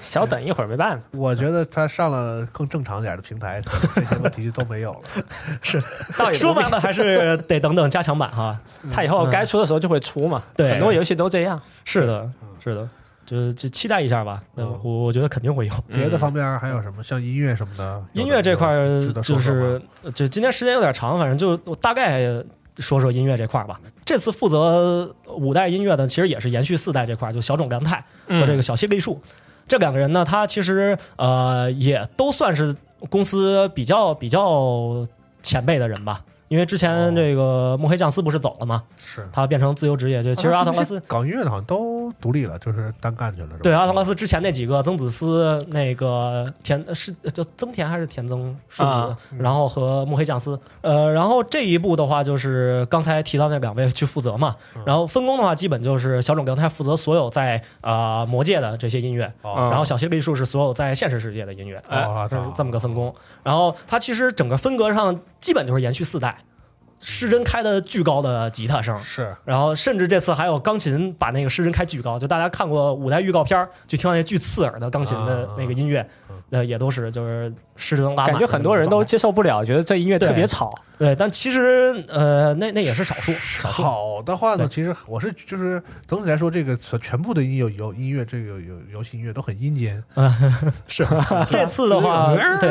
小等一会儿没办法，
我觉得他上了更正常点儿的平台， [LAUGHS] 可能这些问题就都没有了。
倒也
说
不必
白了还是得等等加强版哈。
他以后该出的时候就会出嘛。
嗯对
很多游戏都这样。
是嗯的，是的，就就期待一下吧。那
嗯
我我觉得肯定会有。
别的方面还有什么？像音乐什么的，有
嗯音
的
乐这块儿
值得说
就
说吗
是就今天时间有点长，反正就我大概说说音乐这块儿吧。这次负责五代音乐的，其实也是延续四代这块儿，就小种良太嗯
嗯
和这个小西利树、这两个人呢，他其实呃也都算是公司比较比较前辈的人吧。因为之前这个墨黑酱斯不是走了嘛，
是
他变成自由职业，就其实阿特拉斯
搞音乐的好像都独立了，就是单干去了，是吧？
对，阿汤瓜斯之前那几个，曾子思、那个田是叫曾田还是田曾顺子，嗯
啊
然后和木黑将司，呃，然后这一步的话就是刚才提到那两位去负责嘛，
嗯
然后分工的话基本就是小种刚太负责所有在啊、呃魔界的这些音乐，
哦
然后小谢栗树是所有在现实世界的音乐，哎、
哦
这是这么个分工。然后它其实整个分隔上基本就是延续四代，失真开的巨高的吉他声，
哎是
然后甚至这次还有钢琴把那个失真开巨高，就大家看过五代预告片儿，就听到那巨刺耳的钢琴
啊
的那个音乐，
嗯
呃，也都是就是失真拉满的
感
那
觉
种状态。
很多人都接受不了，觉得这音乐特别吵。
对，但其实呃，那那也是少数，少数。
好的话呢，
对
其实我是就是总体来说，这个所全部的音有有音乐，这个有游戏音乐都很阴间
是
[LAUGHS]
这次
[LAUGHS]
的话，对，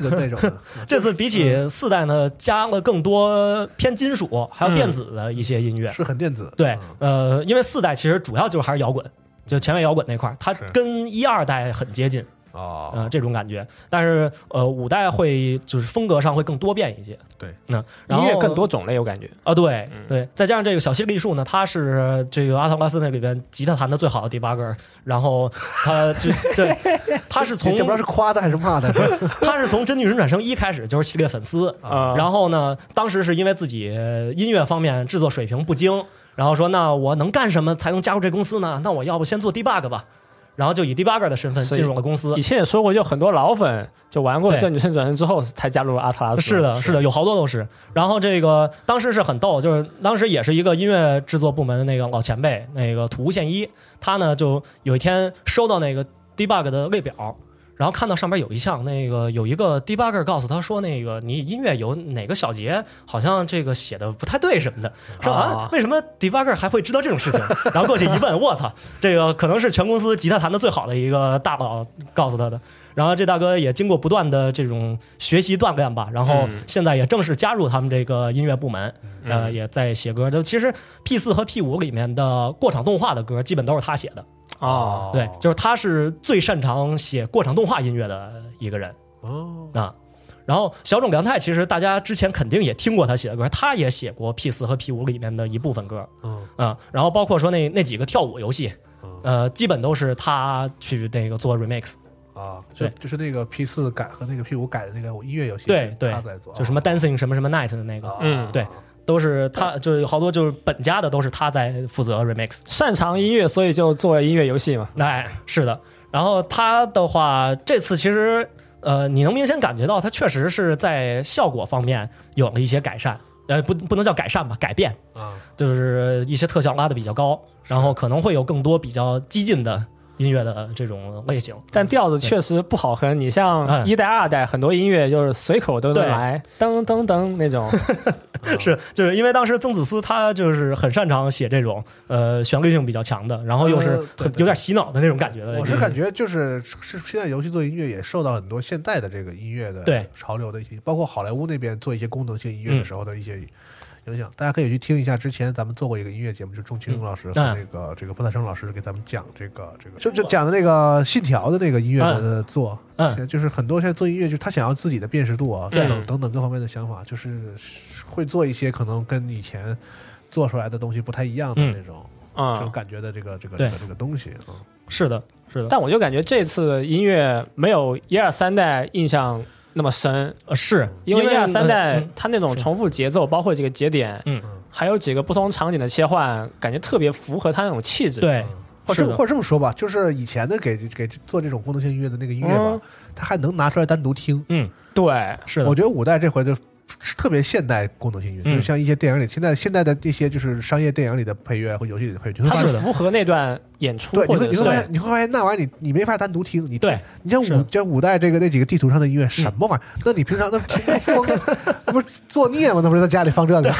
的那种的。
这次比起四代呢，加了更多偏金属还有电子的一些音乐。
是很电子，
对
嗯，
呃，因为四代其实主要就是还是摇滚，就前卫摇滚那块儿，它
是
跟一二代很接近。
哦
呃，，这种感觉。但是呃，五代会就是风格上会更多变一些。
对，
那、然
音
后
乐更多种类，我感觉。
啊，对对，再加上这个小西栗树呢，他是这个阿汤瓜斯那里边吉他弹的最好的 debugger，然后他就
[LAUGHS]
对，他是从
这不知道是夸他还是骂他，是吧
他是从《真女神转生》一开始就是系列粉丝，
啊
嗯然后呢，当时是因为自己音乐方面制作水平不精，然后说那我能干什么才能加入这公司呢？那我要不先做 debug 吧，然后就以 debugger 的身份
所以
进入了公司
以。前也说过，就很多老粉就玩过《
对
正女圣转身》之后才加入了阿特拉斯。
呃是，的，是的，有好多都是。然后这个当时是很逗，就是当时也是一个音乐制作部门的那个老前辈，那个土屋宪一，他呢就有一天收到那个 debug 的列表，然后看到上边有一项那个有一个 debugger 告诉他说，那个你音乐有哪个小节好像这个写的不太对什么的，说啊
啊
为什么 debugger 还会知道这种事情？然后过去一问，我操，这个可能是全公司吉他弹的最好的一个大佬告诉他的。然后这大哥也经过不断的这种学习锻炼吧，然后
嗯
现在也正式加入他们这个音乐部门，呃，
嗯
也在写歌。就其实 P 四和 P 五里面的过场动画的歌，基本都是他写的。
哦，
对，就是他是最擅长写过场动画音乐的一个人
哦，
啊。然后小种良太，其实大家之前肯定也听过他写的歌，他也写过 P 四和 P 五里面的一部分歌
嗯
啊。然后包括说那那几个跳舞游戏，
嗯
呃，基本都是他去那个做 remix。
啊，就
对
就是那个 P 四改和那个 P 五改的那个音乐游戏，
对对
他在做，哦
就什么 dancing 什么什么 night 的那个，
啊，
嗯
对都是他，就是好多就是本家的都是他在负责 remix。
擅长音乐，所以就做音乐游戏嘛。
哎，是的。然后他的话，这次其实呃，你能明显感觉到他确实是在效果方面有了一些改善，呃，不不能叫改善吧，改变，
啊，
就是一些特效拉的比较高，然后可能会有更多比较激进的音乐的这种类型。
但调子确实不好哼，你像
嗯
一代、二代，很多音乐就是随口都能
对
来，噔噔噔那
[LAUGHS]
种。
是，就是因为当时曾子思他就是很擅长写这种呃旋律性比较强的，然后又是
呃对
很
对
有点洗脑的那种感觉的。
我是感觉就是是现在游戏做音乐也受到很多现代的这个音乐的
对嗯
潮流的一些，包括好莱坞那边做一些功能性音乐的时候的一些影响。大家可以去听一下之前咱们做过一个音乐节目，就钟青老师和
嗯
那个、这个波太生老师给咱们讲这个这个，就就讲的那个信条的那个音乐的做，
嗯
现在就是很多现在做音乐就是他想要自己的辨识度啊，
对
等等等各方面的想法，就是会做一些可能跟以前做出来的东西不太一样的
嗯
那种、这种
嗯，
感觉的这个这个
对
这个这个东西啊。
是的，是的，
但我就感觉这次音乐没有一二三代印象那么深，
呃是
因为一二三代
嗯
它那种
是
重复节奏，包括几个节点，
嗯
还有几个不同场景的切换，感觉特别符合它那种气质。，
对
或
是
者
的
或者这么说吧，就是以前的给给做这种功能性音乐的那个音乐吧，
嗯
它还能拿出来单独听。
嗯
对，
是的
我，觉得五代这回就特别现代功能性音乐，
嗯
就是像一些电影里现在现在的一些就是商业电影里的配乐或游戏里的配乐，你会
它
发
是
现。
的
符合那段演出
对，你
或
会
者
你会发现
是，
你会发现那玩意儿你你没法单独听，你
对，
你像
是嗯
五像五代这个那几个地图上的音乐什么玩意儿？那你平常 [LAUGHS] 那听那疯，那不是作孽吗？那不是在家里放
[LAUGHS]
这个，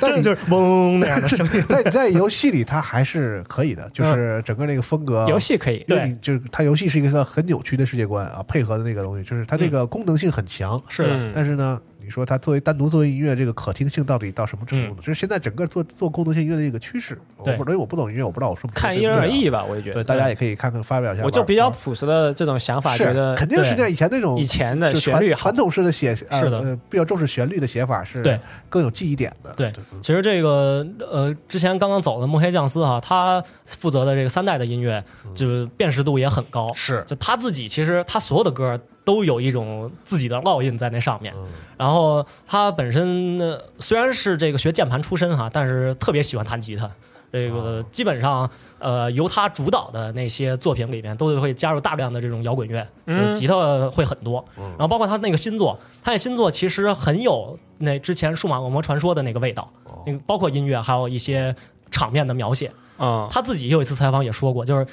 但
真
你
的就是嗡那样的声音。
但你在游戏里它还是可以的，
嗯
就是整个那个风格，
游戏可以。
因为
对
你就是它游戏是一个很扭曲的世界观啊，配合的那个东西，就是它这个功能性很强，
是的，
嗯
但是呢，你你说它作为单独作为音乐这个可听性到底到什么程度呢？
嗯
就是现在整个做做功能性音乐的一个趋势。我
对
不，因为我不懂音乐，我不知道我说不
看
对
因人
对啊
而异吧，我也觉
对，
得。
大家也可以看看发表一下玩。
我就比较
玩
朴实的这种想法，
是
觉得
肯定是这样。以前那种
以前的
就
旋
传
律好
传，统式的写，呃
是的
呃，比较重视旋律的写法是
对
更有记忆点的。
[LAUGHS] 对，其实这个呃，之前刚刚走的幕黑酱司哈，他负责的这个三代的音乐，就是辨识度也很高。
是
就他自己其实他所有的歌都有一种自己的烙印在那上面。
嗯
然后他本身呃虽然是这个学键盘出身哈，但是特别喜欢弹吉他。这个
哦
基本上，呃，由他主导的那些作品里面，都会加入大量的这种摇滚乐，就是
嗯
吉他会很多。
嗯
然后包括他那个新作，他那新作其实很有那之前《数码恶魔传说》的那个味道，那个包括音乐，还有一些场面的描写。
嗯，
他自己也有一次采访也说过，就是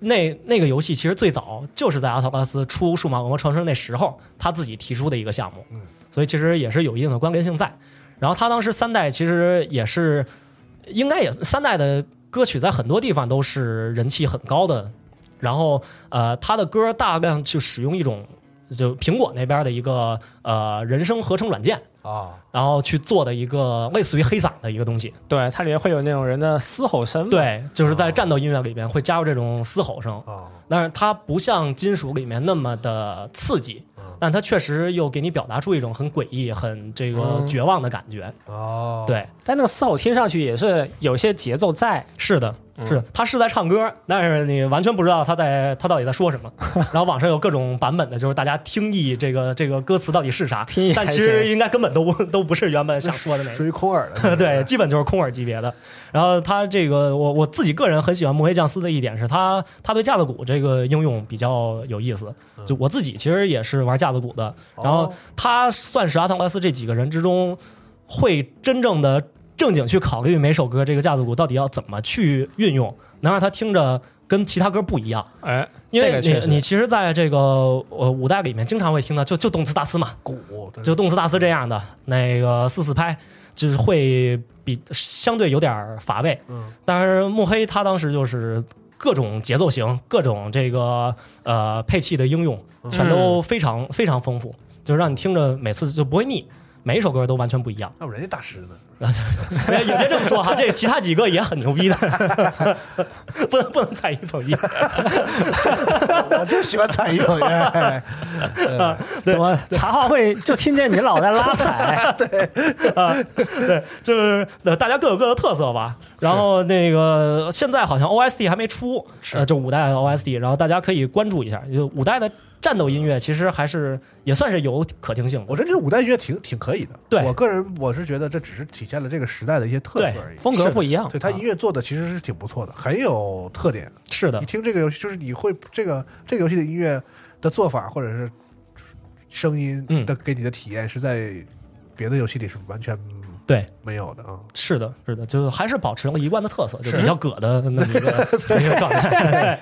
那那个游戏其实最早就是在阿特拉斯出《数码恶魔传说》那时候他自己提出的一个项目，所以其实也是有一定的关联性在。然后他当时三代其实也是，应该也三代的歌曲在很多地方都是人气很高的。然后呃，他的歌大量去使用一种就苹果那边的一个呃人声合成软件，
啊，
然后去做的一个类似于黑嗓的一个东西。
对，它里面会有那种人的嘶吼声嘛，
对，就是在战斗音乐里边会加入这种嘶吼声，
哦
啊，
但是它不像金属里面那么的刺激，
嗯
但它确实又给你表达出一种很诡异、很这个
嗯
绝望的感觉。
哦，
对，
但那个嘶吼听上去也是有些节奏在，
是的，
嗯
是的，他是在唱歌，但是你完全不知道他在他到底在说什
[LAUGHS]
么。然后网上有各种版本的，就是大家听译这个这个歌词到底是啥
听译，
但
还
其实应该根本都不都不是原本想说的那个
属。于空
[LAUGHS]
耳的，
对，基本就是空耳级别的。然后他这个，我我自己个人很喜欢墨黑酱司的一点是他，他对架子鼓这个应用比较有意思。
嗯
就我自己其实也是玩架子鼓的，然后
哦
他算是阿汤克拉斯这几个人之中，会真正的正经去考虑每首歌这个架子鼓到底要怎么去运用，能让他听着跟其他歌不一样。
哎，
因
这
为
个
你、
确实
你其实在这个呃五代里面经常会听到，就就动次打次嘛，
[LAUGHS]
鼓对
就动次打次这样的那个四四拍，就是会比相对有点儿乏味。
嗯，
但是慕黑他当时就是各种节奏型、各种这个呃配器的应用，全
嗯
都非常、非常丰富，就是让你听着每次就不会腻。每一首歌都完全不一样，
那我人家大师呢？
哎也别这么说哈，这其他几个也很牛逼的， [LAUGHS] 不能不能踩一捧一。
我就喜欢踩一捧一，哎
怎么茶话会就听见你老在拉踩？
[LAUGHS] 对，就是呃，大家各有各的特色吧。然后那个现在好像 OST 还没出，呃，就五代的 OST，然后大家可以关注一下。就五代的战斗音乐其实还是也算是有可听性的
[LAUGHS] 我。真觉得五代音乐挺挺可以的。
对
我个人我是觉得这只是体现了这个时代的一些特色而已。
风格不一样，啊
对他音乐做的其实是挺不错的，很有特点。
是的
你，听这个游戏，就是你会这个这个游戏的音乐的做法，或者是声音
嗯
的给你的体验，是在别的游戏里是完全
对，
没有的啊。
是的，是的，就是还是保持了一贯的特色，就是比较葛的那么一 [LAUGHS] 个一个状态。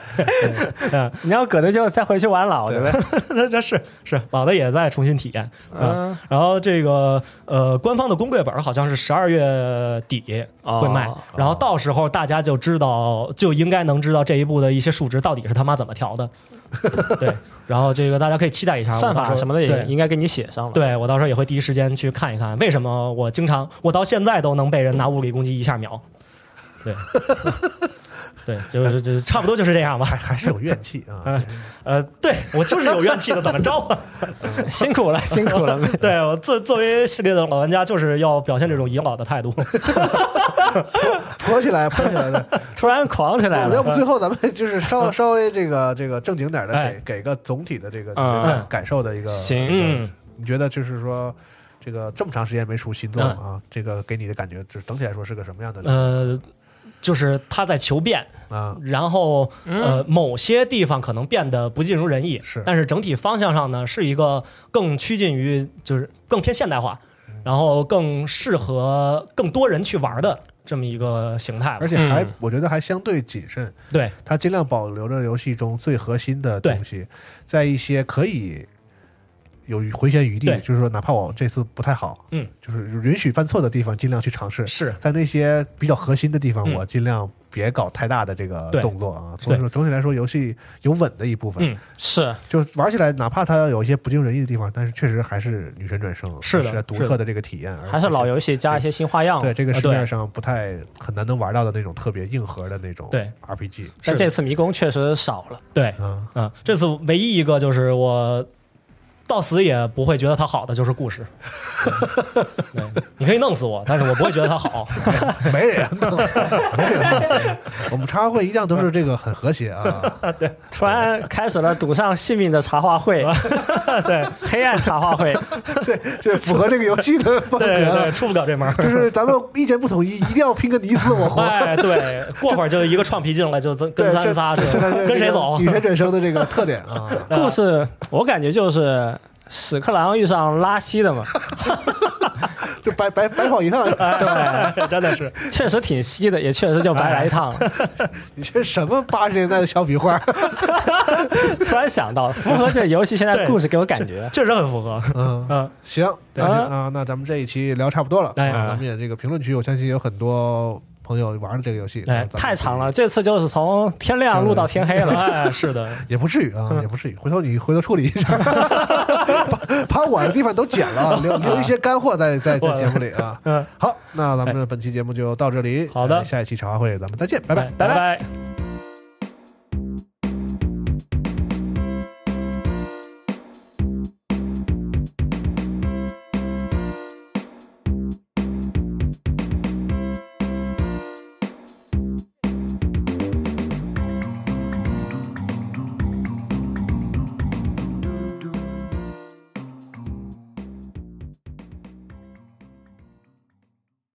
你要搁那就再回去玩老的呗。
[LAUGHS] 那这是是老的也在重新体验。嗯，
嗯，
然后这个呃，官方的公柜本儿好像是十二月底会卖，
哦
然后到时候大家就知道，就应该能知道这一步的一些数值到底是他妈怎么调
[LAUGHS]
的。对，然后这个大家可以期待一下
算
我到时
法
候
什么的也
对
应该给你写上了。
对我到时候也会第一时间去看一看，为什么我经常我到现在都能被人拿物理攻击一下秒。
[LAUGHS]
对，对，就是就是差不多就是这样吧。
还还是有怨气 [LAUGHS] 啊！
呃，对我就是有怨气的，怎么着啊？
[LAUGHS] 辛苦了，辛苦
[LAUGHS]
了。
对我作作为系列的老玩家，就是要表现这种养老的态度。
泼起来，泼起来的。
突然狂起来
我们哦要
了
不。最后咱们 [LAUGHS] 就是稍稍微这个这个正经点的，
嗯哎
给给个总体的这个
嗯
这个感受的一个。
行
嗯，
你觉得就是说，这个这么长时间没出新作
嗯
啊，这个给你的感觉，就是整体来说是个什么样的
[LAUGHS] 呃，就是他在求变，
啊？
然后呃，某些地方可能变得不尽如人意，
是
但是整体方向上呢，是一个更趋近于就是更偏现代化，然后更适合更多人去玩的这么一个形态吧。
而且还
嗯
我觉得还相对谨慎，
对
它尽量保留着游戏中最核心的东西，在一些可以。有回旋余地
对，
就是说哪怕我这次不太好，
嗯，
就是允许犯错的地方尽量去尝试，
是
在那些比较核心的地方，
嗯
我尽量别搞太大的这个
对
动作啊。所
对
以说总体来说，游戏有稳的一部分，
嗯
是
就玩起来哪怕它有一些不尽人意的地方，但是确实还是女神转生，
是的
还独特的这个体验，而
还是老游戏加一些新花样，
对，这个
啊
市
对
面上不太很难能玩到的那种特别硬核的那种
对
RPG
但
是
这
的
次迷宫确实少了。
对，
啊，
啊，这次唯一一个就是我到死也不会觉得它好的就是故事。对，对你可以弄死我，但是我不会觉得它好。
没人弄死，没人弄死。我们茶话会一向都是这个很和谐啊， [LAUGHS]
突然开始了赌上性命的茶话会，
[LAUGHS]
对，黑暗茶话
啊
会，
对，这符合这个游戏的风格。啊
对对，出不了这门儿。
就是咱们意见不统一，一定要拼个你死我活。
哎，对，过会儿就一个串皮进来，就跟跟三仨
这才是
跟谁走啊
女？神转生的这个特点啊，
故事我感觉就是屎壳郎遇上拉
[LAUGHS]
稀的嘛，
[LAUGHS] 就白白白跑一趟。
哎对，真的是，
确实挺稀的，也确实就白来一趟了。
[LAUGHS] [LAUGHS] 你这什么八十年代的小笔画？
突然想到，符合这游戏现在故事给我感觉。
确实很符合。
嗯，
[LAUGHS] 嗯，
行，
对
那行啊，那咱们这一期聊差不多了。
哎
啊咱们也这个评论区，我相信有很多朋友玩了这个游戏。啊
哎
然后咱们
太长了，这次就是从天亮录到天黑了。
哎，是的，
也不至于啊，
嗯
也不至于。回头你回头处理一
[LAUGHS]
下，把把我的地方都剪了，啊留留一些干货在在在节目里啊。
嗯，
好，那咱们本期节目就到这里。
好的
呃下一期茶话会咱们再见，拜拜。
拜拜。